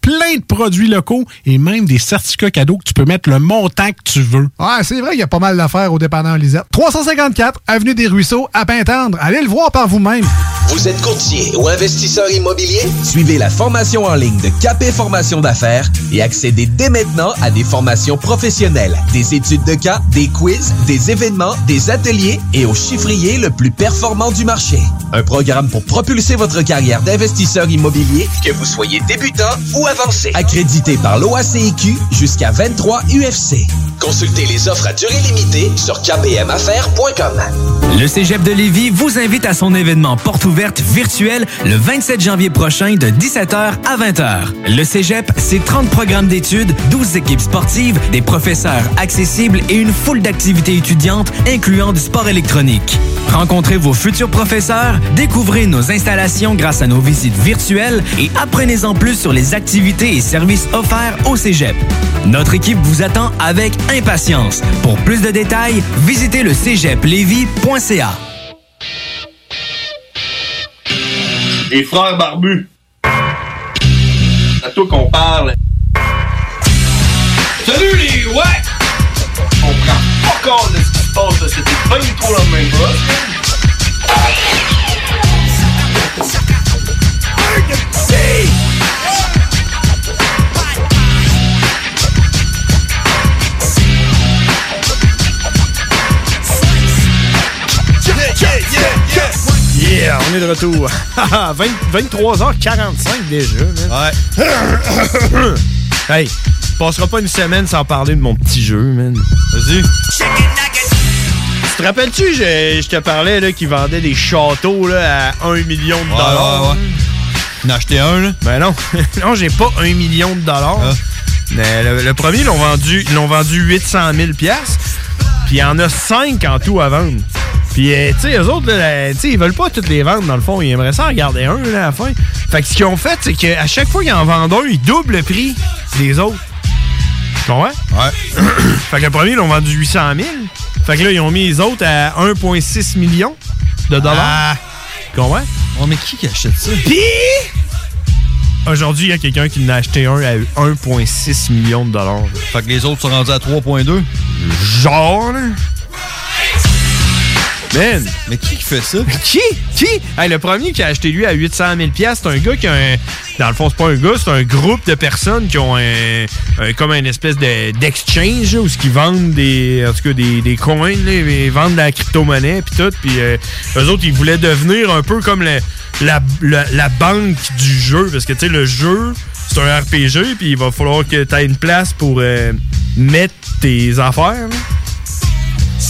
plein de produits locaux et même des certificats cadeaux que tu peux mettre le montant que tu veux.
Ouais, c'est vrai, il y a pas mal d'affaires au dépanneur Lisette. 354 Avenue des Ruisseaux, à Pintendre. Allez le voir par vous-même.
Vous êtes courtier ou investisseur immobilier?
Suivez la formation en ligne de KP Formation d'affaires et accédez dès maintenant à des formations professionnelles, des études de cas, des quiz, des événements, des ateliers et au chiffrier le plus performant du marché. Un programme pour propulser votre carrière d'investisseur immobilier, que vous soyez débutant ou avancé. Accrédité par l'OACIQ jusqu'à 23 UFC.
Consultez les offres à durée limitée sur kbmaffaires.com.
Le Cégep de Lévis vous invite à son événement porte ouverte virtuel le 27 janvier prochain de 17h à 20h. Le Cégep, c'est 30 programmes d'études, 12 équipes sportives, des professeurs accessibles et une foule d'activités étudiantes incluant du sport électronique. Rencontrez vos futurs professeurs, découvrez nos installations grâce à nos visites virtuelles et apprenez-en plus sur les activités et services offerts au Cégep. Notre équipe vous attend avec impatience. Pour plus de détails, visitez le cégeplevy.ca.
Les frères barbus. C'est à toi qu'on parle. Salut les ouais! On prend pas compte de ce qui se passe, là. c'était bien trop la même
Yeah, on est de retour. 23h45 déjà. Ouais. hey, passera pas une semaine sans parler de mon petit jeu, man. Vas-y. Tu te rappelles-tu, je, je te parlais là, qu'ils vendaient des châteaux là, à 1 million de dollars?
ouais, ouais.
T'en acheté un, là? Ben non. non, j'ai pas 1 million de dollars.
Ah.
Mais le, le premier, ils l'ont vendu, ils l'ont vendu 800 000 piastres. Puis il y en a 5 en tout à vendre. Puis, euh, tu sais, eux autres, là, là, tu sais, ils veulent pas toutes les vendre, dans le fond. Ils aimeraient ça en garder un, là, à la fin. Fait que ce qu'ils ont fait, c'est qu'à chaque fois qu'ils en vendent un, ils doublent le prix des autres. Tu comprends? Ouais. fait que le premier, ils l'ont vendu 800 000. Fait que là, ils ont mis les autres à 1,6 million de dollars. Tu comprends? On Ah. Oh, mais qui qui achète ça? Puis... Aujourd'hui, il y a quelqu'un qui en a acheté un à 1,6 million de dollars. Fait que les autres sont rendus à 3,2? Genre, là. Man! Mais qui fait ça? Qui? Qui? Hey, le premier qui a acheté lui à 800 000 c'est un gars qui a un... Dans le fond, c'est pas un gars, c'est un groupe de personnes qui ont un... un- comme une espèce de- d'exchange, là, où ce qu'ils vendent des... En tout cas, des, des coins, là, ils vendent de la crypto-monnaie, puis tout. Puis euh, eux autres, ils voulaient devenir un peu comme le- la, la- la banque du jeu, parce que, tu sais, le jeu, c'est un RPG, puis il va falloir que tu aies une place pour euh, mettre tes affaires, là.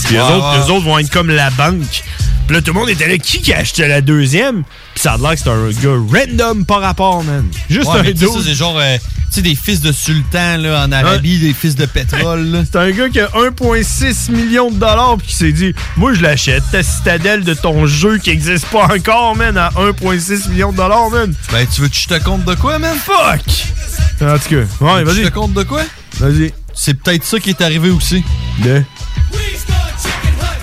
Puis eux,
Ouais,
autres,
ouais.
eux autres vont être comme la banque. Puis là, tout le monde était là, qui qui a acheté la deuxième? Puis ça a l'air que c'est un gars random par rapport, man. Juste
Ouais,
un
mais tu sais, ça,
dude.
C'est genre, euh, tu sais, des fils de sultan là, en Arabie, des fils de pétrole. là.
C'est un gars qui a 1,6 million de dollars puis qui s'est dit Moi, je l'achète, ta citadelle de ton jeu qui existe pas encore, man, à 1,6 million de dollars, man. Ben, tu veux que je te compte de quoi, man Fuck En tout cas, ouais, vas-y.
Tu te comptes de quoi?
Vas-y.
C'est peut-être ça qui est arrivé aussi.
De?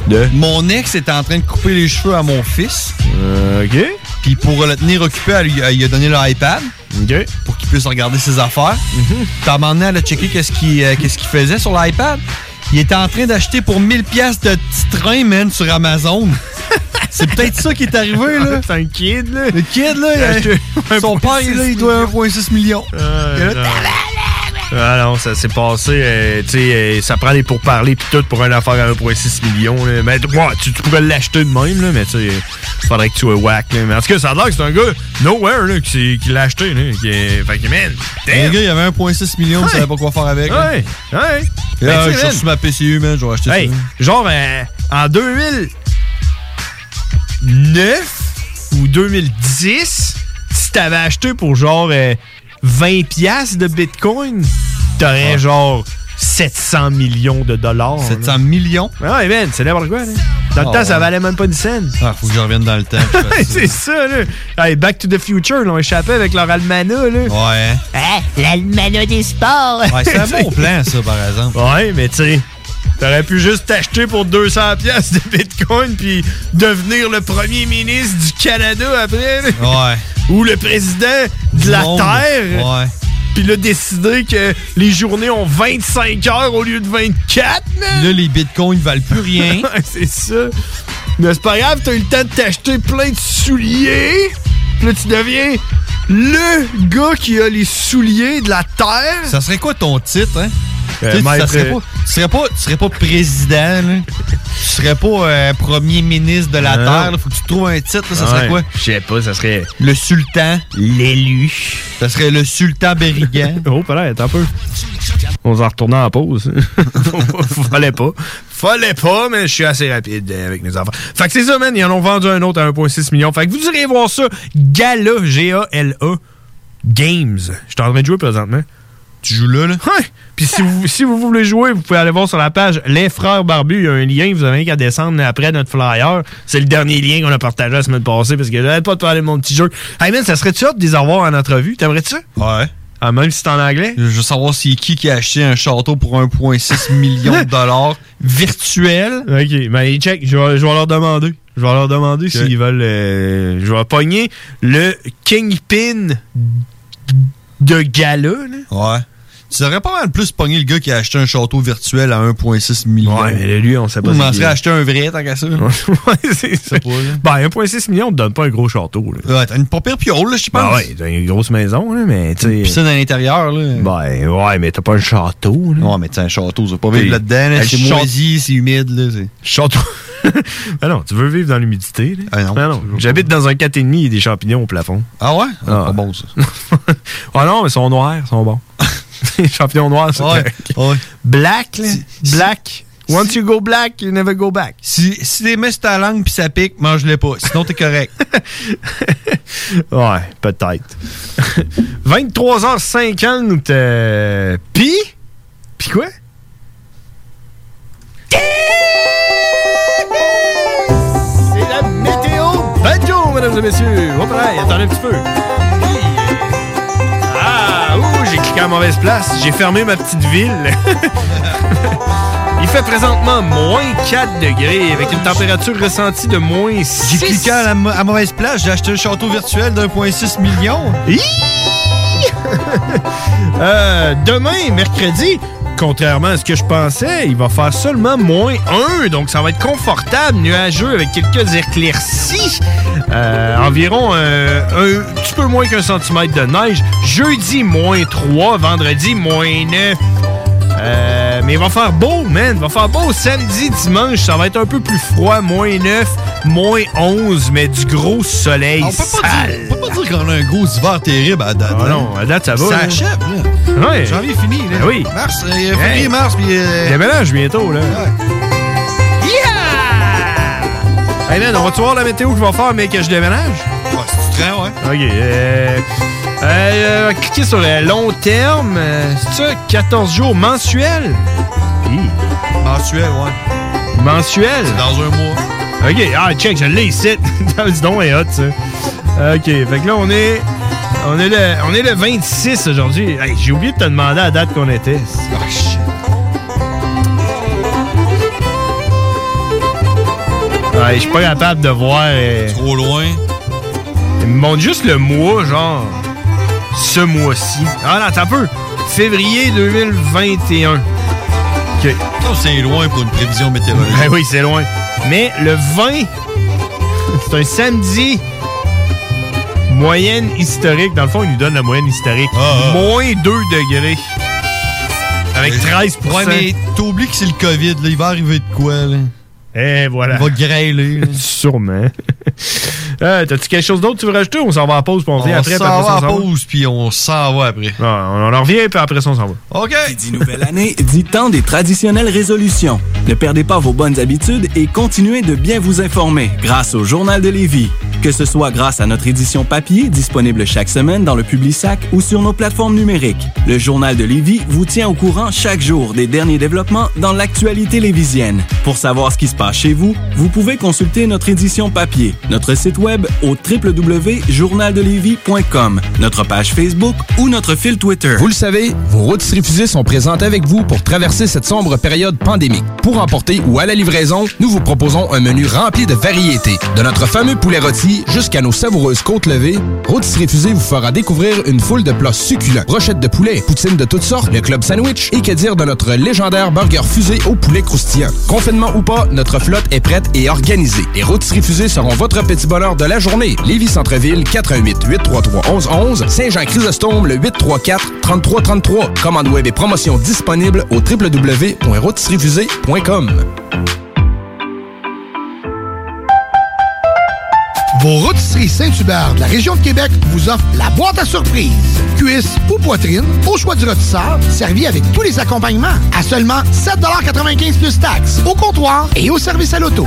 De?
Mon ex était en train de couper les cheveux à mon fils.
Euh, OK.
Puis pour le tenir occupé, elle, lui- elle lui a donné l'iPad.
OK. Mhm.
Pour qu'il puisse regarder ses affaires. Puis à un moment donné, elle a checké qu'est-ce qu'il euh, qu'est-ce qu'il faisait sur l'iPad. Il était en train d'acheter pour 1000 pièces de petit train, man, sur Amazon. C'est peut-être ça qui est arrivé, là.
Ah, C'est un kid, là.
Le kid, là,
Il a
il-
acheté
son père,
1,6
là, il doit 1,6 million. Et là,
non. Ah non, ça s'est passé, euh, tu sais, euh, ça prend des pourparlers pis tout pour une affaire à 1,6 million. là. Mais ouais, tu, tu pourrais l'acheter de même, là, mais tu sais, faudrait que tu aies whack. là. Mais en tout cas, ça a l'air que c'est un gars nowhere là, qui, s'est- qui l'a acheté. Là, qui est- fait que, man, damn.
Le gars, il avait 1,6 million, il
Ouais.
savait pas quoi faire avec. là.
Ouais,
Et là,
ouais. Ben, tu sais,
Ah, je suis
man.
sur ma PCU, man, je vais acheter
Hey,
ça.
genre euh, en 2009 ou 2010, si t'avais acheté pour genre euh, 20 pièces de Bitcoin, t'aurais genre 700 millions de dollars. Ben
700 millions?
Ouais, man, c'est n'importe quoi. là. Dans le
Ah
temps, ça
ouais.
valait même pas une scène.
Ah, faut que je revienne dans le temps.
c'est ça, là. Hey, Back to the Future, l'ont échappé avec leur almanach, là.
Ouais.
Ah, l'almanach des sports.
Ouais, c'est un bon plan, ça, par exemple.
Ouais, mais tu sais, t'aurais pu juste t'acheter pour 200 pièces de Bitcoin puis devenir le premier ministre du Canada après. là.
Ouais.
Ou le président de la
monde.
Terre.
Ouais.
Puis là, décider que les journées ont 25 heures au lieu de 24, man.
Là, les bitcoins valent plus rien.
c'est ça. Mais c'est pas grave, t'as eu le temps de t'acheter plein de souliers. Puis là, tu deviens le gars qui a les souliers de la Terre.
Ça serait quoi ton titre, hein?
Euh,
Tu sais,
maître,
ça serait
euh,
pas, tu, serais pas, tu serais pas président, là. tu serais pas euh, premier ministre de la
Non.
Terre. là. Faut que tu trouves un titre, là. ça serait
Ouais,
quoi?
Je sais pas, ça serait.
Le sultan.
L'élu.
Ça serait le sultan Berrigan.
oh, peut-être, un peu. On va retourner en pause. Fallait pas. Fallait pas, mais je suis assez rapide euh, avec mes enfants. Fait que c'est ça, man. Ils en ont vendu un autre à 1,6 million. Fait que vous irez voir ça. Gala, G-A-L-A, E, Games. Je suis en train de jouer présentement.
Tu joues là, là?
Ouais. Puis si vous, si vous voulez jouer, vous pouvez aller voir sur la page Les Frères Barbus. Il y a un lien. Vous avez qu'à descendre après notre flyer. C'est le dernier lien qu'on a partagé la semaine passée parce que j'avais pas de parler de mon petit jeu. Hey, man, ça serait-tu hâte de les avoir en entrevue? T'aimerais-tu ça?
Ouais.
Ah, même si c'est en anglais?
Je veux savoir c'est qui qui a acheté un château pour 1,6 million de dollars virtuel.
OK. Ben, check. Je vais, je vais leur demander. Je vais leur demander s'ils veulent. euh, je vais pogner le Kingpin de gala, là.
Ouais. Tu aurais pas mal plus pogné le gars qui a acheté un château virtuel à 1,6 million.
Ouais, mais là, lui, on sait pas
Ou
c'est
m'en
qui.
serait acheté un vrai, tant qu'à ça. là.
ouais, c'est ça. Ben, 1,6 million, on te donne pas un gros château, là.
Ouais, t'as une pas pire piole, là, je pense.
Ben ouais, t'as une grosse maison, là, mais tu sais.
Piscine à l'intérieur, là.
Ben ouais, mais t'as pas un château, là.
Ouais, mais t'as un château, ça pas vivre
T'es-
là-dedans, là,
Hey,
c'est
château-
moisi, c'est humide, là. c'est-
Château. ah non, tu veux vivre dans l'humidité, là?
Ah non,
Ah non. J'habite dans un 4,5 et des champignons au plafond.
Ah ouais? Ah,
Ah.
pas bon, ça.
Ah non, mais ils sont noirs, ils sont bons. les champignons noirs, c'est
Ouais,
correct.
ouais.
Black, là. Black. Once you go black, you never go back.
Si, si t'es mis sur ta langue pis ça pique, mange-le pas. Sinon, t'es correct.
Ouais, peut-être. 23h50, euh, pis... Pis quoi? C'est la météo banjo, mesdames et messieurs. Hop là, attendez un petit peu. Ah, ouh, j'ai cliqué à mauvaise place. J'ai fermé ma petite ville. Il fait présentement moins 4 degrés avec une température ressentie de moins 6.
J'ai cliqué à, la mo- à mauvaise place, j'ai acheté un château virtuel d'1,6 million.
Hi! Euh, demain, mercredi, contrairement à ce que je pensais, il va faire seulement moins 1, donc ça va être confortable, nuageux, avec quelques éclaircies. Euh, environ euh, un petit peu moins qu'un centimètre de neige. Jeudi, moins 3. Vendredi, moins 9. Euh, mais il va faire beau, man. Il va faire beau samedi, dimanche. Ça va être un peu plus froid, moins 9, moins 11, mais du gros soleil.
On peut pas
sale.
dire, on peut pas dire qu'on a un gros hiver terrible à date.
Ah
là.
non, à date, ça va.
Ça
là.
achève, là.
Ouais.
Janvier est fini, là.
Ben oui.
Mars, euh, février,
Hey.
mars, puis... euh,
Déménage bientôt, là. Yeah! Hey, man, on va-tu voir la météo qu'il va faire, mais que je déménage?
ouais, c'est du train, ouais.
OK. Euh, euh, cliquez sur le long terme. euh, C'est ça, 14 jours mensuels?
Mensuel, ouais.
Mensuel?
Dans un mois.
OK, ah, check, je l'ai ici. Dis donc, elle est hot, ça. OK, fait que là, on est... On est le, on est le 26 aujourd'hui. Hey, J'ai oublié de te demander la date qu'on était.
Ah, shit.
Ouais, je suis pas capable de voir. Trop loin. Il me montre juste le mois, genre. Ce mois-ci. Ah non, t'as peu. Février 2021. OK. C'est loin pour une prévision météorologique. Ben oui, c'est loin. Mais le 20, c'est un samedi. Moyenne historique. Dans le fond, il nous donne la moyenne historique. Moins 2 degrés. Avec 13
Ouais, mais t'oublies que c'est le COVID, là. Il va arriver de quoi, là?
Eh, voilà.
Il va grêler. là.
Sûrement. Euh, T'as-tu quelque chose d'autre que tu veux rajouter ou on s'en va à pause puis on revient
On
après? puis
s'en
après
va
ça,
à
on
pause, puis on s'en va après.
on, on en revient puis après ça on s'en va.
OK!
Qui dit nouvelle année dit temps des traditionnelles résolutions. Ne perdez pas vos bonnes habitudes et continuez de bien vous informer grâce au Journal de Lévis. Que ce soit grâce à notre édition papier disponible chaque semaine dans le Publisac ou sur nos plateformes numériques, le Journal de Lévis vous tient au courant chaque jour des derniers développements dans l'actualité lévisienne. Pour savoir ce qui se passe chez vous, vous pouvez consulter notre édition papier, notre site web au www.journaldelévis.com, notre page Facebook ou notre fil Twitter.
Vous le savez, vos rôtisseries fusées sont présentes avec vous pour traverser cette sombre période pandémique. Pour emporter ou à la livraison, nous vous proposons un menu rempli de variétés. De notre fameux poulet rôti jusqu'à nos savoureuses côtes levées, Rôtisserie Fusée vous fera découvrir une foule de plats succulents. Brochettes de poulet, poutines de toutes sortes, le club sandwich et que dire de notre légendaire burger fusée au poulet croustillant. Confinement ou pas, notre flotte est prête et organisée. Les Rôtisseries Fusées seront votre petit bonheur de la journée. Lévis Centreville, 418 833 1111 Saint-Jean-Chrysostome, le 834-3333. Commande web et promotion disponible au www.rotisseriefusée.com.
Vos rôtisseries Saint-Hubert de la région de Québec vous offrent la boîte à surprise. Cuisse ou poitrine, au choix du rôtisseur, servi avec tous les accompagnements à seulement 7,95 plus taxes, au comptoir et au service à l'auto.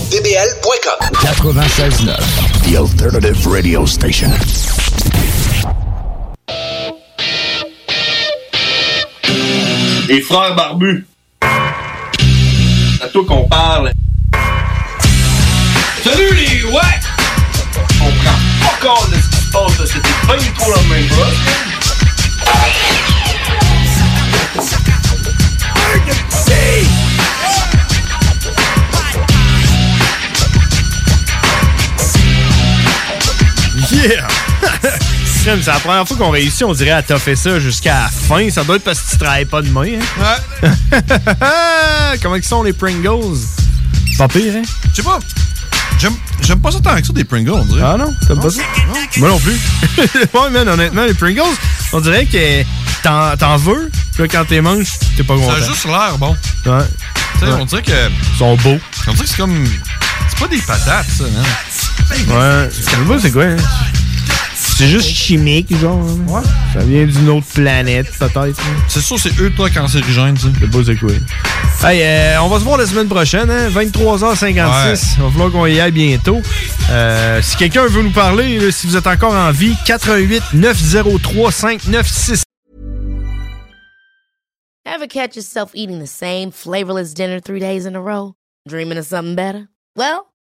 DBL.com
96.9, The Alternative Radio Station.
Les frères barbus. C'est à toi qu'on parle. Salut les ouais! On prend pas compte de ce qui se passe, là. c'était pas du tout la même chose.
Yeah! Crème, C'est la première fois qu'on réussit, on dirait, à toffer ça jusqu'à la fin. Ça doit être parce que tu travailles pas demain. Hein? Ouais. Comment ils sont les Pringles? Pas pire, hein?
Je sais pas. J'aime j'aime pas ça tant que ça des Pringles, on dirait.
Ah non? T'aimes pas ça? Moi non plus. ouais, man, honnêtement, les Pringles, on dirait que t'en t'en veux, puis là, quand t'es manges, t'es pas content.
Ça a juste l'air bon.
Ouais.
Tu sais,
Ouais.
on dirait que.
Ils sont beaux.
On dirait que c'est comme. C'est pas des patates, ça, hein. man.
Ouais. Je sais pas c'est quoi, hein? C'est juste chimique, genre. Ouais. Ça vient d'une autre planète, peut-être.
C'est sûr, c'est ultra cancérigène, ça.
C'est beau, c'est quoi? Hey, euh, on va se voir la semaine prochaine, hein? 23h56. Il va falloir qu'on y aille bientôt. Euh, si quelqu'un veut nous parler, là, si vous êtes encore en vie, 88 903 5966
Ever catch yourself eating the same flavorless dinner three days in a row? Dreaming of something better? Well,